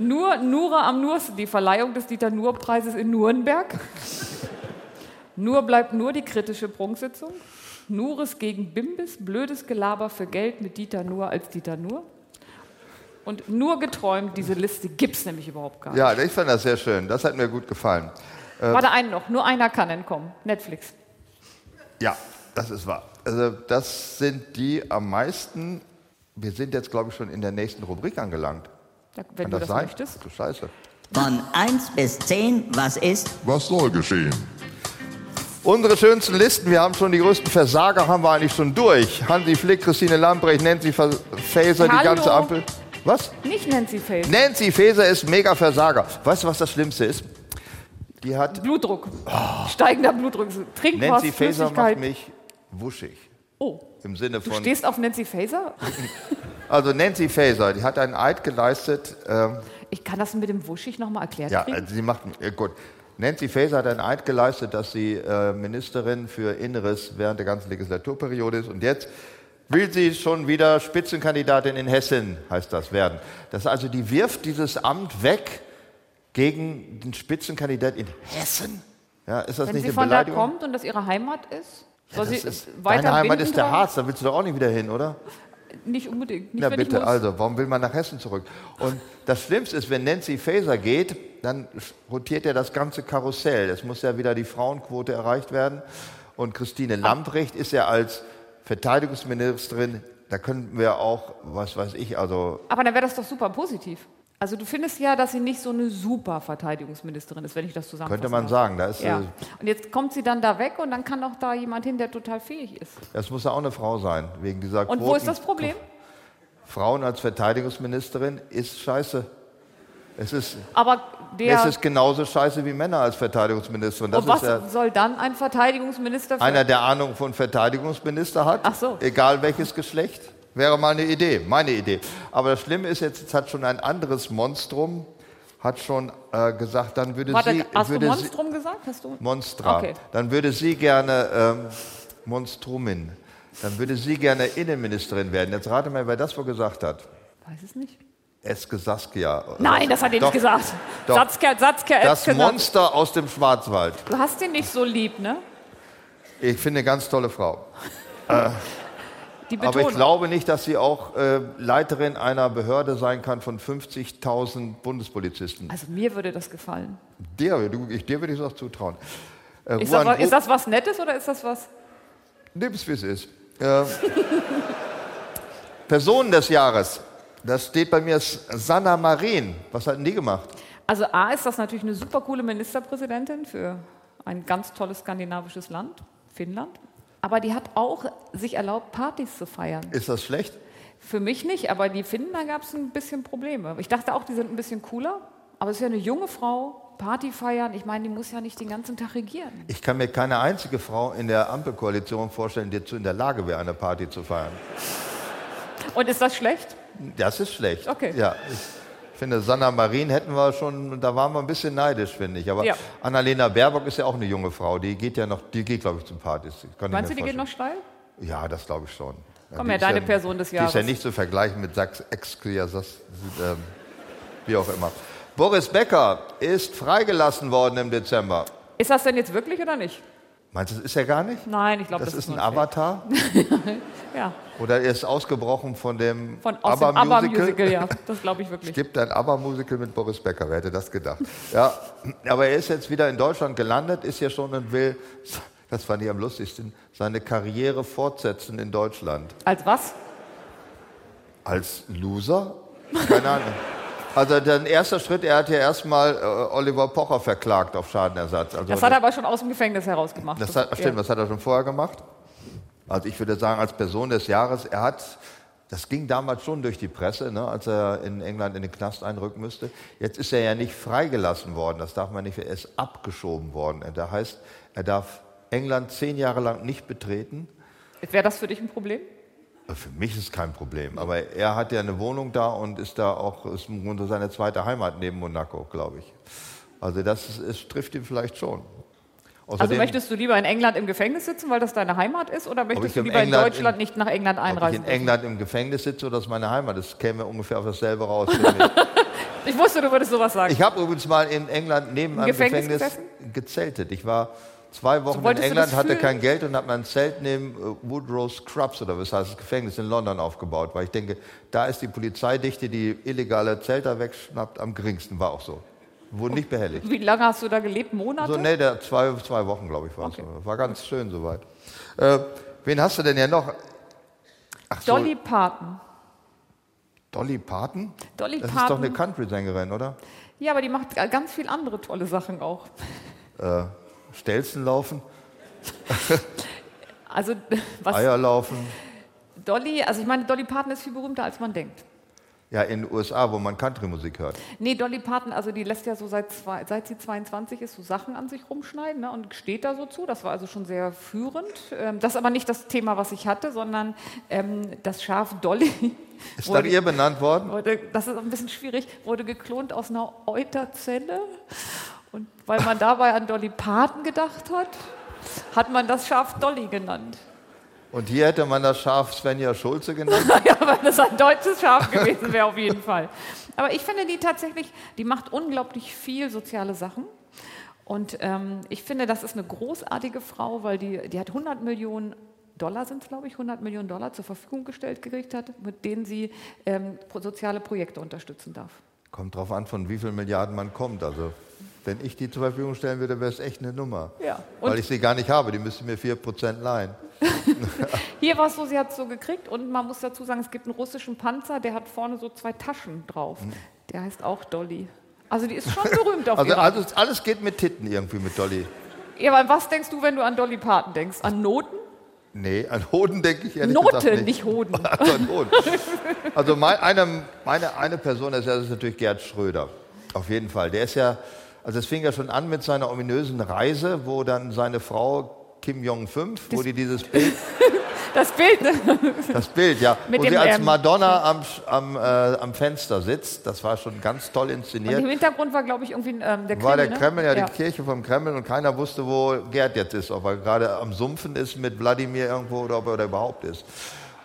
Speaker 2: Nur, Nura am Nursten, die Verleihung des Dieter-Nur-Preises in Nürnberg. nur bleibt nur die kritische Prunksitzung. Nures gegen Bimbis, blödes Gelaber für Geld mit Dieter Nur als Dieter Nur. Und nur geträumt, diese Liste gibt's nämlich überhaupt gar nicht.
Speaker 1: Ja, äh, ich fand das sehr schön. Das hat mir gut gefallen.
Speaker 2: Warte, einen noch, nur einer kann entkommen. Netflix.
Speaker 1: Ja, das ist wahr. Also das sind die am meisten. Wir sind jetzt, glaube ich, schon in der nächsten Rubrik angelangt.
Speaker 2: Da- Wenn
Speaker 1: Kann
Speaker 2: du
Speaker 1: das
Speaker 2: das
Speaker 1: sein?
Speaker 2: möchtest.
Speaker 1: Du Scheiße.
Speaker 5: Von 1 bis 10, was ist?
Speaker 3: Was soll geschehen?
Speaker 1: Unsere schönsten Listen, wir haben schon die größten Versager, haben wir eigentlich schon durch. Hansi Flick, Christine Lambrecht, Nancy Fa- Faeser, die
Speaker 2: Hallo.
Speaker 1: ganze Ampel. Was?
Speaker 2: Nicht Nancy Faeser.
Speaker 1: Nancy Faeser ist mega Versager. Weißt du, was das Schlimmste ist? Die hat.
Speaker 2: Blutdruck. Steigender Blutdruck. Trinken was,
Speaker 1: Oh. Nancy Faeser macht
Speaker 2: Flüssigkeit.
Speaker 1: mich wuschig.
Speaker 2: oh,
Speaker 1: Im Sinne
Speaker 2: du
Speaker 1: von.
Speaker 2: stehst auf Nancy Faeser?
Speaker 1: Also Nancy Faeser, die hat einen Eid geleistet. Ähm,
Speaker 2: Ich kann das mit dem Wuschig nochmal erklärt
Speaker 1: Ja,
Speaker 2: kriegen.
Speaker 1: also sie macht äh, gut. Nancy Faeser hat einen Eid geleistet, dass sie äh, Ministerin für Inneres während der ganzen Legislaturperiode ist. Und jetzt will sie schon wieder Spitzenkandidatin in Hessen, heißt das, werden. Das also, die wirft dieses Amt weg gegen den Spitzenkandidat in Hessen. Ja, ist das
Speaker 2: Wenn
Speaker 1: nicht
Speaker 2: sie
Speaker 1: eine
Speaker 2: von da
Speaker 1: Beleidigung?
Speaker 2: kommt und das ihre Heimat ist, soll
Speaker 1: das
Speaker 2: sie
Speaker 1: ist,
Speaker 2: weiter
Speaker 1: deine Heimat
Speaker 2: Binden
Speaker 1: ist der
Speaker 2: tragen?
Speaker 1: Harz, da willst du doch auch nicht wieder hin, oder?
Speaker 2: Nicht unbedingt. Nicht,
Speaker 1: Na
Speaker 2: wenn ich
Speaker 1: bitte,
Speaker 2: muss.
Speaker 1: also, warum will man nach Hessen zurück? Und das Schlimmste ist, wenn Nancy Faeser geht, dann rotiert ja das ganze Karussell. Es muss ja wieder die Frauenquote erreicht werden. Und Christine Lambrecht ist ja als Verteidigungsministerin, da könnten wir auch, was weiß ich, also,
Speaker 2: Aber dann wäre das doch super positiv. Also du findest ja, dass sie nicht so eine super Verteidigungsministerin ist, wenn ich das zusammenfasse.
Speaker 1: könnte man sagen, da ist,
Speaker 2: Ja.
Speaker 1: äh,
Speaker 2: Und jetzt kommt sie dann da weg und dann kann doch da jemand hin, der total fähig ist.
Speaker 1: das muss ja auch eine Frau sein, wegen dieser
Speaker 2: Und wo
Speaker 1: Quoten-
Speaker 2: ist das Problem?
Speaker 1: Frauen als Verteidigungsministerin ist scheiße. Es ist,
Speaker 2: Aber der
Speaker 1: es ist genauso scheiße wie Männer als Verteidigungsministerin. Das
Speaker 2: Und was
Speaker 1: ist ja,
Speaker 2: soll dann ein Verteidigungsminister für
Speaker 1: Einer, der Ahnung von Verteidigungsminister hat,
Speaker 2: Ach so.
Speaker 1: egal welches Geschlecht, wäre mal eine Idee, meine Idee. Aber das Schlimme ist jetzt, jetzt hat schon ein anderes Monstrum, hat schon äh, gesagt, dann würde sie,
Speaker 2: Warte, hast du
Speaker 1: würde sie
Speaker 2: Monstrum gesagt? Hast du?
Speaker 1: Monstra,
Speaker 2: Okay.
Speaker 1: dann würde sie gerne ähm, Monstrumin, dann würde sie gerne Innenministerin werden. Jetzt rate mal, wer das wohl gesagt hat.
Speaker 2: Weiß es nicht.
Speaker 1: Eske Saskia.
Speaker 2: Nein, das hat er
Speaker 1: Äh, Doch,
Speaker 2: nicht gesagt.
Speaker 1: doch.
Speaker 2: Satzker, Satzker,
Speaker 1: Das
Speaker 2: Satzker-
Speaker 1: Monster aus dem Schwarzwald.
Speaker 2: Du hast ihn nicht so lieb, ne?
Speaker 1: Ich finde eine ganz tolle Frau.
Speaker 2: Die Betonung.
Speaker 1: Aber ich glaube nicht, dass sie auch äh, Leiterin einer Behörde sein kann von 50.000 Bundespolizisten.
Speaker 2: also mir würde das gefallen.
Speaker 1: Dir, du, ich, dir würde ich es auch zutrauen. Äh,
Speaker 2: Ist das,
Speaker 1: Ruan
Speaker 2: was- ist
Speaker 1: Ru-
Speaker 2: das was Nettes oder ist das was?
Speaker 1: Nimm's, wie es ist. (laughs) Äh, Personen des Jahres. Das steht bei mir als Sanna Marin. Was hat denn die gemacht?
Speaker 2: Also A ist das natürlich eine super coole Ministerpräsidentin für ein ganz tolles skandinavisches Land, Finnland. Aber die hat auch sich erlaubt, Partys zu feiern.
Speaker 1: Ist das schlecht?
Speaker 2: Für mich nicht, aber die Finnen, da gab es ein bisschen Probleme. Ich dachte auch, die sind ein bisschen cooler, aber es ist ja eine junge Frau, Party feiern. Ich meine, die muss ja nicht den ganzen Tag regieren.
Speaker 1: Ich kann mir keine einzige Frau in der Ampelkoalition vorstellen, die dazu in der Lage wäre, eine Party zu feiern.
Speaker 2: Und ist das schlecht?
Speaker 1: Das ist schlecht.
Speaker 2: Okay.
Speaker 1: Ja. Ich finde, Sanna Marin hätten wir schon, da waren wir ein bisschen neidisch, finde ich. Aber
Speaker 2: Ja.
Speaker 1: Annalena Baerbock ist ja auch eine junge Frau, die geht ja noch, die geht, glaube ich, zum Partys. Kann ich
Speaker 2: Meinst du,
Speaker 1: mir
Speaker 2: die geht noch steil?
Speaker 1: vorstellen. Ja, das glaube ich schon. Ja,
Speaker 2: Komm
Speaker 1: die
Speaker 2: her,
Speaker 1: ist
Speaker 2: deine
Speaker 1: ja,
Speaker 2: Person des
Speaker 1: Die ist
Speaker 2: Jahres.
Speaker 1: ja nicht zu vergleichen mit Sachs, ex Sachs ähm, wie auch immer. Boris Becker ist freigelassen worden im Dezember.
Speaker 2: Ist das denn jetzt wirklich oder nicht?
Speaker 1: Meinst du, das ist er gar nicht?
Speaker 2: Nein, ich glaube,
Speaker 1: Das,
Speaker 2: das,
Speaker 1: ist ein
Speaker 2: nur Fake.
Speaker 1: Avatar?
Speaker 2: Ja,
Speaker 1: Oder er ist ausgebrochen von dem
Speaker 2: von aus dem ABBA-Musical,
Speaker 1: ABBA-Musical?
Speaker 2: ja. Das glaube
Speaker 1: (laughs)
Speaker 2: ich wirklich.
Speaker 1: gibt ein ABBA-Musical mit Boris Becker, wer hätte das gedacht? Ja, aber er ist jetzt wieder in Deutschland gelandet, ist hier schon und will, das fand ich am lustigsten, seine Karriere fortsetzen in Deutschland.
Speaker 2: Als was?
Speaker 1: Als Loser? Keine Ahnung. Also der erste Schritt, er hat ja erstmal äh, Oliver Pocher verklagt auf Schadenersatz. Also
Speaker 2: Das hat er aber schon aus dem Gefängnis heraus gemacht.
Speaker 1: das hat, stimmt,
Speaker 2: ja.
Speaker 1: das hat er schon vorher gemacht. Also ich würde sagen, als Person des Jahres, er hat, das ging damals schon durch die Presse, ne, als er in England in den Knast einrücken müsste. Jetzt ist er ja nicht freigelassen worden, das darf man nicht, er ist abgeschoben worden. Da heißt, er darf England zehn Jahre lang nicht betreten. Also
Speaker 2: Wäre das für dich ein Problem?
Speaker 1: Für mich ist kein Problem, aber er hat ja eine Wohnung da und ist da auch, ist im Grunde seine zweite Heimat neben Monaco, glaube ich. Also das ist, es trifft ihn vielleicht schon.
Speaker 2: Also
Speaker 1: Außerdem-
Speaker 2: möchtest du lieber in England im Gefängnis sitzen, weil das deine Heimat ist, oder
Speaker 1: ich
Speaker 2: möchtest du
Speaker 1: im
Speaker 2: lieber
Speaker 1: England-
Speaker 2: in Deutschland nicht nach England
Speaker 1: ob ich
Speaker 2: einreisen?
Speaker 1: in England im Gefängnis sitze oder das ist meine Heimat, das käme ungefähr auf dasselbe raus.
Speaker 2: (laughs)
Speaker 1: für mich.
Speaker 2: ich wusste, du würwürdest sowas sagen.
Speaker 1: ich habe übrigens mal in England neben einem
Speaker 2: Gefängnis
Speaker 1: Gefängnis, gezeltet. Ich war zwei Wochen in
Speaker 2: wolltest du
Speaker 1: England,
Speaker 2: das
Speaker 1: hatte
Speaker 2: fühlen?
Speaker 1: kein Geld und habe mein Zelt neben äh, Woodrow Scrubs oder was heißt das Gefängnis in London aufgebaut, weil ich denke, da ist die Polizeidichte, die illegale Zelter wegschnappt, am geringsten. War auch so. Wurde nicht behelligt.
Speaker 2: Wie lange hast du da gelebt? Monate?
Speaker 1: So, nee, der zwei, zwei Wochen, glaube ich, war es.
Speaker 2: Okay.
Speaker 1: War ganz schön soweit. Äh, wen hast du denn ja noch? Ach so,
Speaker 2: Dolly Parton.
Speaker 1: Dolly Parton?
Speaker 2: Dolly
Speaker 1: das ist doch
Speaker 2: Parton.
Speaker 1: eine Country-Sängerin, oder?
Speaker 2: ja, aber die macht ganz viel andere tolle Sachen auch.
Speaker 1: Stelzen laufen,
Speaker 2: Also (laughs) was
Speaker 1: Eier laufen.
Speaker 2: Dolly, also ich meine, Dolly Parton ist viel berühmter als man denkt.
Speaker 1: Ja, in den USA, wo man Country-Musik hört.
Speaker 2: Nee, Dolly Parton, also die lässt ja so seit, zwei, seit sie 22 ist, so Sachen an sich rumschneiden ne, und steht da so zu. Das war also schon sehr führend. Ähm, das ist aber nicht das Thema, was ich hatte, sondern ähm, das Schaf Dolly.
Speaker 1: Ist nach
Speaker 2: wurde-
Speaker 1: ihr benannt worden?
Speaker 2: wurde, das ist ein bisschen schwierig, wurde geklont aus einer Euterzelle. Und weil man dabei an Dolly Parton gedacht hat, hat man das Schaf Dolly genannt. (laughs)
Speaker 1: Und hier hätte man das Schaf Svenja Schulze
Speaker 2: (laughs)
Speaker 1: genannt.
Speaker 2: ja, weil das ein deutsches Schaf gewesen wäre auf jeden Fall. Aber ich finde die tatsächlich, die macht unglaublich viel soziale Sachen. Und ähm, ich finde, das ist eine großartige Frau, weil die, die hat 100 Millionen Dollar sind es, glaube ich, 100 Millionen Dollar zur Verfügung gestellt gekriegt hat, mit denen sie ähm, pro- soziale Projekte unterstützen darf.
Speaker 1: Kommt drauf an, von wie vielen Milliarden man kommt. Also, wenn ich die zur Verfügung stellen würde, wäre es echt eine Nummer.
Speaker 2: Ja.
Speaker 1: Weil
Speaker 2: Und-
Speaker 1: ich sie gar nicht habe. Die müssten mir 4% leihen.
Speaker 2: Hier war es so, sie hat es so gekriegt und man muss dazu sagen, es gibt einen russischen Panzer, der hat vorne so zwei Taschen drauf. Der heißt auch Dolly. Also die
Speaker 1: (laughs)
Speaker 2: ist schon berühmt auf
Speaker 1: Mhm. Also,
Speaker 2: ihrer
Speaker 1: alles, alles geht mit Titten irgendwie mit Dolly.
Speaker 2: Ja, aber an was denkst du, wenn du an Dolly Parton denkst? An Noten?
Speaker 1: Nee, an Hoden denke ich ehrlich gesagt
Speaker 2: Note,
Speaker 1: nicht.
Speaker 2: nicht. Hoden.
Speaker 1: (laughs) Also, ein Hoden. also mein, eine, meine eine Person des Jahres ist natürlich Gerd Schröder. Auf jeden Fall. Der ist ja, also es fing ja schon an mit seiner ominösen Reise, wo dann seine Frau Kim Jong-5, wo die dieses Bild,
Speaker 2: Das Bild, ne?
Speaker 1: das Bild, ja,
Speaker 2: (laughs) Mit
Speaker 1: wo sie
Speaker 2: dem,
Speaker 1: als
Speaker 2: ähm,
Speaker 1: Madonna am, Sch- am, äh, am Fenster sitzt, das war schon ganz toll
Speaker 2: Im
Speaker 1: inszeniert.
Speaker 2: Hintergrund war, glaube ich, irgendwie ein, ähm, der Kreml.
Speaker 1: War der
Speaker 2: ne?
Speaker 1: Kreml, ja, die Kirche vom Kreml und keiner wusste, wo Gerd jetzt ist, ob er gerade am Sumpfen ist mit Wladimir irgendwo oder ob er da überhaupt ist.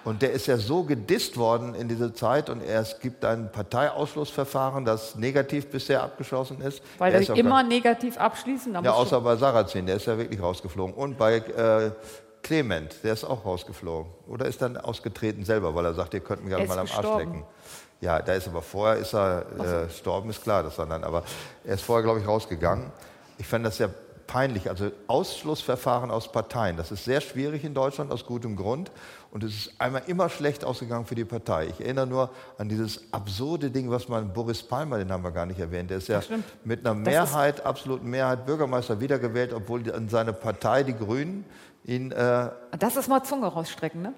Speaker 1: Und der ist ja so gedisst worden in dieser Zeit und es gibt ein Parteiausschlussverfahren, das negativ bisher abgeschlossen ist.
Speaker 2: Weil
Speaker 1: Der
Speaker 2: der
Speaker 1: ist auch
Speaker 2: immer
Speaker 1: gar-
Speaker 2: negativ abschließen. da
Speaker 1: Ja,
Speaker 2: musst du-
Speaker 1: außer bei Sarrazin, der ist ja wirklich rausgeflogen. Und bei äh, Clement, der ist auch rausgeflogen. Oder ist dann ausgetreten selber, weil er sagt, ihr könnt mich gerade
Speaker 2: Er ist
Speaker 1: mal am Arsch
Speaker 2: gestorben.
Speaker 1: lecken. Ja, da ist aber vorher, ist er äh, gestorben, ist klar, das war dann. Aber er ist vorher, glaube ich, rausgegangen. Ich fand das ja peinlich. Also Ausschlussverfahren aus Parteien, das ist sehr schwierig in Deutschland aus gutem Grund. Und es ist einmal immer schlecht ausgegangen für die Partei. Ich erinnere nur an dieses absurde Ding, was man Boris Palmer, den haben wir gar nicht erwähnt, der ist ja mit einer
Speaker 2: Das ist-
Speaker 1: Mehrheit, absoluten Mehrheit Bürgermeister wiedergewählt, obwohl die- an seine Partei, die Grünen, ihn äh,
Speaker 2: Das ist mal Zunge rausstrecken, ne?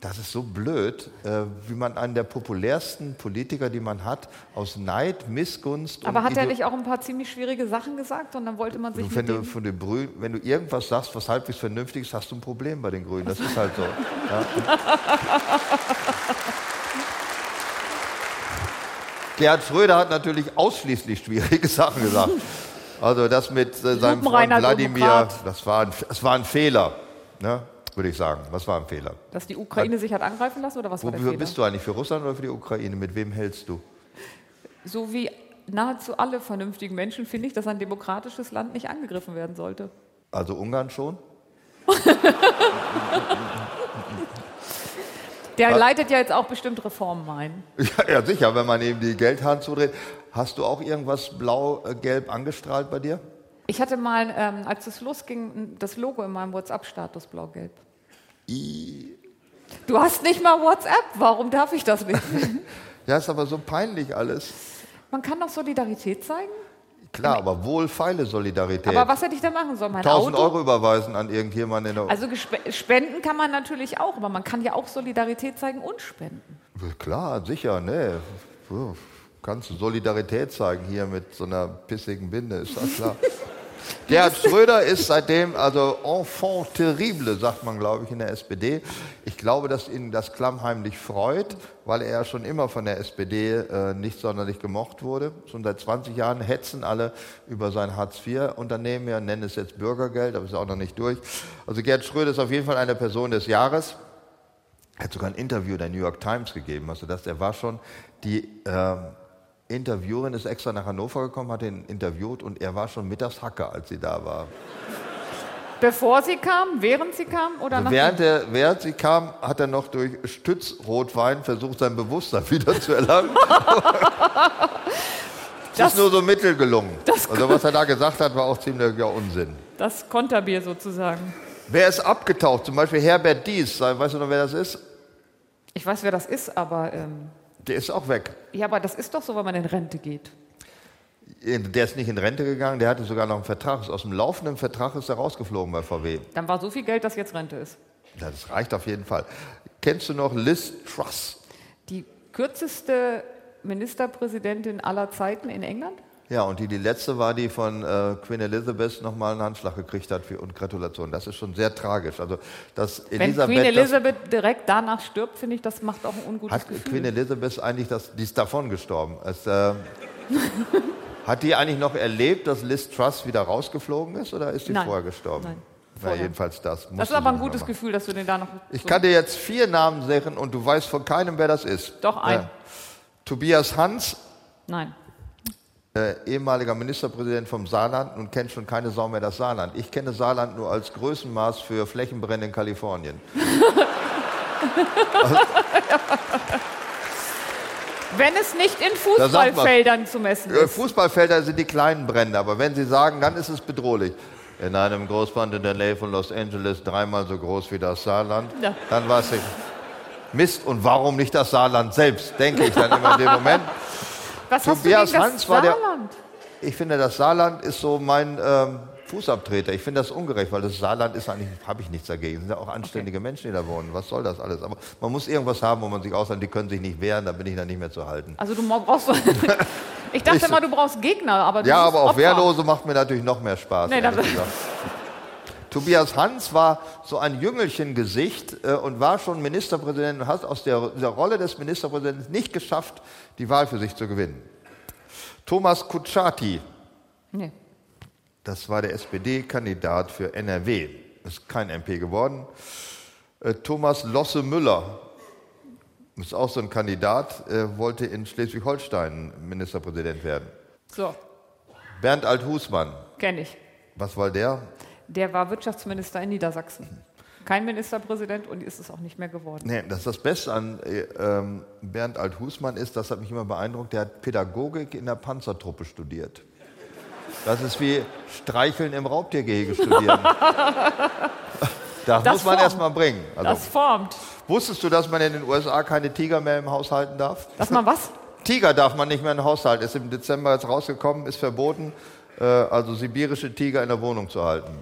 Speaker 1: das ist so blöd, äh, wie man einen der populärsten Politiker, die man hat, aus Neid, Missgunst
Speaker 2: Aber hat er
Speaker 1: Ideo-
Speaker 2: nicht auch ein paar ziemlich schwierige Sachen gesagt und dann wollte man sich
Speaker 1: Du, wenn,
Speaker 2: mit
Speaker 1: du
Speaker 2: dem...
Speaker 1: von den Brünen, wenn du irgendwas sagst, was halbwegs vernünftig ist, hast du ein Problem bei den Grünen. Das ist halt so. Ja.
Speaker 2: (laughs)
Speaker 1: Gerhard Schröder hat natürlich ausschließlich schwierige Sachen gesagt. Also das mit äh, seinem Freund
Speaker 2: Lupenreiner
Speaker 1: Wladimir,
Speaker 2: Demokrat.
Speaker 1: das war ein, das war ein Fehler, ne? würde ich sagen. Was war ein Fehler?
Speaker 2: Dass die Ukraine sich hat angreifen lassen oder was
Speaker 1: Wo
Speaker 2: war der Fehler?
Speaker 1: bist du eigentlich? Für Russland oder für die Ukraine? Mit wem hältst du?
Speaker 2: So wie nahezu alle vernünftigen Menschen finde ich, dass ein demokratisches Land nicht angegriffen werden sollte.
Speaker 1: Also Ungarn schon? (laughs)
Speaker 2: Der leitet ja jetzt auch bestimmt Reformen ein.
Speaker 1: Ja, ja sicher, wenn man eben die Geldhahn zudreht. Hast du auch irgendwas blau-gelb angestrahlt bei dir?
Speaker 2: Ich hatte mal, ähm, als es losging, das Logo in meinem WhatsApp-Status blau-gelb.
Speaker 1: I.
Speaker 2: Du
Speaker 1: (laughs)
Speaker 2: hast nicht mal WhatsApp, warum darf ich das nicht?
Speaker 1: Ja, ist aber so peinlich alles.
Speaker 2: Man kann doch Solidarität zeigen.
Speaker 1: Klar, aber wohlfeile Solidarität.
Speaker 2: Hm. Aber was hätte ich da machen sollen? Mein
Speaker 1: 1000
Speaker 2: Auto?
Speaker 1: Euro überweisen an irgendjemanden in der.
Speaker 2: Also gespe- spenden kann man natürlich auch, aber man kann ja auch Solidarität zeigen und spenden.
Speaker 1: Klar, sicher, ne. Ja, Kannst du Solidarität zeigen hier mit so einer pissigen Binde, ist das klar. Gerhard Schröder ist seitdem also enfant terrible, sagt man, glaube ich, in der SPD. Ich glaube, dass ihn das klammheimlich freut, weil er ja schon immer von der SPD äh, nicht sonderlich gemocht wurde. Schon seit 20 Jahren hetzen alle über sein Hartz-IV-Unternehmen, ja, nennen es jetzt Bürgergeld, aber ist auch noch nicht durch. Also Gerhard Schröder ist auf jeden Fall eine Person des Jahres. Er hat sogar ein Interview der New York Times gegeben, hast du das? Er war schon, die ähm, Interviewerin ist extra nach Hannover gekommen, hat ihn interviewt und er war schon mittags Hacker, als sie da war.
Speaker 2: Bevor sie kam, während sie kam oder nach
Speaker 1: Während, er, während sie kam, hat er noch durch Stützrotwein versucht, sein Bewusstsein (laughs) wieder zu erlangen. das ist nur so mittel gelungen. Also was er da gesagt hat, war auch ziemlicher Unsinn.
Speaker 2: das Konterbier sozusagen.
Speaker 1: Wer ist abgetaucht? Zum Beispiel Herbert Dies. Weißt du noch, wer das ist?
Speaker 2: Ich weiß, wer das ist, aber ähm,
Speaker 1: Der ist auch weg.
Speaker 2: ja, aber das ist doch so, wenn man in Rente geht.
Speaker 1: Der ist nicht in Rente gegangen, der hatte sogar noch einen Vertrag. Ist Aus dem laufenden Vertrag ist er rausgeflogen bei VW.
Speaker 2: Dann war so viel Geld, dass jetzt Rente ist.
Speaker 1: Das reicht auf jeden Fall. Kennst du noch Liz Truss?
Speaker 2: Die kürzeste Ministerpräsidentin aller Zeiten in England?
Speaker 1: Ja, und die, die letzte war, die von äh, Queen Elizabeth nochmal einen Handschlag gekriegt hat für, und Gratulation. Das ist schon sehr tragisch. Also, dass
Speaker 2: Wenn
Speaker 1: Elisabeth.
Speaker 2: Queen
Speaker 1: das-
Speaker 2: Elizabeth direkt danach stirbt, finde ich, das macht auch ein ungutes
Speaker 1: Hat
Speaker 2: Gefühl.
Speaker 1: Queen Elizabeth eigentlich das, die ist davon gestorben. Es,
Speaker 2: (laughs)
Speaker 1: äh, hat die eigentlich noch erlebt, dass Liz Truss wieder rausgeflogen ist oder ist die
Speaker 2: Nein.
Speaker 1: vorher gestorben?
Speaker 2: Nein,
Speaker 1: Na,
Speaker 2: vorher.
Speaker 1: jedenfalls das.
Speaker 2: das
Speaker 1: Musste
Speaker 2: ist aber
Speaker 1: sie
Speaker 2: ein
Speaker 1: noch
Speaker 2: gutes
Speaker 1: machen.
Speaker 2: Gefühl, dass du den da noch.
Speaker 1: Ich kann dir jetzt vier Namen sagen und du weißt von keinem, wer das ist.
Speaker 2: Doch, ein.
Speaker 1: Tobias Hans,
Speaker 2: Nein.
Speaker 1: äh, ehemaliger Ministerpräsident vom Saarland und kennt schon keine Sau mehr das Saarland. Ich kenne Saarland nur als Größenmaß für Flächenbrände in Kalifornien.
Speaker 2: Wenn es nicht in
Speaker 1: Da sagt man-
Speaker 2: Fußballfeldern zu messen
Speaker 1: Äh,
Speaker 2: ist.
Speaker 1: Fußballfelder sind die kleinen Brände, aber wenn sie sagen, dann ist es bedrohlich. In einem Großbrand in der Nähe von Los Angeles, dreimal so groß wie das Saarland,
Speaker 2: Ja.
Speaker 1: dann weiß ich, Mist, und warum nicht das Saarland selbst, denke ich dann immer in dem Moment.
Speaker 2: Was
Speaker 1: Tobias
Speaker 2: hast du gegen
Speaker 1: Hans
Speaker 2: das
Speaker 1: war der-
Speaker 2: Saarland?
Speaker 1: Ich finde, das Saarland ist so mein ähm, Fußabtreter. Ich finde das ungerecht, weil das Saarland ist eigentlich, habe ich nichts dagegen. Es sind ja auch anständige Menschen, die da wohnen. Was soll das alles? Aber man muss irgendwas haben, wo man sich ausland, die können sich nicht wehren, da bin ich dann nicht mehr zu halten.
Speaker 2: Also du mo- brauchst.
Speaker 1: (laughs)
Speaker 2: ich dachte
Speaker 1: Ich-
Speaker 2: immer, du brauchst Gegner, aber du
Speaker 1: Ja,
Speaker 2: bist
Speaker 1: aber auch
Speaker 2: Opfer.
Speaker 1: Wehrlose macht mir natürlich noch mehr Spaß.
Speaker 2: Nee,
Speaker 1: ehrlich
Speaker 2: das-
Speaker 1: gesagt. Tobias Hans war so ein Jüngelchengesicht äh, und war schon Ministerpräsident und hat aus der, der Rolle des Ministerpräsidenten nicht geschafft, die Wahl für sich zu gewinnen. Thomas Kutschaty,
Speaker 2: Nee.
Speaker 1: Das war der SPD-Kandidat für NRW. Ist kein MP geworden. Äh, Thomas Losse Müller ist auch so ein Kandidat, äh, wollte in Schleswig-Holstein Ministerpräsident werden.
Speaker 2: So,
Speaker 1: Bernd Althusmann,
Speaker 2: kenne ich.
Speaker 1: was war der?
Speaker 2: Der war Wirtschaftsminister in Niedersachsen. Kein Ministerpräsident und ist es auch nicht mehr geworden.
Speaker 1: Nee, das, das Beste an äh, ähm, Bernd Althusmann ist, das hat mich immer beeindruckt, der hat Pädagogik in der Panzertruppe studiert. Das ist wie Streicheln im Raubtiergehege
Speaker 2: (laughs)
Speaker 1: studieren. das,
Speaker 2: Das
Speaker 1: muss man
Speaker 2: formt.
Speaker 1: erst mal bringen. Also-
Speaker 2: Das formt.
Speaker 1: Wusstest du, dass man in den USA keine Tiger mehr im Haus halten darf?
Speaker 2: Dass man was?
Speaker 1: Tiger darf man nicht mehr im Haus halten. Ist im Dezember jetzt rausgekommen, ist verboten, äh, also sibirische Tiger in der Wohnung zu halten.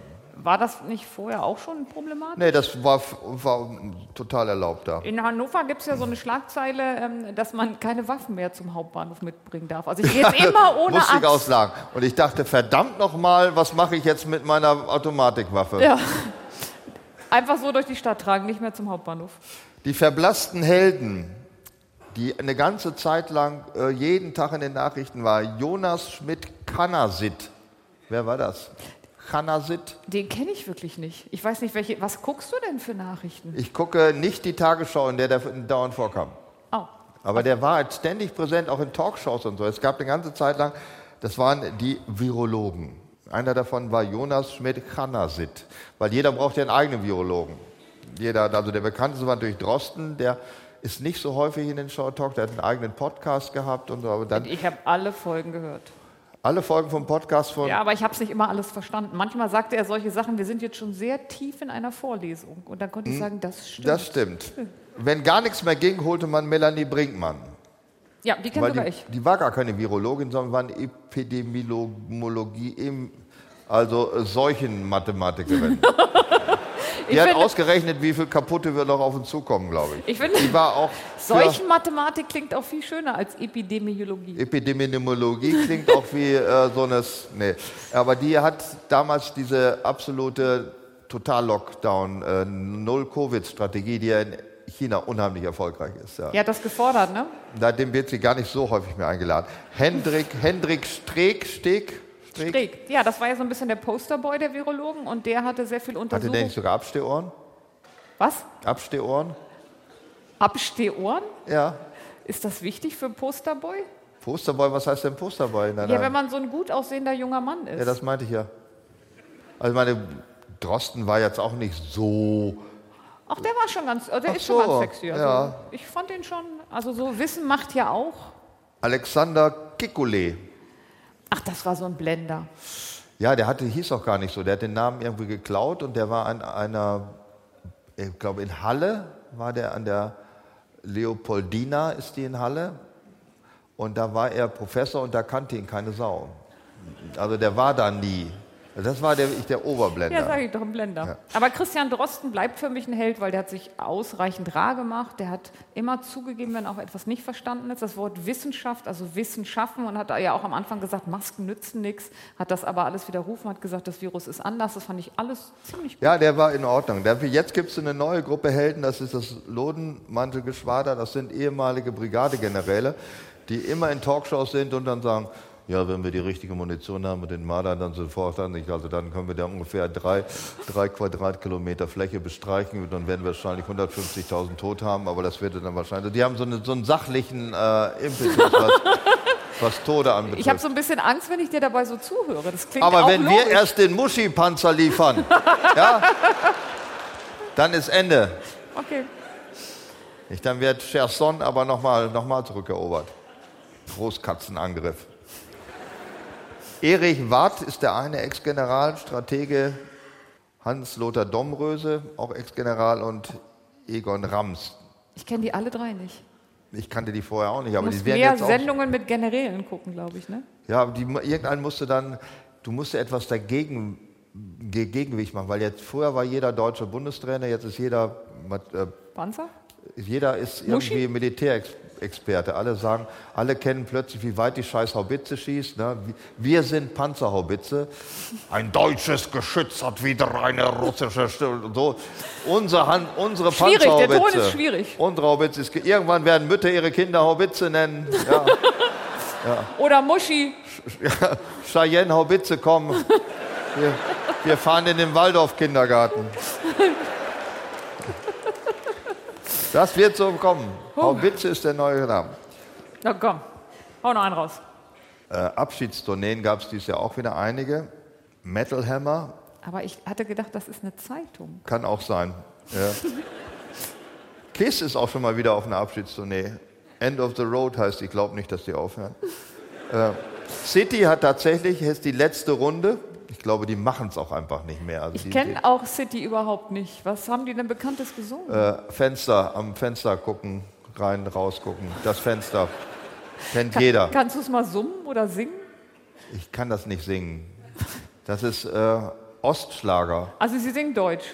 Speaker 2: War das nicht vorher auch schon problematisch?
Speaker 1: Nee, das war, f- war total erlaubt da.
Speaker 2: In Hannover gibt es ja so eine Schlagzeile, ähm, dass man keine Waffen mehr zum Hauptbahnhof mitbringen darf. Also ich
Speaker 1: (laughs)
Speaker 2: gehe jetzt immer ohne
Speaker 1: Musste ich
Speaker 2: Axt.
Speaker 1: aussagen. Und ich dachte, verdammt nochmal, was mache ich jetzt mit meiner Automatikwaffe?
Speaker 2: Ja. Einfach so durch die Stadt tragen, nicht mehr zum Hauptbahnhof.
Speaker 1: Die verblassten Helden, die eine ganze Zeit lang äh, jeden Tag in den Nachrichten war. Jonas Schmidt-Kanasit. Wer war das? Kanasit?
Speaker 2: Den kenne ich wirklich nicht. Ich weiß nicht, welche. Was guckst du denn für Nachrichten?
Speaker 1: Ich gucke nicht die Tagesschau, in der der dauernd vorkam.
Speaker 2: Oh.
Speaker 1: Aber der war halt ständig präsent, auch in Talkshows und so. Es gab eine ganze Zeit lang, das waren die Virologen. Einer davon war Jonas Schmidt-Hanasit, weil jeder braucht ja einen eigenen Virologen. Jeder, also der bekannteste war natürlich Drosten, der ist nicht so häufig in den Show Talk, der hat einen eigenen Podcast gehabt und so. Aber dann
Speaker 2: Ich habe alle Folgen gehört.
Speaker 1: alle Folgen vom Podcast von
Speaker 2: Ja, aber ich habe es nicht immer alles verstanden. Manchmal sagte er solche Sachen, wir sind jetzt schon sehr tief in einer Vorlesung. Und dann konnte
Speaker 1: Hm,
Speaker 2: ich sagen, das stimmt.
Speaker 1: Das stimmt. Wenn gar nichts mehr ging, holte man Melanie Brinkmann.
Speaker 2: Ja, die kenne
Speaker 1: Weil
Speaker 2: sogar
Speaker 1: die,
Speaker 2: ich.
Speaker 1: die war gar keine Virologin, sondern war eine Epidemiologie, im, also äh, Seuchenmathematikerin.
Speaker 2: Ich
Speaker 1: Die hat
Speaker 2: finde,
Speaker 1: ausgerechnet, wie viel kaputte wir noch auf uns zukommen, glaube ich.
Speaker 2: ich finde (laughs)
Speaker 1: Die war auch für
Speaker 2: Seuchenmathematik klingt auch viel schöner als Epidemiologie.
Speaker 1: Epidemiologie, klingt auch wie äh, so eine. S- Nee. Aber die hat damals diese absolute Total-Lockdown, äh, Null-Covid-Strategie, die ja in China unheimlich erfolgreich ist. Ja.
Speaker 2: Die hat das gefordert, ne?
Speaker 1: Seitdem wird sie gar nicht so häufig mehr eingeladen. Hendrik, Hendrik Streeck, Steg, Streeck,
Speaker 2: Krieg. Ja, das war ja so ein bisschen der Posterboy der Virologen und der hatte sehr viel
Speaker 1: hatte
Speaker 2: Untersuchung.
Speaker 1: der nicht sogar Abstehohren?
Speaker 2: Was?
Speaker 1: Abstehohren?
Speaker 2: Abstehohren?
Speaker 1: Ja.
Speaker 2: Ist das wichtig für Posterboy?
Speaker 1: Posterboy, was heißt denn Posterboy? in
Speaker 2: Ja,
Speaker 1: deiner-
Speaker 2: wenn man so ein gut aussehender junger Mann ist.
Speaker 1: Ja, das meinte ich ja. Also meine, Drosten war jetzt auch nicht so.
Speaker 2: Ach, der war schon ganz, äh, der
Speaker 1: Ach
Speaker 2: ist schon
Speaker 1: so,
Speaker 2: ganz sexy. Also
Speaker 1: ja.
Speaker 2: Ich fand den schon, also so Wissen macht ja auch.
Speaker 1: Alexander Kikule.
Speaker 2: Ach, das war so ein Blender.
Speaker 1: Ja, der hatte, hieß auch gar nicht so. Der hat den Namen irgendwie geklaut und der war an einer, ich glaube in Halle, war der an der Leopoldina, ist die in Halle. Und da war er Professor und da kannte ihn keine Sau. Also der war da nie. Das war der, der Oberblender.
Speaker 2: Ja, sage ich doch, ein Blender. Aber Christian Drosten bleibt für mich ein Held, weil der hat sich ausreichend rar gemacht. Der hat immer zugegeben, wenn auch etwas nicht verstanden ist. Das Wort Wissenschaft, also Wissen schaffen und hat ja auch am Anfang gesagt, Masken nützen nichts. Hat das aber alles widerrufen, hat gesagt, das Virus ist anders. Das fand ich alles ziemlich
Speaker 1: Ja, der war in Ordnung. Dafür- Jetzt gibt es eine neue Gruppe Helden, das ist das Lodenmantelgeschwader. Das sind ehemalige Brigadegeneräle, die immer in Talkshows sind und dann sagen, ja, wenn wir die richtige Munition haben und den Marder dann sofort an sich, also dann können wir da ungefähr drei, drei Quadratkilometer Fläche bestreichen und dann werden wir wahrscheinlich 150.000 tot haben, aber das wird dann wahrscheinlich... also Die haben so, eine, so einen sachlichen äh, Impetus, was, was Tode anbetrifft.
Speaker 2: Ich habe so ein bisschen Angst, wenn ich dir dabei so zuhöre. Das klingt
Speaker 1: Aber
Speaker 2: auch
Speaker 1: wenn
Speaker 2: logisch.
Speaker 1: wir erst den Muschi-Panzer
Speaker 2: (laughs)
Speaker 1: liefern, ja, dann ist Ende.
Speaker 2: Okay.
Speaker 1: Nicht, dann wird Cherson aber nochmal noch mal zurückerobert. Großkatzenangriff. Erich Watt ist der eine Ex-General, Stratege Hans-Lothar Domröse, auch Ex-General und Egon Rams.
Speaker 2: Ich kenne die alle drei nicht.
Speaker 1: Ich kannte die vorher auch nicht, aber
Speaker 2: Du musst
Speaker 1: die werden
Speaker 2: mehr
Speaker 1: jetzt auch
Speaker 2: Sendungen mit Generälen gucken, glaube ich. Ne?
Speaker 1: Ja, die, irgendein musste dann, du musste etwas dagegen, ge- Gegengewicht machen, weil jetzt vorher war jeder deutsche Bundestrainer, jetzt ist jeder, äh,
Speaker 2: Panzer?
Speaker 1: jeder ist
Speaker 2: Muschi?
Speaker 1: irgendwie Militärexperte. Alle sagen, alle kennen plötzlich, wie weit die scheiß Haubitze schießt. Ne? Wir- Wir sind Panzerhaubitze. Ein deutsches Geschütz hat wieder eine russische Stimme. und So. Unsere, Han unsere
Speaker 2: Schwierig, der Ton
Speaker 1: Panzerhaubitze.
Speaker 2: ist schwierig.
Speaker 1: Unsere Haubitze ist, ge- irgendwann werden Mütter ihre Kinder Haubitze nennen. Ja.
Speaker 2: Oder Muschi?
Speaker 1: Cheyenne Haubitze kommen. Wir, wir fahren in den Waldorf-Kindergarten. Das wird so kommen. Haubitze ist der neue Name.
Speaker 2: Na komm, hau noch einen raus.
Speaker 1: Äh, Abschiedstourneen gab es dieses Jahr auch wieder einige. Metal Hammer
Speaker 2: Aber ich hatte gedacht, das ist eine Zeitung.
Speaker 1: kann auch sein. Ja. Kiss ist auch schon mal wieder auf einer Abschiedstournee. End of the Road heißt, ich glaube nicht, dass die aufhören. Äh, City hat tatsächlich jetzt die letzte Runde. Ich glaube, die machen es auch einfach nicht mehr. Also
Speaker 2: Ich
Speaker 1: die-
Speaker 2: kenne auch City überhaupt nicht. Was haben die denn Bekanntes gesungen?
Speaker 1: Äh, Fenster, am Fenster gucken, rein, raus gucken. Das Fenster. Kennt jeder.
Speaker 2: Kannst du es mal summen oder singen?
Speaker 1: Ich kann das nicht singen. Das ist äh, Ostschlager.
Speaker 2: Also sie singen Deutsch.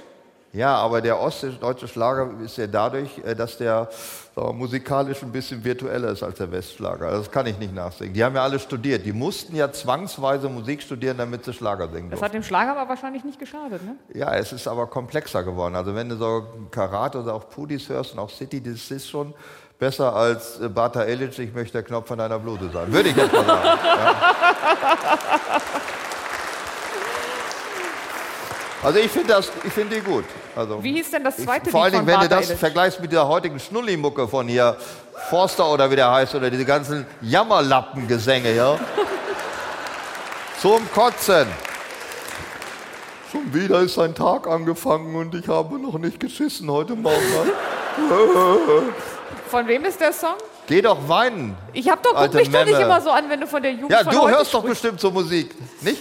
Speaker 1: Ja, aber der ostdeutsche Schlager ist ja dadurch, äh, dass der sagen wir, musikalisch ein bisschen virtueller ist als der Westschlager. Das kann ich nicht nachsingen. Die haben ja alle studiert. Die mussten ja zwangsweise Musik studieren, damit sie Schlager singen
Speaker 2: Das
Speaker 1: durften.
Speaker 2: hat dem Schlager aber wahrscheinlich nicht geschadet, ne?
Speaker 1: Ja, es ist aber komplexer geworden. Also wenn du so Karat oder auch Pudis hörst und auch City, das ist schon besser als äh, Bata Illich, ich möchte der Knopf an deiner Bluse sein. Würde ich jetzt mal sagen. Ja. Also ich finde das, ich finde die gut. Also
Speaker 2: Wie hieß denn das zweite
Speaker 1: vor allen
Speaker 2: Lied
Speaker 1: Dingen,
Speaker 2: von
Speaker 1: wenn du
Speaker 2: Bata
Speaker 1: das
Speaker 2: Edith?
Speaker 1: vergleichst mit dieser heutigen Schnullimucke von hier, Forster oder wie der heißt, oder diese ganzen Jammerlappengesänge,
Speaker 2: (laughs)
Speaker 1: ja. Zum Kotzen. Schon wieder ist ein Tag angefangen und ich habe noch nicht geschissen heute Morgen. ne?
Speaker 2: Von wem ist der Song?
Speaker 1: Geh doch weinen.
Speaker 2: Ich hab doch, guck
Speaker 1: Alte
Speaker 2: mich doch nicht
Speaker 1: Memme.
Speaker 2: immer so an, wenn du von der Jugend
Speaker 1: Ja,
Speaker 2: von
Speaker 1: du
Speaker 2: heute
Speaker 1: hörst doch
Speaker 2: sprichst.
Speaker 1: bestimmt zur Musik, nicht?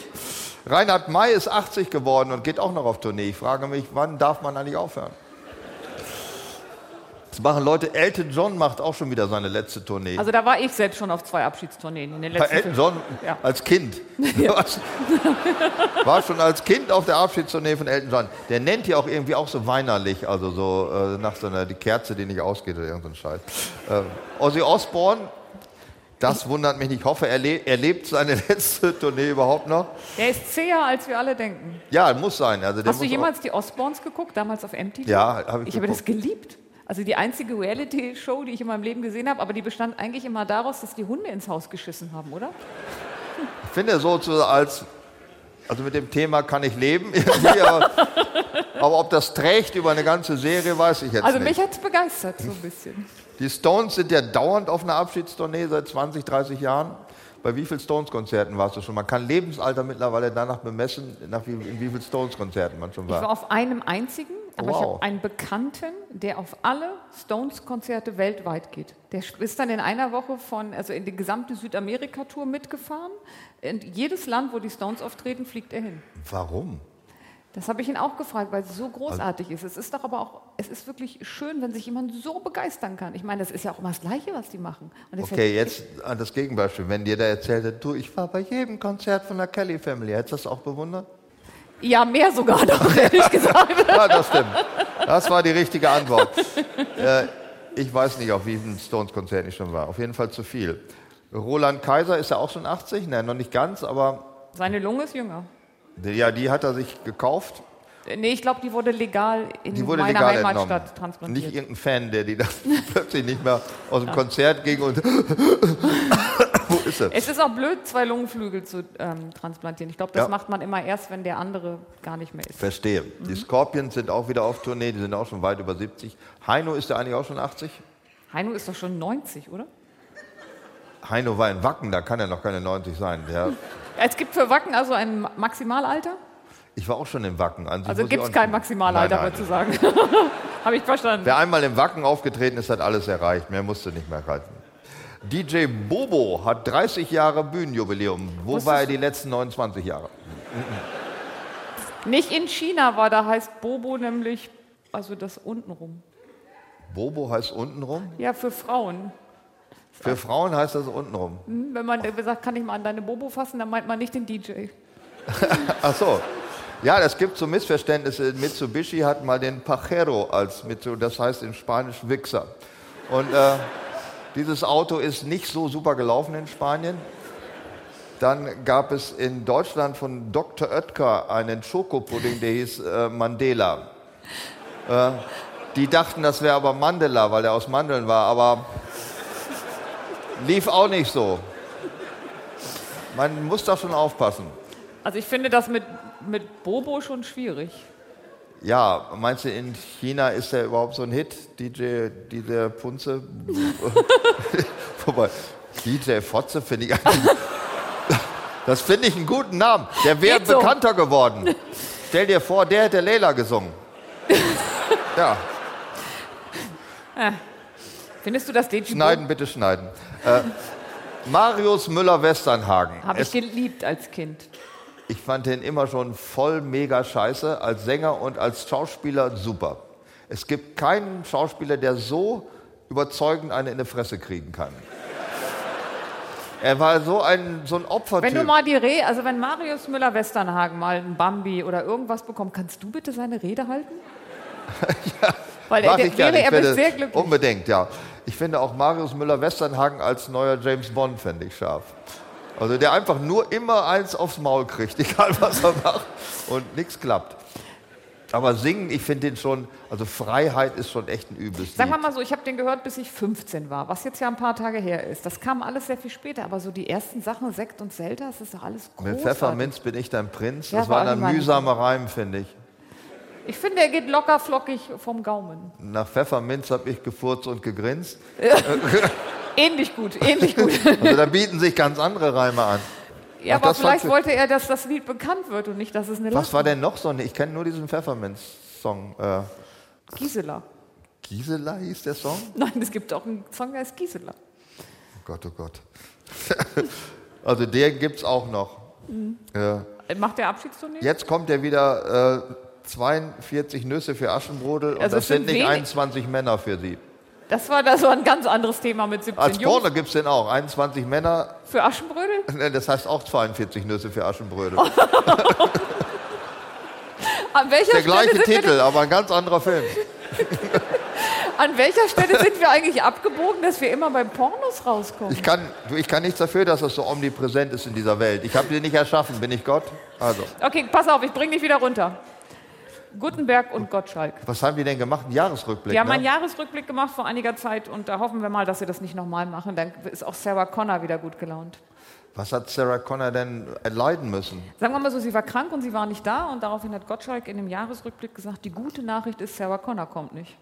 Speaker 1: Reinhard May ist 80 geworden und geht auch noch auf Tournee. Ich frage mich, wann darf man eigentlich aufhören? Das machen Leute. Elton John macht auch schon wieder seine letzte Tournee.
Speaker 2: Also da war ich selbst schon auf zwei Abschiedstourneen in den
Speaker 1: Bei
Speaker 2: letzten
Speaker 1: Elton
Speaker 2: fünf-
Speaker 1: John
Speaker 2: Ja.
Speaker 1: als
Speaker 2: (laughs)
Speaker 1: Kind. War schon als Kind auf der Abschiedstournee von Elton John. Der nennt die auch irgendwie auch so weinerlich, also so äh, nach so einer die Kerze, die nicht ausgeht oder irgendein Scheiß. Äh, Ozzy Osbourne, das wundert mich nicht. Ich hoffe, er, le er lebt seine (laughs) letzte Tournee überhaupt noch.
Speaker 2: Der ist zäher, als wir alle denken.
Speaker 1: Ja, muss sein. Also der
Speaker 2: Hast du
Speaker 1: muss
Speaker 2: jemals die Osborns geguckt, damals auf MTV?
Speaker 1: Ja, habe ich
Speaker 2: Ich habe das geliebt. Also die einzige Reality-Show, die ich in meinem Leben gesehen habe, aber die bestand eigentlich immer daraus, dass die Hunde ins Haus geschissen haben, oder?
Speaker 1: Ich finde so zu, als also mit dem Thema kann ich leben. (laughs) irgendwie, aber, aber ob das trägt über eine ganze Serie, weiß ich jetzt
Speaker 2: Also
Speaker 1: nicht.
Speaker 2: mich hat es begeistert so ein bisschen.
Speaker 1: Die Stones sind ja dauernd auf einer Abschiedstournee seit 20, 30 Jahren. Bei wie vielen Stones-Konzerten warst du schon? Man kann Lebensalter mittlerweile danach bemessen, nach wie, in wie vielen Stones-Konzerten man schon
Speaker 2: Ich war
Speaker 1: war.
Speaker 2: auf einem einzigen, aber ich
Speaker 1: Wow.
Speaker 2: habe einen Bekannten, der auf alle Stones-Konzerte weltweit geht. Der ist dann in einer Woche von, also in die gesamte Südamerika-Tour mitgefahren. In jedes Land, wo die Stones auftreten, fliegt er hin.
Speaker 1: Warum?
Speaker 2: Das habe ich ihn auch gefragt, weil es so großartig ist. Es ist doch aber auch, es ist wirklich schön, wenn sich jemand so begeistern kann. Ich meine, das ist ja auch immer das Gleiche, was die machen. Und der
Speaker 1: Okay, jetzt an das Gegenbeispiel. Wenn dir da erzählt hätte, du, ich war bei jedem Konzert von der Kelly Family, hättest du das auch bewundert?
Speaker 2: fällt- Ja, mehr sogar noch, (laughs) ehrlich gesagt.
Speaker 1: Ja, das stimmt. Das war die richtige Antwort. Äh, ich weiß nicht, auf wie vielen Stones-Konzerten ich schon war. Auf jeden Fall zu viel. Roland Kaiser ist ja auch schon 80, nein, noch nicht ganz, aber
Speaker 2: Seine Lunge ist jünger.
Speaker 1: ja, die hat er sich gekauft.
Speaker 2: Äh, Nee, ich glaube, die wurde legal in
Speaker 1: Die wurde
Speaker 2: meiner
Speaker 1: legal
Speaker 2: Heimatstadt
Speaker 1: entnommen.
Speaker 2: transplantiert.
Speaker 1: Nicht irgendein Fan, der die
Speaker 2: (laughs)
Speaker 1: dann plötzlich nicht mehr aus dem Konzert ging und wo ist er?
Speaker 2: Es ist auch blöd, zwei Lungenflügel zu ähm, transplantieren. Ich glaube, das
Speaker 1: Ja.
Speaker 2: macht man immer erst, wenn der andere gar nicht mehr ist.
Speaker 1: Verstehe. Die
Speaker 2: Mhm.
Speaker 1: Scorpions sind auch wieder auf Tournee, die sind auch schon weit über 70. Heino ist ja eigentlich auch schon 80.
Speaker 2: Heino ist doch schon 90, oder?
Speaker 1: Heino war in Wacken, da kann er noch keine 90 sein. Der,
Speaker 2: Es gibt für Wacken also ein Ma- Maximalalter.
Speaker 1: ich war auch schon im Wacken. an sich
Speaker 2: Also
Speaker 1: muss ich
Speaker 2: gibt
Speaker 1: auch
Speaker 2: es kein
Speaker 1: nicht-
Speaker 2: Maximalalter
Speaker 1: Nein,
Speaker 2: mehr
Speaker 1: nein.
Speaker 2: zu sagen. (laughs) Habe ich verstanden.
Speaker 1: Wer einmal im Wacken aufgetreten ist, hat alles erreicht. Mehr musste nicht mehr erreichen. DJ Bobo hat 30 Jahre Bühnenjubiläum. Wo
Speaker 2: Wusstest
Speaker 1: war er
Speaker 2: du-
Speaker 1: die letzten 29 Jahre?
Speaker 2: Nicht in China war, da heißt Bobo nämlich, also das untenrum.
Speaker 1: Bobo heißt untenrum.
Speaker 2: Ja, für Frauen.
Speaker 1: Für Frauen heißt das untenrum.
Speaker 2: Hm, Wenn man äh, sagt, kann ich mal an deine Bobo fassen, dann meint man nicht den DJ.
Speaker 1: Ach so. Ja, das gibt so Missverständnisse. Mitsubishi hat mal den Pajero als Mitsu, das heißt in Spanisch Wichser. Und äh, dieses Auto ist nicht so super gelaufen in Spanien. Dann gab es in Deutschland von Dr. Oetker einen Schokopudding, der hieß äh, Mandela. Äh, die dachten, das wäre aber Mandela, weil er aus Mandeln war, aber lief auch nicht so. Man muss da schon aufpassen.
Speaker 2: Also ich finde das mit, mit Bobo schon schwierig.
Speaker 1: Ja, meinst du, in China ist der überhaupt so ein Hit? DJ, DJ Punze? (laughs) Wobei, DJ Fotze finde ich eigentlich. (laughs) Das finde ich einen guten Namen. Der wäre
Speaker 2: Geht so.
Speaker 1: bekannter geworden. Stell dir vor, der hätte Leila
Speaker 2: (laughs)
Speaker 1: gesungen. Ja,
Speaker 2: Findest du das DJ Bobo?
Speaker 1: schneiden, bitte schneiden. Äh, Marius Müller-Westernhagen.
Speaker 2: Habe ich
Speaker 1: Es-
Speaker 2: geliebt als Kind.
Speaker 1: Ich fand den immer schon voll mega scheiße, als Sänger und als Schauspieler super. Es gibt keinen Schauspieler, der so überzeugend eine in die Fresse kriegen kann. Er war so ein, so ein Opfertyp.
Speaker 2: Wenn du mal die Rede, also wenn Marius Müller-Westernhagen mal einen Bambi oder irgendwas bekommt, kannst du bitte seine
Speaker 1: (laughs)
Speaker 2: Rede halten? Weil er,
Speaker 1: Mach
Speaker 2: der,
Speaker 1: ich gerne.
Speaker 2: wäre er
Speaker 1: Ich finde-
Speaker 2: bis sehr glücklich.
Speaker 1: Unbedingt, ja. Ich finde auch Marius Müller-Westernhagen als neuer James Bond fände ich scharf. Also der einfach nur immer eins aufs Maul kriegt, (laughs) egal was er macht und nichts klappt. Aber singen, ich finde den schon, also Freiheit ist schon echt ein übles
Speaker 2: Sagen wir
Speaker 1: Lied.
Speaker 2: mal so, ich habe den gehört, bis ich 15 war, was jetzt ja ein paar Tage her ist. Das kam alles sehr viel später, aber so die ersten Sachen, Sekt und Zelda, das ist doch alles
Speaker 1: Mit
Speaker 2: großartig.
Speaker 1: Pfefferminz bin ich dein Prinz.
Speaker 2: Ja,
Speaker 1: Das war
Speaker 2: war auch
Speaker 1: ein
Speaker 2: nicht mein-
Speaker 1: mühsamer Reim, finde ich.
Speaker 2: Ich finde, er geht locker flockig vom Gaumen.
Speaker 1: Nach Pfefferminz habe ich gefurzt und gegrinst.
Speaker 2: Ähnlich gut, (laughs) ähnlich gut.
Speaker 1: Also da bieten sich ganz andere Reime an.
Speaker 2: ja,
Speaker 1: Ach,
Speaker 2: aber
Speaker 1: das fandst
Speaker 2: vielleicht
Speaker 1: du-
Speaker 2: wollte er, dass das Lied bekannt wird und nicht, dass es eine
Speaker 1: Was war denn noch so? eine- Ich kenne nur diesen Pfefferminz-Song. Äh,
Speaker 2: Lack- Gisela.
Speaker 1: Gisela hieß der Song?
Speaker 2: Nein, es gibt auch einen Song, der heißt Gisela.
Speaker 1: Oh Gott, oh Gott. (laughs) also den gibt's auch noch. Ja.
Speaker 2: Macht der Abschiedstournee?
Speaker 1: Jetzt kommt ja wieder äh, 42 Nüsse für Aschenbrödel und
Speaker 2: Also es
Speaker 1: das sind
Speaker 2: sind
Speaker 1: nicht
Speaker 2: wenig-
Speaker 1: 21 Männer für sie.
Speaker 2: Das war, das war ein ganz anderes Thema mit 17
Speaker 1: Als
Speaker 2: Jungs.
Speaker 1: Porno gibt es den auch. 21 Männer, (laughs)
Speaker 2: Für Aschenbrödel?
Speaker 1: das heißt auch 42 Nüsse für
Speaker 2: Oh,
Speaker 1: Aschenbrödel.
Speaker 2: An welcher,
Speaker 1: Der gleiche
Speaker 2: Stelle sind
Speaker 1: Titel, aber ein ganz anderer Film.
Speaker 2: Wir, an welcher Stelle sind wir eigentlich abgebogen, dass wir immer bei Pornos rauskommen?
Speaker 1: Ich kann, du, ich kann nichts dafür, dass das so omnipräsent ist in dieser Welt. Ich habe sie nicht erschaffen, bin ich Gott? Also,
Speaker 2: Okay, pass auf, ich bring dich wieder runter. Gutenberg und Gottschalk.
Speaker 1: was haben die denn gemacht? Ein Jahresrückblick.
Speaker 2: Wir haben
Speaker 1: ne?
Speaker 2: einen Jahresrückblick gemacht vor einiger Zeit und da hoffen wir mal, dass wir das nicht nochmal machen. Dann ist auch Sarah Connor wieder gut gelaunt.
Speaker 1: Was hat Sarah Connor denn leiden müssen?
Speaker 2: Sagen wir mal so, sie war krank und sie war nicht da und daraufhin hat Gottschalk in dem Jahresrückblick gesagt, die gute Nachricht ist, Sarah Connor kommt nicht.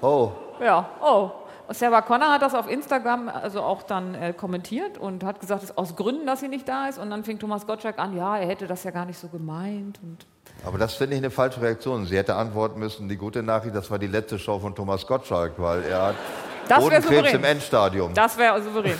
Speaker 1: Oh,
Speaker 2: Ja, oh. Und Sarah Connor hat das auf Instagram also auch dann äh, kommentiert und hat gesagt, es ist aus Gründen, dass sie nicht da ist. Und dann fing Thomas Gottschalk an, ja, er hätte das ja gar nicht so gemeint. Und
Speaker 1: aber das finde ich eine falsche Reaktion. Sie hätte antworten müssen, die gute Nachricht, das war die letzte Show von Thomas Gottschalk, weil er hat
Speaker 2: das wäre
Speaker 1: Bodenkrebs im
Speaker 2: souverän.
Speaker 1: Endstadium.
Speaker 2: Das wäre souverän.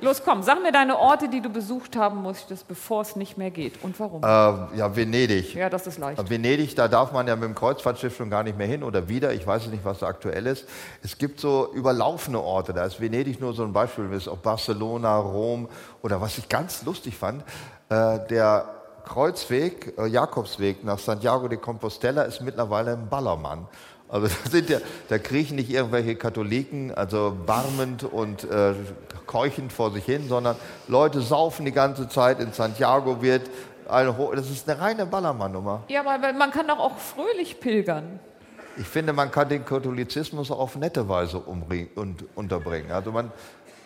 Speaker 2: Los, komm, sag mir deine Orte, die du besucht haben musstest, bevor es nicht mehr geht. Und warum?
Speaker 1: äh, ja, Venedig.
Speaker 2: ja, das ist leicht.
Speaker 1: also Äh, Venedig, da darf man ja mit dem Kreuzfahrtschiff schon gar nicht mehr hin oder wieder. Ich weiß es nicht, was da aktuell ist. Es gibt so überlaufene Orte. Da ist Venedig nur so ein Beispiel. Das ist auch Barcelona, Rom oder was ich ganz lustig fand, äh, der Kreuzweg, äh, Jakobsweg nach Santiago de Compostela ist mittlerweile ein Ballermann. Also (laughs) da, sind ja, da kriechen nicht irgendwelche Katholiken, also warmend und äh, keuchend vor sich hin, sondern Leute saufen die ganze Zeit. In Santiago wird eine, ho- das ist eine reine Ballermann-Nummer.
Speaker 2: Ja, aber aber man kann doch auch fröhlich pilgern. (laughs)
Speaker 1: Ich finde, man kann den Katholizismus auch auf nette Weise umring- und unterbringen. Also man,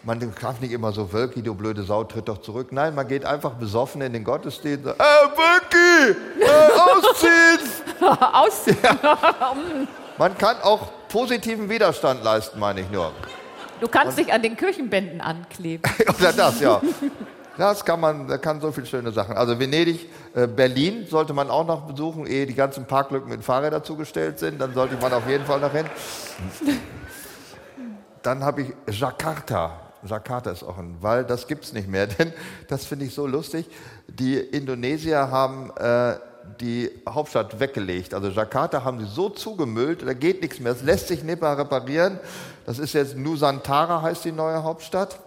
Speaker 1: man darf nicht immer so, Wölki, du blöde Sau, tritt doch zurück. Nein, man geht einfach besoffen in den Gottesdienst. und sagt, Äh, Wölki, äh, ausziehen!
Speaker 2: Aus.
Speaker 1: Man kann auch positiven Widerstand leisten, meine ich nur.
Speaker 2: Du kannst dich an den
Speaker 1: (laughs)
Speaker 2: Kirchenbänden ankleben.
Speaker 1: Oder das, ja. Das kann man, da kann so viele schöne Sachen. Also Venedig, äh, Berlin sollte man auch noch besuchen, ehe die ganzen Parklücken mit Fahrrädern zugestellt sind. Dann sollte man auf jeden Fall noch hin. Dann habe ich Jakarta. Jakarta ist auch ein, weil das gibt es nicht mehr. (laughs) Denn das finde ich so lustig. Die Indonesier haben äh, die Hauptstadt weggelegt. Also Jakarta haben sie so zugemüllt, da geht nichts mehr. Es lässt sich nicht mehr reparieren. Das ist jetzt Nusantara, heißt die neue Hauptstadt.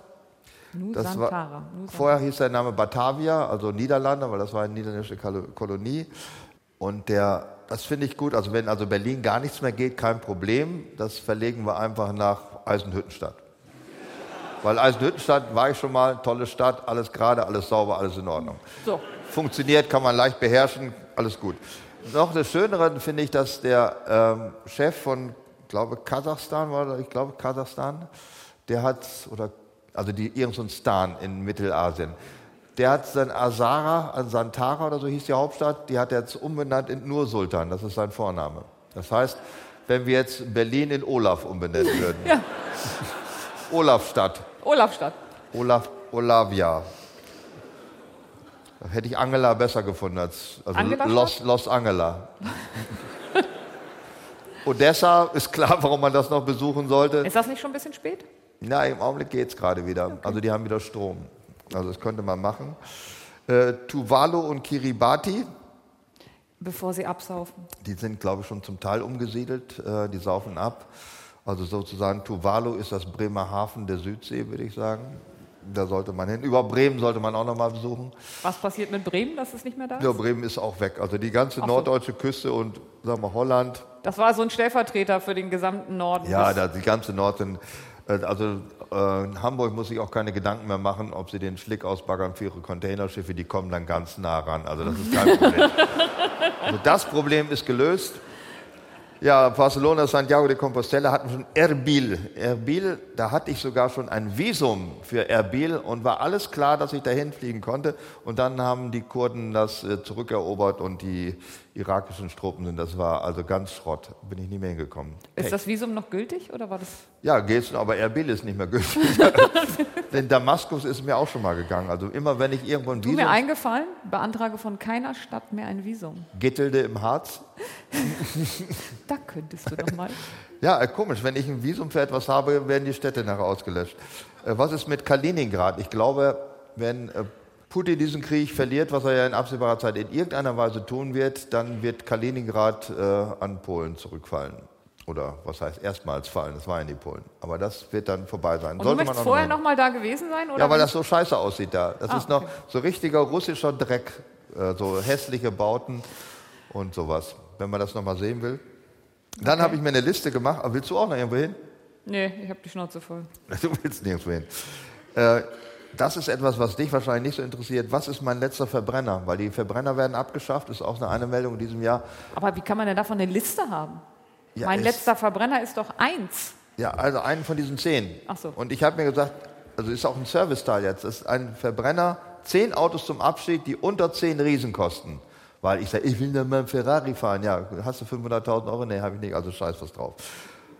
Speaker 1: Das war-
Speaker 2: Nusantara. Nusantara.
Speaker 1: Vorher hieß der Name Batavia, also Niederlande, weil das war eine niederländische Kalo- Kolonie. Und der, das finde ich gut. Also wenn also Berlin gar nichts mehr geht, kein Problem. Das verlegen wir einfach nach Eisenhüttenstadt. Weil Eisenhüttenstadt war ich schon mal, tolle Stadt, alles gerade, alles sauber, alles in Ordnung.
Speaker 2: So.
Speaker 1: Funktioniert, kann man leicht beherrschen, alles gut. Noch das Schönere finde ich, dass der ähm, Chef von, glaube Kasachstan war, das? ich glaube Kasachstan, der hat, oder, also die, irgend so ein Stan in Mittelasien, der hat sein Asara, an Santara oder so hieß die Hauptstadt, die hat er jetzt umbenannt in Nur Sultan, das ist sein Vorname. Das heißt, wenn wir jetzt Berlin in Olaf umbenennen würden.
Speaker 2: Ja.
Speaker 1: Olafstadt.
Speaker 2: Olafstadt.
Speaker 1: Olaf, Olavia. Hätte ich Angela besser gefunden als also
Speaker 2: Angela
Speaker 1: Los, Los Angela. Odessa ist klar, warum man das noch besuchen sollte.
Speaker 2: Ist das nicht schon ein bisschen spät?
Speaker 1: Na, im Augenblick geht's gerade wieder. Also die haben wieder Strom. Also das könnte man machen. Äh, Tuvalu und Kiribati,
Speaker 2: Bevor sie absaufen.
Speaker 1: die sind, glaube ich, schon zum Teil umgesiedelt. Äh, die saufen ab. Also sozusagen Tuvalu ist das Bremerhaven der Südsee, würde ich sagen. Da sollte man hin. Über Bremen sollte man auch noch mal besuchen.
Speaker 2: Was passiert mit Bremen, dass es nicht mehr da ist?
Speaker 1: Ja, Bremen ist auch weg. Also die ganze
Speaker 2: so.
Speaker 1: norddeutsche Küste und sagen wir Holland.
Speaker 2: Das war so ein Stellvertreter für den gesamten Norden.
Speaker 1: Ja,
Speaker 2: Das-
Speaker 1: da, die ganze Norden. äh, Also äh, in Hamburg muss ich auch keine Gedanken mehr machen, ob sie den Schlick ausbaggern für ihre Containerschiffe. Die kommen dann ganz nah ran. Also das ist kein Problem. also das Problem ist gelöst. Ja, Barcelona, Santiago de Compostela hatten schon Erbil. Erbil, da hatte ich sogar schon ein Visum für Erbil und war alles klar, dass ich dahin fliegen konnte. Und dann haben die Kurden das äh, zurückerobert und die irakischen Truppen sind. Das war also ganz Schrott. Bin ich nie mehr hingekommen.
Speaker 2: ist das Visum noch gültig oder war das?
Speaker 1: Ja, geht's, aber Erbil ist nicht mehr
Speaker 2: (laughs)
Speaker 1: gültig. Denn Damaskus ist mir auch schon mal gegangen. Also immer, wenn ich irgendwo ein
Speaker 2: Du mir
Speaker 1: Visum...
Speaker 2: eingefallen, beantrage von keiner Stadt mehr ein Visum.
Speaker 1: Gittelde im Harz.
Speaker 2: Da könntest du doch mal.
Speaker 1: (laughs) Ja, äh, komisch, wenn ich ein Visum für etwas habe, werden die Städte nachher ausgelöscht. Äh, was ist mit Kaliningrad? Ich glaube, wenn äh, Putin diesen Krieg verliert, was er ja in absehbarer Zeit in irgendeiner Weise tun wird, dann wird Kaliningrad äh, an Polen zurückfallen. Oder was heißt erstmals fallen, das war in die Polen. Aber das wird dann vorbei sein.
Speaker 2: Und du möchtest vorher noch mal da gewesen sein? Oder
Speaker 1: Ja, weil
Speaker 2: wie?
Speaker 1: das so scheiße aussieht da. Das
Speaker 2: Ah,
Speaker 1: ist noch
Speaker 2: okay.
Speaker 1: so richtiger russischer Dreck. Äh, so hässliche Bauten und sowas. Wenn man das nochmal sehen will. Dann habe ich mir eine Liste gemacht. Aber willst du auch noch irgendwo hin? (laughs)
Speaker 2: nee, ich habe die Schnauze voll.
Speaker 1: Du willst nirgendwo hin. Äh, das ist etwas, was dich wahrscheinlich nicht so interessiert. Was ist mein letzter Verbrenner? Weil die Verbrenner werden abgeschafft, ist auch eine Anmeldung in diesem Jahr.
Speaker 2: Aber wie kann man denn davon eine Liste haben?
Speaker 1: Ja,
Speaker 2: mein
Speaker 1: es-
Speaker 2: letzter Verbrenner ist doch eins.
Speaker 1: Ja, also einen von diesen zehn.
Speaker 2: Ach so.
Speaker 1: Und ich habe mir gesagt, also ist auch ein Serviceteil jetzt, das ist ein Verbrenner, zehn Autos zum Abschied, die unter zehn Riesen kosten. Weil ich sage, ich will dann mal einen Ferrari fahren. Ja, hast du 500.000 Euro? Nee, habe ich nicht, also scheiß was drauf.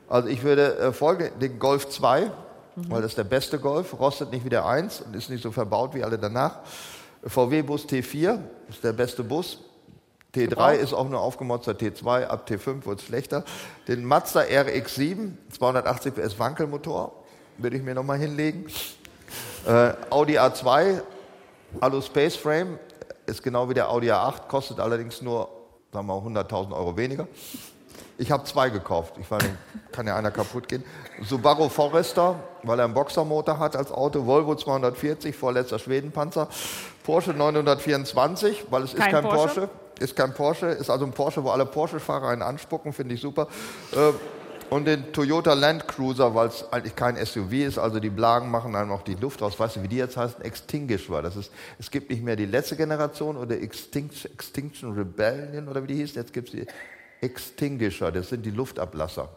Speaker 1: Also ich würde äh, folgen, den Golf 2,
Speaker 2: Mhm.
Speaker 1: weil das ist der beste Golf, rostet nicht wie der 1 und ist nicht so verbaut wie alle danach. Äh, VW-Bus T4 ist der beste Bus. T3 ist auch nur aufgemotzter T2, ab T5 wird es schlechter. Den Mazda RX7, 280 PS Wankelmotor, würde ich mir nochmal hinlegen. Äh, Audi A2, Alu Space Frame, ist genau wie der Audi A8, kostet allerdings nur, sagen wir mal, 100.000 Euro weniger. Ich habe zwei gekauft. Ich meine, kann ja einer kaputt gehen. Subaru Forester, weil er einen Boxermotor hat als Auto. Volvo 240, vorletzter Schwedenpanzer. Porsche 924, weil es ist
Speaker 2: Kein
Speaker 1: kein
Speaker 2: Porsche.
Speaker 1: Porsche. Ist kein Porsche. Ist also ein Porsche, wo alle Porsche-Fahrer einen anspucken. Finde ich super. Äh, und den Toyota Land Cruiser, weil es eigentlich kein SUV ist. Also die Blagen machen einem auch die Luft raus. Weißt du, wie die jetzt heißen? Extinguish war. Das ist, es gibt nicht mehr die letzte Generation oder Extinction, Extinction Rebellion oder wie die hieß. Jetzt gibt es die Extinguisher. Das sind die Luftablasser.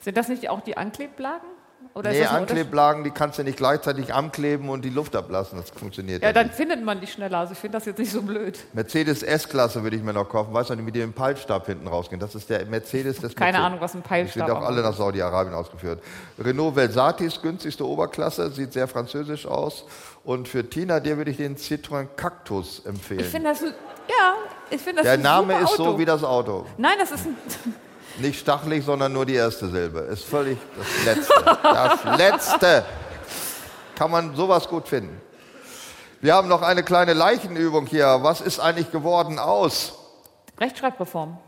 Speaker 2: Sind das nicht auch die Ankleblagen? Oder
Speaker 1: nee,
Speaker 2: das ein Unterschied?
Speaker 1: Ankleblagen, die kannst du nicht gleichzeitig ankleben und die Luft ablassen. Das funktioniert
Speaker 2: Ja,
Speaker 1: nicht.
Speaker 2: dann findet man die schneller. Also ich finde das jetzt nicht so blöd.
Speaker 1: Mercedes S-Klasse würde ich mir noch kaufen. Weißt du, die mit dem Peilstab hinten rausgehen. Das ist der Mercedes des
Speaker 2: Keine
Speaker 1: Mercedes.
Speaker 2: Ahnung, was ein
Speaker 1: Die sind
Speaker 2: Peilstab
Speaker 1: auch
Speaker 2: ist.
Speaker 1: alle nach Saudi-Arabien ausgeführt. Renault Velsatis, günstigste Oberklasse, sieht sehr französisch aus. Und für Tina, dir würde ich den Citroën Cactus empfehlen.
Speaker 2: Ich finde das, ein- ja, ich finde das
Speaker 1: der
Speaker 2: ein
Speaker 1: Name
Speaker 2: super
Speaker 1: ist
Speaker 2: Auto.
Speaker 1: so wie das Auto.
Speaker 2: Nein, das ist ein, (laughs)
Speaker 1: Nicht stachelig, sondern nur die erste Silbe. Ist völlig das Letzte.
Speaker 2: (laughs)
Speaker 1: Das Letzte. Kann man sowas gut finden. Wir haben noch eine kleine Leichenübung hier. Was ist eigentlich geworden aus?
Speaker 2: Rechtschreibreform.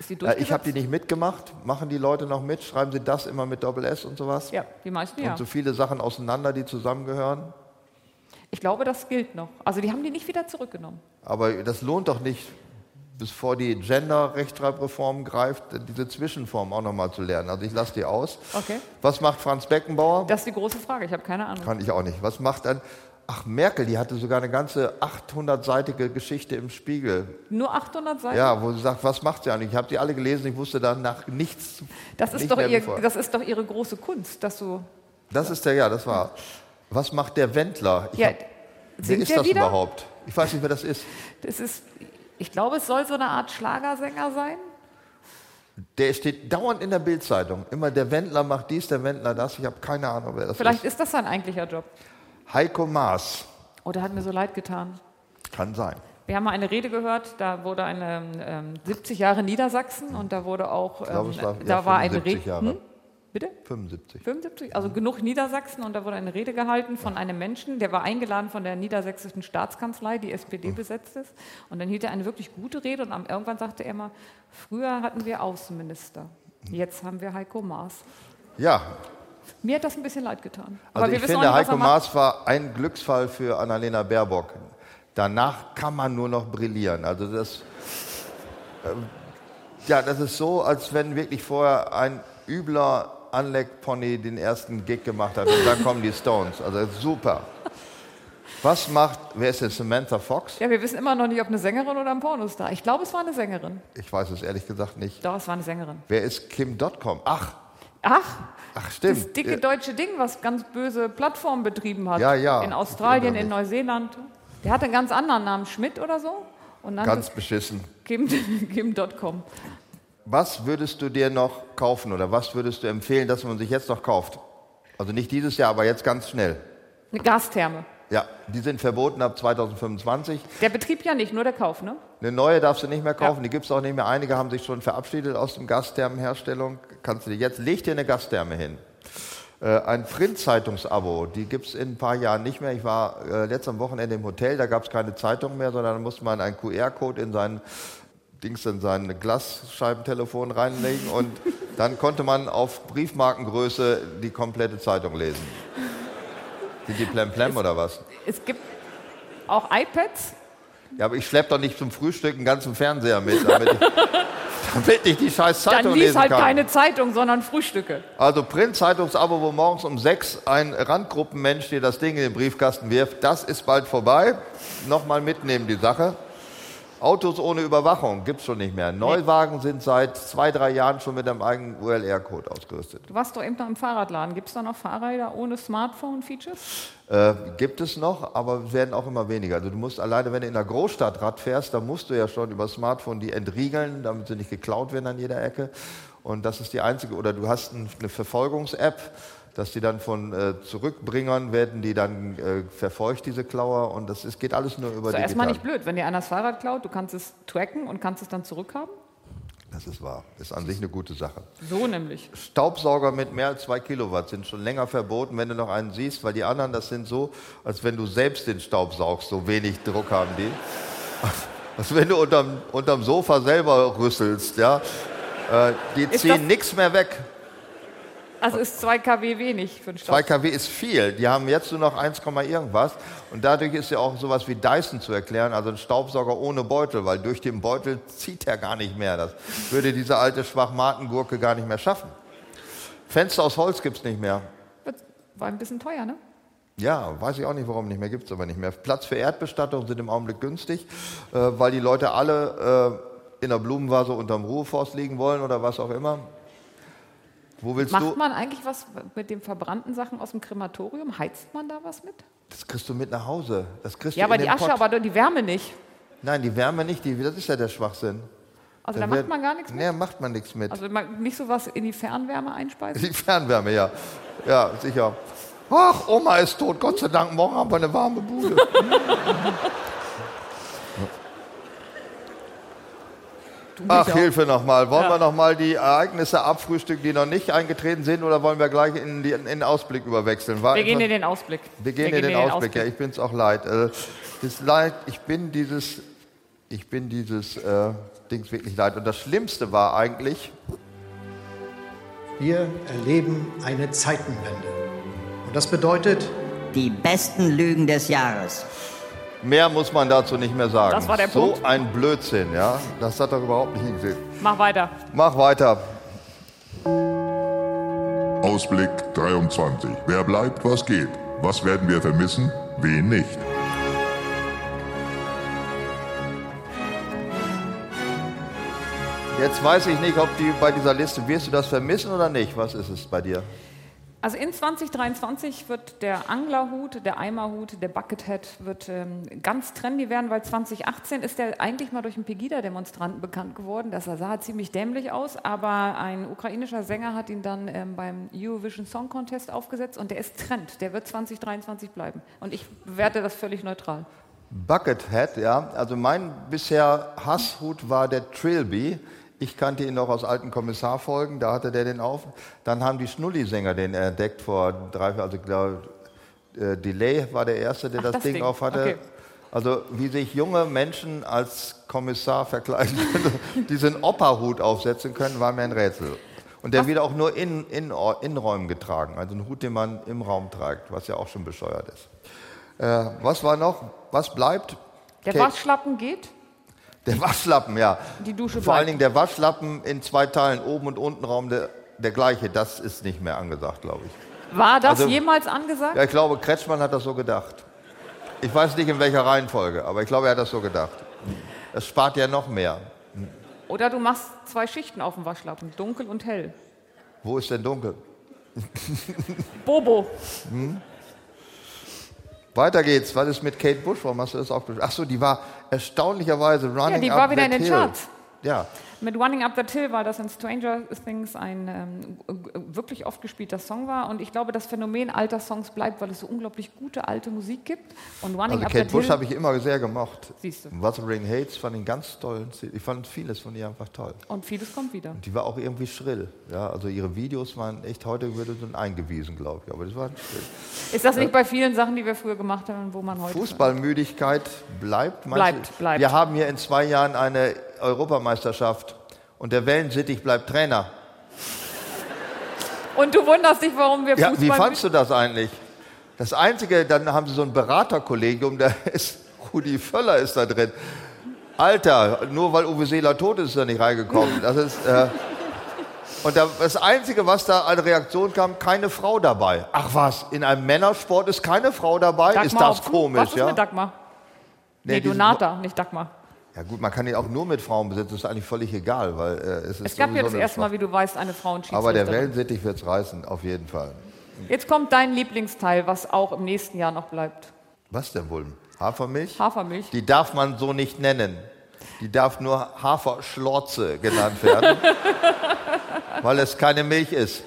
Speaker 2: Ist
Speaker 1: Ja, Äh,
Speaker 2: die
Speaker 1: ich
Speaker 2: durchgesetzt?
Speaker 1: habe die nicht mitgemacht. Machen die Leute noch mit? Schreiben sie das immer mit Doppel S und sowas?
Speaker 2: Ja, die meisten ja.
Speaker 1: Und so viele Sachen auseinander, die zusammengehören.
Speaker 2: ich glaube, das gilt noch. Also die haben die nicht wieder zurückgenommen.
Speaker 1: Aber das lohnt doch nicht, bevor die Gender-Rechtschreibreform greift, diese Zwischenform auch nochmal zu lernen. Also ich lasse die aus.
Speaker 2: Okay.
Speaker 1: Was macht Franz Beckenbauer?
Speaker 2: Das ist die große Frage. Ich habe keine Ahnung.
Speaker 1: Kann ich auch nicht. Was macht dann? Ach, Merkel, die hatte sogar eine ganze 800-seitige Geschichte im Spiegel.
Speaker 2: Nur 800 Seiten.
Speaker 1: Ja, wo sie sagt, was macht sie eigentlich? Ich habe die alle gelesen, ich wusste danach nichts.
Speaker 2: das, ist
Speaker 1: nicht
Speaker 2: doch
Speaker 1: mehr
Speaker 2: ihr,
Speaker 1: bevor.
Speaker 2: das ist doch ihre große Kunst, dass du.
Speaker 1: Das ist der, ja, das war. Was macht der Wendler? Ich
Speaker 2: Ja,
Speaker 1: hab, wer
Speaker 2: singt
Speaker 1: ist
Speaker 2: der
Speaker 1: das
Speaker 2: wieder?
Speaker 1: überhaupt? Ich weiß nicht, wer das ist.
Speaker 2: Das ist, ich glaube, es soll so eine Art Schlagersänger sein.
Speaker 1: Der steht dauernd in der Bildzeitung. Immer der Wendler macht dies, der Wendler das. Ich habe keine Ahnung, wer das
Speaker 2: Vielleicht ist das sein eigentlicher Job.
Speaker 1: ist. Heiko Maas.
Speaker 2: Oh, der hat mir so leid getan.
Speaker 1: Kann sein.
Speaker 2: Wir haben mal eine Rede gehört, da wurde eine ähm, 70 Jahre Niedersachsen und da wurde auch, ähm,
Speaker 1: glaube, es war- ja,
Speaker 2: da war eine
Speaker 1: 75
Speaker 2: Rede.
Speaker 1: Jahre.
Speaker 2: Bitte?
Speaker 1: 75.
Speaker 2: 75? Also genug Niedersachsen und da wurde eine Rede gehalten von einem Menschen, der war eingeladen von der niedersächsischen Staatskanzlei, die SPD besetzt ist. Und dann hielt er eine wirklich gute Rede und am, irgendwann sagte er mal, früher hatten wir Außenminister,
Speaker 1: Hm.
Speaker 2: jetzt haben wir Heiko Maas.
Speaker 1: Ja,
Speaker 2: Mir hat das ein bisschen leid getan.
Speaker 1: also
Speaker 2: wir
Speaker 1: ich
Speaker 2: wissen auch
Speaker 1: finde,
Speaker 2: nicht, was
Speaker 1: Heiko
Speaker 2: er macht.
Speaker 1: Maas war ein Glücksfall für Annalena Baerbock. Danach kann man nur noch brillieren. Also das, ähm, ja, das ist so, als wenn wirklich vorher ein übler Anleck-Pony den ersten Gig gemacht hat und dann kommen die Stones. Also super. Was macht, wer ist denn Samantha Fox?
Speaker 2: Ja, wir wissen immer noch nicht, ob eine Sängerin oder ein Pornostar. Ich glaube, es war eine Sängerin.
Speaker 1: Ich weiß es ehrlich gesagt nicht.
Speaker 2: Doch, es war eine Sängerin.
Speaker 1: Wer ist Kim.com? Ach,
Speaker 2: Ach,
Speaker 1: ach stimmt. Äh,
Speaker 2: das dicke
Speaker 1: Ja.
Speaker 2: deutsche Ding, was ganz böse Plattformen betrieben hat.
Speaker 1: Ja, ja.
Speaker 2: In Australien,
Speaker 1: Ich
Speaker 2: in
Speaker 1: erinnere
Speaker 2: Neuseeland. Der hatte einen ganz anderen Namen, Schmidt oder so. Und dann
Speaker 1: Ganz beschissen.
Speaker 2: Kim, (laughs) Kim.com.
Speaker 1: Was würdest du dir noch kaufen oder was würdest du empfehlen, dass man sich jetzt noch kauft? Also nicht dieses Jahr, aber jetzt ganz schnell.
Speaker 2: Eine Gastherme.
Speaker 1: Ja, die sind verboten ab 2025.
Speaker 2: Der Betrieb ja nicht, nur der Kauf, ne?
Speaker 1: Eine neue darfst du nicht mehr kaufen,
Speaker 2: Ja.
Speaker 1: die gibt es auch nicht mehr. Einige haben sich schon verabschiedet aus dem Gasthermenherstellung. Kannst du dir jetzt, leg dir eine Gastherme hin. Äh, ein Print-Zeitungsabo, die gibt es in ein paar Jahren nicht mehr. Ich war äh, letztes am Wochenende im Hotel, da gab es keine Zeitung mehr, sondern da musste man einen QR-Code in seinen Dings in sein Glasscheibentelefon reinlegen und dann konnte man auf Briefmarkengröße die komplette Zeitung lesen. Sind die Plemplem oder was?
Speaker 2: Es gibt auch iPads.
Speaker 1: Ja, aber ich schlepp doch nicht zum Frühstück einen ganzen Fernseher mit, damit ich, (laughs) damit ich die scheiß Zeitung
Speaker 2: Dann lies
Speaker 1: lesen
Speaker 2: halt
Speaker 1: kann.
Speaker 2: keine Zeitung, sondern Frühstücke.
Speaker 1: Also Print-Zeitungsabo, wo morgens um sechs ein Randgruppenmensch dir das Ding in den Briefkasten wirft, das ist bald vorbei. Nochmal mitnehmen die Sache. Autos ohne Überwachung gibt's schon nicht mehr. Neuwagen sind seit zwei, drei Jahren schon mit einem eigenen ULR-Code ausgerüstet.
Speaker 2: Du warst doch eben noch im Fahrradladen. Gibt es da noch Fahrräder ohne Smartphone-Features?
Speaker 1: Äh, gibt es noch, aber werden auch immer weniger. Also du musst alleine, wenn du in der Großstadt Rad fährst, dann musst du ja schon über das Smartphone die entriegeln, damit sie nicht geklaut werden an jeder Ecke. Und das ist die einzige, oder du hast ein, eine Verfolgungs-App, dass die dann von äh, Zurückbringern werden, die dann äh, verfolgt, diese Klauer. Und das ist, geht alles nur über
Speaker 2: So,
Speaker 1: digital.
Speaker 2: erstmal nicht blöd. Wenn dir einer das Fahrrad klaut, du kannst es tracken und kannst es dann zurückhaben.
Speaker 1: Das ist wahr. Ist an sich eine gute Sache.
Speaker 2: So nämlich.
Speaker 1: Staubsauger mit mehr als zwei Kilowatt sind schon länger verboten, wenn du noch einen siehst, weil die anderen, das sind so, als wenn du selbst den Staub saugst, so wenig Druck haben die. (laughs) Als wenn du unterm, unterm Sofa selber rüsselst, ja. Äh, die
Speaker 2: Ist das-
Speaker 1: ziehen nichts mehr weg.
Speaker 2: Also ist 2 kW wenig für einen
Speaker 1: 2
Speaker 2: Staubsauger.
Speaker 1: kW ist viel. Die haben jetzt nur noch 1, Komma irgendwas. Und dadurch ist ja auch sowas wie Dyson zu erklären, also ein Staubsauger ohne Beutel, weil durch den Beutel zieht er gar nicht mehr. Das würde diese alte Schwachmatengurke gar nicht mehr schaffen. Fenster aus Holz gibt's nicht mehr.
Speaker 2: Wird- War ein bisschen teuer, ne?
Speaker 1: Ja, weiß ich auch nicht, warum nicht mehr, gibt's aber nicht mehr. Platz für Erdbestattung sind im Augenblick günstig, äh, weil die Leute alle äh, in der Blumenvase unterm Ruheforst liegen wollen oder was auch immer. Wo willst
Speaker 2: Macht
Speaker 1: du?
Speaker 2: man eigentlich was mit den verbrannten Sachen aus dem Krematorium? Heizt man da was mit?
Speaker 1: Das kriegst du mit nach Hause. Das kriegst
Speaker 2: Ja,
Speaker 1: du
Speaker 2: aber
Speaker 1: in
Speaker 2: die
Speaker 1: den
Speaker 2: Asche,
Speaker 1: Pott.
Speaker 2: aber die Wärme nicht.
Speaker 1: Nein, die Wärme nicht, die, das ist ja der Schwachsinn.
Speaker 2: Also da
Speaker 1: Dann
Speaker 2: macht
Speaker 1: wird-
Speaker 2: man gar nichts mit.
Speaker 1: Nee, macht man nichts mit.
Speaker 2: Also man, nicht so was in die Fernwärme
Speaker 1: (laughs)
Speaker 2: einspeisen.
Speaker 1: Die Fernwärme, ja. Ja, sicher. Ach, Oma ist tot, Gott sei Dank, morgen haben wir eine warme Bude. Ach, Hilfe nochmal. Wollen wir nochmal die Ereignisse abfrühstücken, die noch nicht eingetreten sind, oder wollen wir gleich in, die, in den Ausblick überwechseln? War
Speaker 2: Wir gehen in
Speaker 1: interessant.
Speaker 2: den Ausblick.
Speaker 1: Wir gehen in den, Ausblick. Ja, ich bin's auch leid. Äh, ist leid. Ich bin dieses, ich bin dieses äh, Dings wirklich leid. Und das Schlimmste war eigentlich,
Speaker 6: Wir erleben eine Zeitenwende. Und das bedeutet,
Speaker 5: Die besten Lügen des Jahres.
Speaker 1: mehr muss man dazu nicht mehr sagen.
Speaker 2: Das war der
Speaker 1: so
Speaker 2: Punkt.
Speaker 1: ein Blödsinn, ja. Das hat doch überhaupt nicht hingekriegt.
Speaker 2: Mach weiter.
Speaker 1: Mach weiter.
Speaker 3: Ausblick 23. Wer bleibt, was geht? Was werden wir vermissen? Wen nicht?
Speaker 1: Jetzt weiß ich nicht, ob die bei dieser Liste, wirst du das vermissen oder nicht? Was ist es bei dir?
Speaker 2: Also in 2023 wird der Anglerhut, der Eimerhut, der Buckethead wird ähm, ganz trendy werden, weil 2018 ist er eigentlich mal durch einen Pegida-Demonstranten bekannt geworden. Das sah ziemlich dämlich aus, aber ein ukrainischer Sänger hat ihn dann ähm, beim Eurovision Song Contest aufgesetzt und der ist Trend. Der wird 2023 bleiben. Und ich bewerte das völlig neutral.
Speaker 1: Buckethead, ja. Also mein bisher Hasshut war der Trilby. Ich kannte ihn noch aus alten Kommissarfolgen, da hatte der den auf. Dann haben die Schnulli-Sänger den entdeckt vor drei, vier, also ich glaube, äh, Delay war der Erste, der
Speaker 2: Ach,
Speaker 1: das,
Speaker 2: das
Speaker 1: Ding,
Speaker 2: Ding,
Speaker 1: auf hatte.
Speaker 2: okay.
Speaker 1: Also wie sich junge Menschen als Kommissar verkleiden, (laughs) also diesen Operhut aufsetzen können, war mir ein Rätsel. Und der wird auch nur in, in, in Räumen getragen, also ein Hut, den man im Raum trägt, was ja auch schon bescheuert ist. Äh, was war noch? Was bleibt?
Speaker 2: Der
Speaker 1: Kate.
Speaker 2: Waschlappen geht,
Speaker 1: Der Waschlappen, ja.
Speaker 2: die Dusche
Speaker 1: Vor allen Dingen
Speaker 2: bleibt.
Speaker 1: der Waschlappen in zwei Teilen, oben und unten Raum, der, der gleiche. Das ist nicht mehr angesagt, glaube ich.
Speaker 2: War das
Speaker 1: Also-
Speaker 2: jemals angesagt?
Speaker 1: Ja, ich glaube, Kretschmann hat das so gedacht. Ich weiß nicht in welcher Reihenfolge, aber ich glaube, er hat das so gedacht. Das spart ja noch mehr.
Speaker 2: Oder du machst zwei Schichten auf dem Waschlappen, dunkel und hell.
Speaker 1: Wo ist denn dunkel?
Speaker 2: Bobo.
Speaker 1: Weiter geht's. Was ist mit Kate Bush? Warum hast du das aufgeschrieben? Ach so, die war erstaunlicherweise running
Speaker 2: die
Speaker 1: up
Speaker 2: war wieder
Speaker 1: that
Speaker 2: in den
Speaker 1: hill.
Speaker 2: Charts.
Speaker 1: Ja,
Speaker 2: Mit Running Up That Hill war das in Stranger Things ein ähm, g- g- wirklich oft gespielter Song war. Und ich glaube, das Phänomen alter Songs bleibt, weil es so unglaublich gute alte Musik gibt. Und Running
Speaker 1: also
Speaker 2: Up
Speaker 1: Kate
Speaker 2: That
Speaker 1: Bush
Speaker 2: Hill.
Speaker 1: habe ich immer sehr gemocht.
Speaker 2: Siehst du.
Speaker 1: Wuthering Heights fand ihn ganz toll. Ich fand vieles von ihr einfach toll.
Speaker 2: und vieles kommt wieder.
Speaker 1: Die war auch irgendwie schrill. Ja, also ihre Videos waren echt, heute würde so ein eingewiesen, glaube ich. Aber das war schrill.
Speaker 2: Ist das nicht bei vielen Sachen, die wir früher gemacht haben, wo man heute.
Speaker 1: Fußballmüdigkeit bleibt. meinst
Speaker 2: Bleibt,
Speaker 1: du?
Speaker 2: bleibt.
Speaker 1: Wir haben hier in zwei Jahren eine Europameisterschaft und der Wellensittich bleibt Trainer.
Speaker 2: Und du wunderst dich, warum wir
Speaker 1: Ja,
Speaker 2: Fußball
Speaker 1: wie fandst du das eigentlich? Das Einzige, dann haben sie so ein Beraterkollegium, da (laughs) ist Rudi Völler ist da drin. Alter, nur weil Uwe Seeler tot ist, ist er nicht reingekommen. Das ist, äh, und da, das Einzige, was da an Reaktion kam, keine Frau dabei. Ach was, in einem Männersport ist keine Frau dabei?
Speaker 2: Dagmar
Speaker 1: ist das
Speaker 2: Hopfen?
Speaker 1: komisch,
Speaker 2: Was ist
Speaker 1: ja?
Speaker 2: mit Dagmar? Nee,
Speaker 1: die sind-
Speaker 2: Donata, nicht Dagmar.
Speaker 1: Ja gut, man kann ihn auch nur mit Frauen besetzen, ist eigentlich völlig egal, weil äh, es ist
Speaker 2: Es gab ja
Speaker 1: sowieso
Speaker 2: das
Speaker 1: eine
Speaker 2: erste Mal,
Speaker 1: Frau.
Speaker 2: wie du weißt, eine Frauenschiedsrichterin.
Speaker 1: Aber der Wellensittich wird's reißen, auf jeden Fall.
Speaker 2: Jetzt kommt dein Lieblingsteil, was auch im nächsten Jahr noch bleibt.
Speaker 1: Was denn wohl? Hafermilch?
Speaker 2: Hafermilch.
Speaker 1: Die darf man so nicht nennen. Die darf nur Haferschlorze genannt
Speaker 2: (laughs)
Speaker 1: werden, weil es keine Milch ist.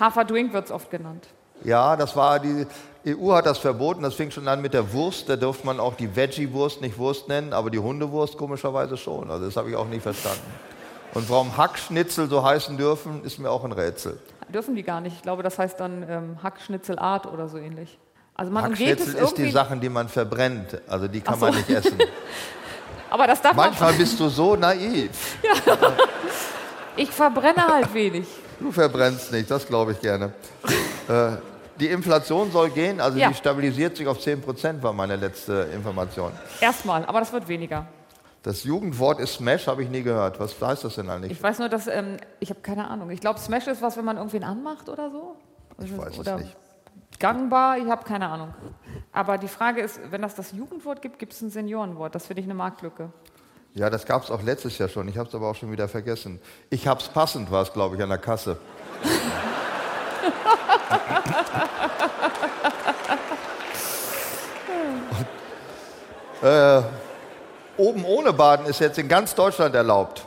Speaker 2: Haferdrink wird es oft genannt.
Speaker 1: Ja, das war die EU hat das verboten. Das fing schon an mit der Wurst. Da durfte man auch die Veggie-Wurst nicht Wurst nennen, aber die Hundewurst komischerweise schon. Also das habe ich auch nie verstanden. Und warum Hackschnitzel so heißen dürfen, ist mir auch ein Rätsel.
Speaker 2: Dürfen die gar nicht. Ich glaube, das heißt dann ähm, Hackschnitzelart oder so ähnlich. Also man umgeht es
Speaker 1: Hackschnitzel ist
Speaker 2: irgendwie.
Speaker 1: die Sachen, die man verbrennt. Also die kann
Speaker 2: Ach so.
Speaker 1: man nicht
Speaker 2: (laughs)
Speaker 1: essen.
Speaker 2: aber das darf
Speaker 1: Manchmal
Speaker 2: man.
Speaker 1: bist du so naiv.
Speaker 2: Ich verbrenne halt wenig.
Speaker 1: Du verbrennst nicht, das glaube ich gerne. äh, die Inflation soll gehen, also
Speaker 2: Ja.
Speaker 1: die stabilisiert sich auf 10 Prozent, war meine letzte Information.
Speaker 2: Erstmal, aber das wird weniger.
Speaker 1: Das Jugendwort ist Smash, habe ich nie gehört. Was heißt das denn eigentlich?
Speaker 2: Ich weiß nur, dass ähm, ich habe keine Ahnung. Ich glaube, Smash ist was, wenn man irgendwen anmacht oder so. Ich
Speaker 1: weiß es nicht.
Speaker 2: Gangbar, ich habe keine Ahnung. Aber die Frage ist, wenn das das Jugendwort gibt, gibt es ein Seniorenwort. Das finde ich eine Marktlücke.
Speaker 1: Ja, das gab es auch letztes Jahr schon. Ich habe es aber auch schon wieder vergessen. Ich hab's passend, war es, glaube ich, an der Kasse. äh, oben ohne Baden ist jetzt in ganz Deutschland erlaubt.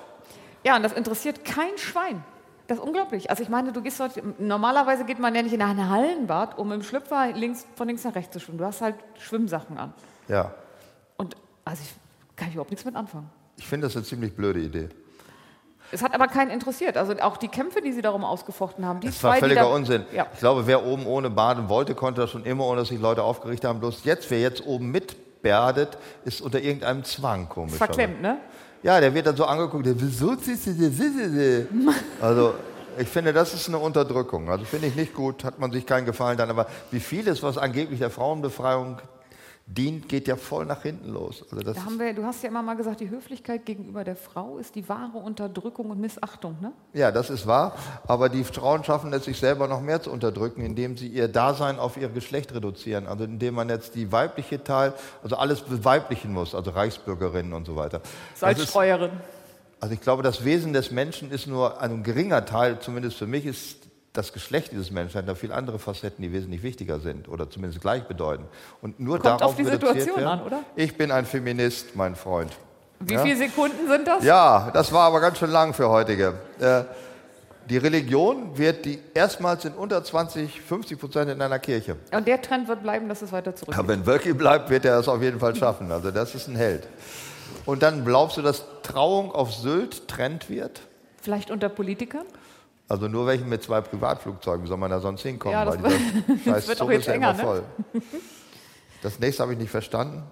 Speaker 2: Ja, und das interessiert kein Schwein. Das ist unglaublich. Also ich meine, du gehst dort, normalerweise geht man ja nicht in ein Hallenbad, um im Schlüpfer links, von links nach rechts zu schwimmen. Du hast halt Schwimmsachen an.
Speaker 1: Ja,
Speaker 2: Und also ich kann ich überhaupt nichts mit anfangen.
Speaker 1: ich finde das eine ziemlich blöde Idee.
Speaker 2: Es hat aber keinen interessiert. Also auch die Kämpfe, die sie darum ausgefochten haben, die
Speaker 1: Das war
Speaker 2: zwei, die
Speaker 1: völliger
Speaker 2: da-
Speaker 1: Unsinn.
Speaker 2: Ja.
Speaker 1: Ich glaube, wer oben ohne baden wollte, konnte das schon immer, ohne dass sich Leute aufgeregt haben. Bloß jetzt, wer jetzt oben mitbadet, ist unter irgendeinem Zwang komisch.
Speaker 2: Verklemmt, ne?
Speaker 1: Ja, der wird dann so angeguckt, der, wieso ziehst du dir
Speaker 2: (laughs)
Speaker 1: Sissele? Also, ich finde, das ist eine Unterdrückung. Also, finde ich nicht gut, hat man sich keinen Gefallen dann. Aber wie vieles, was angeblich der Frauenbefreiung dient, geht ja voll nach hinten los. Also, das
Speaker 2: Da
Speaker 1: ist,
Speaker 2: haben wir, du hast ja immer mal gesagt, die Höflichkeit gegenüber der Frau ist die wahre Unterdrückung und Missachtung, ne?
Speaker 1: ja, das ist wahr. Aber die Frauen schaffen es, sich selber noch mehr zu unterdrücken, indem sie ihr Dasein auf ihr Geschlecht reduzieren. Also, indem man jetzt die weibliche Teil, also alles beweiblichen muss, also Reichsbürgerinnen und so weiter. Das ist-
Speaker 2: Salzstreuerin.
Speaker 1: Also ich glaube, das Wesen des Menschen ist nur ein geringer Teil, zumindest für mich ist das Geschlecht dieses Menschen hat da viele andere Facetten, die wesentlich wichtiger sind oder zumindest gleichbedeutend. Und nur
Speaker 2: Kommt auf
Speaker 1: darauf
Speaker 2: die
Speaker 1: reduziert
Speaker 2: Situation
Speaker 1: werden.
Speaker 2: an, oder?
Speaker 1: Ich bin ein Feminist, mein Freund.
Speaker 2: Wie
Speaker 1: Ja.
Speaker 2: viele Sekunden sind das?
Speaker 1: Ja, das war aber ganz schön lang für heutige. Äh, die Religion wird die erstmals in unter 20, 50 Prozent in einer Kirche.
Speaker 2: Und der Trend wird bleiben, dass es weiter zurückgeht.
Speaker 1: Ja, wenn Wölki bleibt, wird er es auf jeden Fall schaffen. Also das ist ein Held. Und dann glaubst du, dass Trauung auf Sylt Trend wird?
Speaker 2: Vielleicht unter Politikern?
Speaker 1: Also nur welchen mit zwei Privatflugzeugen, wie soll man da sonst hinkommen?
Speaker 2: Ja, (laughs) das
Speaker 1: Weil dieser scheiß
Speaker 2: wird
Speaker 1: Zug
Speaker 2: auch jetzt
Speaker 1: ist ja
Speaker 2: enger, ne?
Speaker 1: immer voll. Das nächste habe ich nicht verstanden.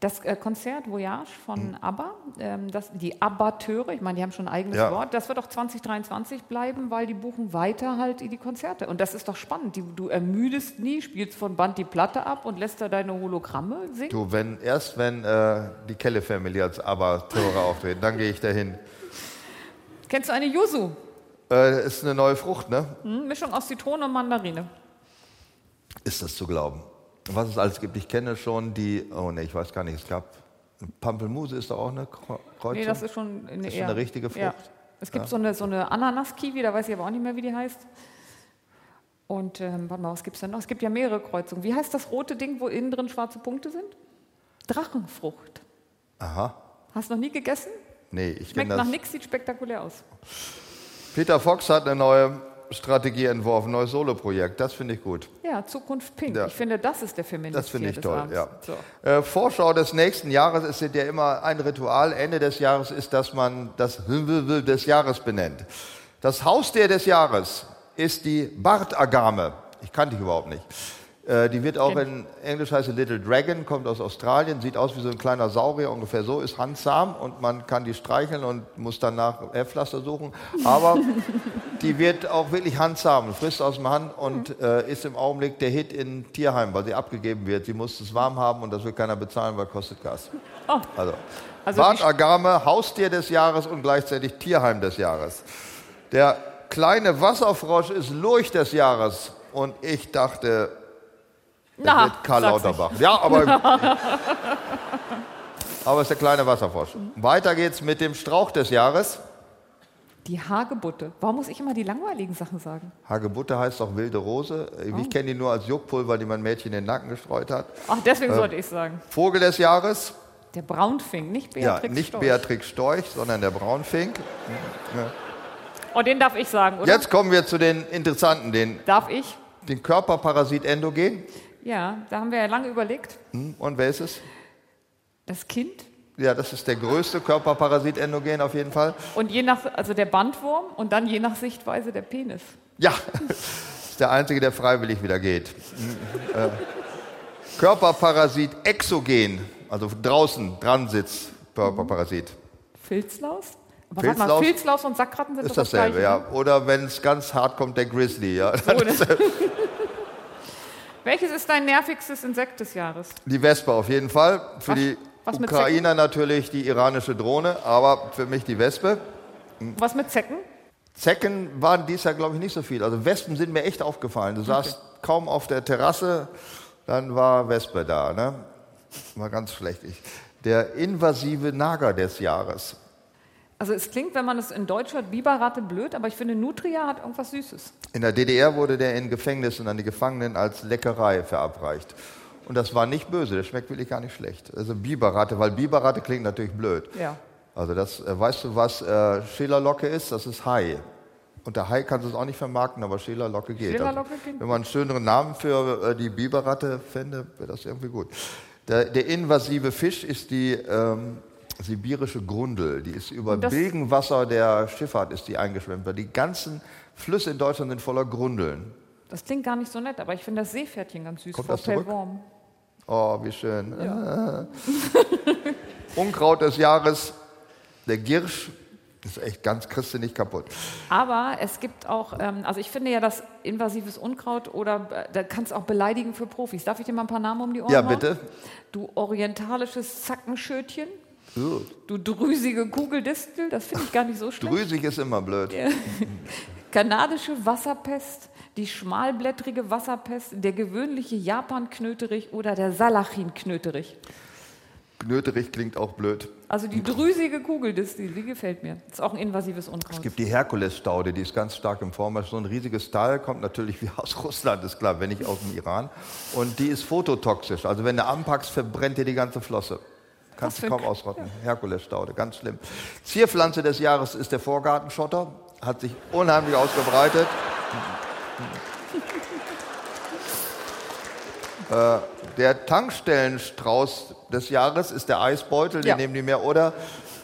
Speaker 2: Das äh, Konzert Voyage von ABBA, ähm, das, die Abbateure, ich meine, die haben schon ein eigenes
Speaker 1: Ja.
Speaker 2: Wort, das wird auch 2023 bleiben, weil die buchen weiter halt die Konzerte. Und das ist doch spannend. Die, du ermüdest nie, spielst von Band die Platte ab und lässt da deine Hologramme singen.
Speaker 1: Du, wenn erst wenn äh, die Kelle Family als ABBA-Tore auftreten, dann gehe ich dahin.
Speaker 2: Kennst du eine Yuzu?
Speaker 1: Äh, ist eine neue Frucht, ne?
Speaker 2: Hm? Mischung aus Zitrone und Mandarine.
Speaker 1: Ist das zu glauben? Was es alles gibt, ich kenne schon die, oh ne, ich weiß gar nicht, es gab Pampelmuse ist doch auch eine Kr- Kreuzung.
Speaker 2: Nee, das ist schon eine,
Speaker 1: Ist schon eine richtige Frucht.
Speaker 2: Ja. Es gibt so eine, so eine Ananas-Kiwi, da weiß ich aber auch nicht mehr, wie die heißt. Und ähm, warte mal, was gibt es denn noch? Es gibt ja mehrere Kreuzungen. Wie heißt das rote Ding, wo innen drin schwarze Punkte sind? Drachenfrucht.
Speaker 1: Aha.
Speaker 2: Hast du noch nie gegessen?
Speaker 1: Nee, ich
Speaker 2: Schmeckt
Speaker 1: kenne
Speaker 2: nach
Speaker 1: das.
Speaker 2: nichts, sieht spektakulär aus.
Speaker 1: Peter Fox hat eine neue Strategie entworfen, neues Solo-Projekt. Das finde ich gut.
Speaker 2: Ja, Zukunft Pink.
Speaker 1: Ja.
Speaker 2: Ich finde, das ist der Feminist.
Speaker 1: Das finde
Speaker 2: hier
Speaker 1: ich
Speaker 2: des
Speaker 1: toll,
Speaker 2: Abends.
Speaker 1: ja.
Speaker 2: So.
Speaker 1: Äh, Vorschau des nächsten Jahres ist ja immer ein Ritual. Ende des Jahres ist, dass man das Hübel des Jahres benennt. Das Haustier des Jahres ist die Bartagame. Ich kannte ich überhaupt nicht. Äh, Äh, die wird auch in Englisch heißt sie Little Dragon, kommt aus Australien, sieht aus wie so ein kleiner Saurier, ungefähr so, ist handsam und man kann die streicheln und muss danach Pflaster suchen. Aber
Speaker 2: (laughs)
Speaker 1: die wird auch wirklich handsam, frisst aus dem Hand
Speaker 2: Mhm.
Speaker 1: und äh, ist im Augenblick der Hit in Tierheim, weil sie abgegeben wird. Sie muss es warm haben und das will keiner bezahlen, weil kostet Gas.
Speaker 2: Oh.
Speaker 1: Also,
Speaker 2: Also
Speaker 1: Bart
Speaker 2: die-
Speaker 1: Agame, Haustier des Jahres und gleichzeitig Tierheim des Jahres. Der kleine Wasserfrosch ist Lurch des Jahres. Und ich dachte, das
Speaker 2: Na,
Speaker 1: wird Karl
Speaker 2: sag's
Speaker 1: Lauterbach. Ja, aber.
Speaker 2: (laughs)
Speaker 1: aber es ist der kleine Wasserfrosch. Weiter geht's mit dem Strauch des Jahres.
Speaker 2: nicht. Die Hagebutte. Warum muss ich immer die langweiligen Sachen sagen?
Speaker 1: Hagebutte heißt auch wilde Rose.
Speaker 2: Oh.
Speaker 1: Ich kenne die nur als Juckpulver, die mein Mädchen in den Nacken gestreut hat.
Speaker 2: Ach, Ah,
Speaker 1: Ähm.
Speaker 2: deswegen sollte ich sagen.
Speaker 1: Vogel des Jahres.
Speaker 2: Der Braunfink, nicht Beatrix.
Speaker 1: ja, nicht
Speaker 2: Storch.
Speaker 1: Beatrix Storch, sondern der Braunfink.
Speaker 2: Und Oh, den darf ich sagen, oder?
Speaker 1: Jetzt kommen wir zu den interessanten, den,
Speaker 2: Darf ich?
Speaker 1: den Körperparasit Endogen.
Speaker 2: Ja, da haben wir ja lange überlegt.
Speaker 1: Hm, Und wer ist es?
Speaker 2: Das Kind
Speaker 1: Ja, das ist der größte Körperparasit Endogen auf jeden Fall.
Speaker 2: und je nach, also der Bandwurm und dann je nach Sichtweise der Penis.
Speaker 1: Ja, (laughs) ist der einzige, der freiwillig wieder geht. Hm, äh, Körperparasit exogen, also draußen dran sitzt Körperparasit.
Speaker 2: Filzlaus? Aber Filzlaus? Warte mal,
Speaker 1: Filzlaus-
Speaker 2: Filzlaus und Sackratten sind
Speaker 1: Ist
Speaker 2: doch das
Speaker 1: dasselbe,
Speaker 2: Gleiche. ne?
Speaker 1: (laughs) ja. Oder wenn es ganz hart kommt, der Grizzly, ja. (laughs)
Speaker 2: (laughs) Welches ist dein nervigstes Insekt des Jahres?
Speaker 1: Die Vespa auf jeden Fall. Für
Speaker 2: Was-
Speaker 1: die
Speaker 2: was mit
Speaker 1: Ukrainer natürlich die iranische Drohne, aber für mich die Wespe.
Speaker 2: Was mit Zecken?
Speaker 1: Zecken waren dies Jahr, glaube ich, nicht so viel. Also Wespen sind mir echt aufgefallen. Du saßt kaum auf der Terrasse, dann war Wespe da. Ne? War ganz schlecht. Ich, der invasive Nager des Jahres.
Speaker 2: Also es klingt, wenn man es in Deutsch hört, Biberratte blöd, aber ich finde Nutria hat irgendwas Süßes.
Speaker 1: In der DDR wurde der in Gefängnissen an die Gefangenen als Leckerei verabreicht. Und das war nicht böse, das schmeckt wirklich gar nicht schlecht. Also Biberratte, weil Biberratte klingt natürlich blöd.
Speaker 2: Ja.
Speaker 1: Also das, äh, weißt du, was äh, Schälerlocke ist? Das ist Hai. Unter Hai kannst du es auch nicht vermarkten, aber Schälerlocke geht.
Speaker 2: Schälerlocke
Speaker 1: also,
Speaker 2: geht.
Speaker 1: wenn man einen schöneren Namen für äh, die Biberratte fände, wäre das irgendwie gut. Der, der invasive Fisch ist die ähm, sibirische Grundel. Die ist über
Speaker 2: Das-
Speaker 1: Bilgenwasser der Schifffahrt ist die eingeschwemmt. Weil die ganzen Flüsse in Deutschland sind voller Grundeln.
Speaker 2: Das klingt gar nicht so nett, aber ich finde das Seepferdchen ganz süß.
Speaker 1: Kommt
Speaker 2: Frau
Speaker 1: das zurück?
Speaker 2: Pellworm.
Speaker 1: Oh, wie schön. Unkraut des Jahres, der Girsch. Das ist echt ganz kriegst du nicht kaputt.
Speaker 2: Aber es gibt auch, ähm, also ich finde ja, dass invasives Unkraut oder äh, da kannst du auch beleidigen für Profis. Darf ich dir mal ein paar Namen um die Ohren
Speaker 1: Ja,
Speaker 2: hauen?
Speaker 1: bitte.
Speaker 2: Du orientalisches Zackenschötchen, du drüsige Kugeldistel, das finde ich gar nicht so schlecht.
Speaker 1: Drüsig ist immer blöd.
Speaker 2: Kanadische Wasserpest, die schmalblättrige Wasserpest, der gewöhnliche Japan-Knöterich oder der Salachin-Knöterich.
Speaker 1: Knöterich klingt auch blöd.
Speaker 2: Also
Speaker 1: Hm.
Speaker 2: die drüsige Kugeldistel, die gefällt mir. Ist auch ein invasives
Speaker 1: Es
Speaker 2: Unkraut.
Speaker 1: gibt die Herkulesstaude, die ist ganz stark im Vormarsch. So ein riesiges Teil kommt natürlich wie aus Russland, ist klar, wenn nicht aus dem Iran. Und die ist phototoxisch. Also wenn du anpackst, verbrennt dir die ganze Flosse. Kannst
Speaker 2: für
Speaker 1: du
Speaker 2: ein
Speaker 1: kaum ausrotten. Herkulesstaude, ganz schlimm. Zierpflanze des Jahres ist der Vorgartenschotter. Hat sich unheimlich ausgebreitet. Der Tankstellenstrauß des Jahres ist der Eisbeutel, den
Speaker 2: Ja.
Speaker 1: nehmen die mehr. Oder,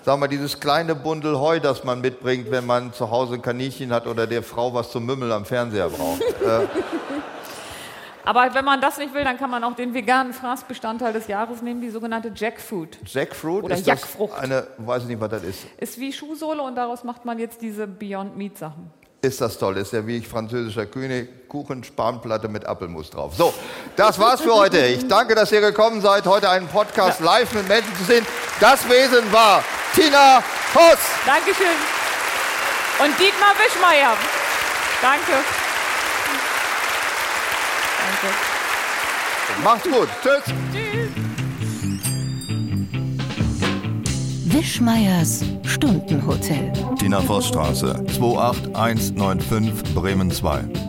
Speaker 1: sagen wir, dieses kleine Bundel Heu, das man mitbringt, wenn man zu Hause ein Kaninchen hat oder der Frau was zum Mümmel am Fernseher
Speaker 2: (laughs)
Speaker 1: braucht.
Speaker 2: Aber wenn man das nicht will, dann kann man auch den veganen Fraßbestandteil des Jahres nehmen, die sogenannte Jackfruit.
Speaker 1: Jackfruit
Speaker 2: Oder
Speaker 1: ist das
Speaker 2: Jackfrucht.
Speaker 1: eine, weiß ich nicht, was das ist.
Speaker 2: Ist wie Schuhsohle und daraus macht man jetzt diese Beyond Meat Sachen.
Speaker 1: Ist das toll, ist ja wie ich französischer König, Kuchen, Spanplatte mit Apfelmus drauf. So, das war's für heute. Ich danke, dass ihr gekommen seid, heute einen Podcast live mit Menschen zu sehen. Das Wesen war Tina Hoss.
Speaker 2: Dankeschön. Und Dietmar Wischmeier. Danke. Danke.
Speaker 1: Macht's gut. Tschüss.
Speaker 7: Wischmeiers Stundenhotel.
Speaker 1: Tina Voss Straße, 28195 Bremen 2.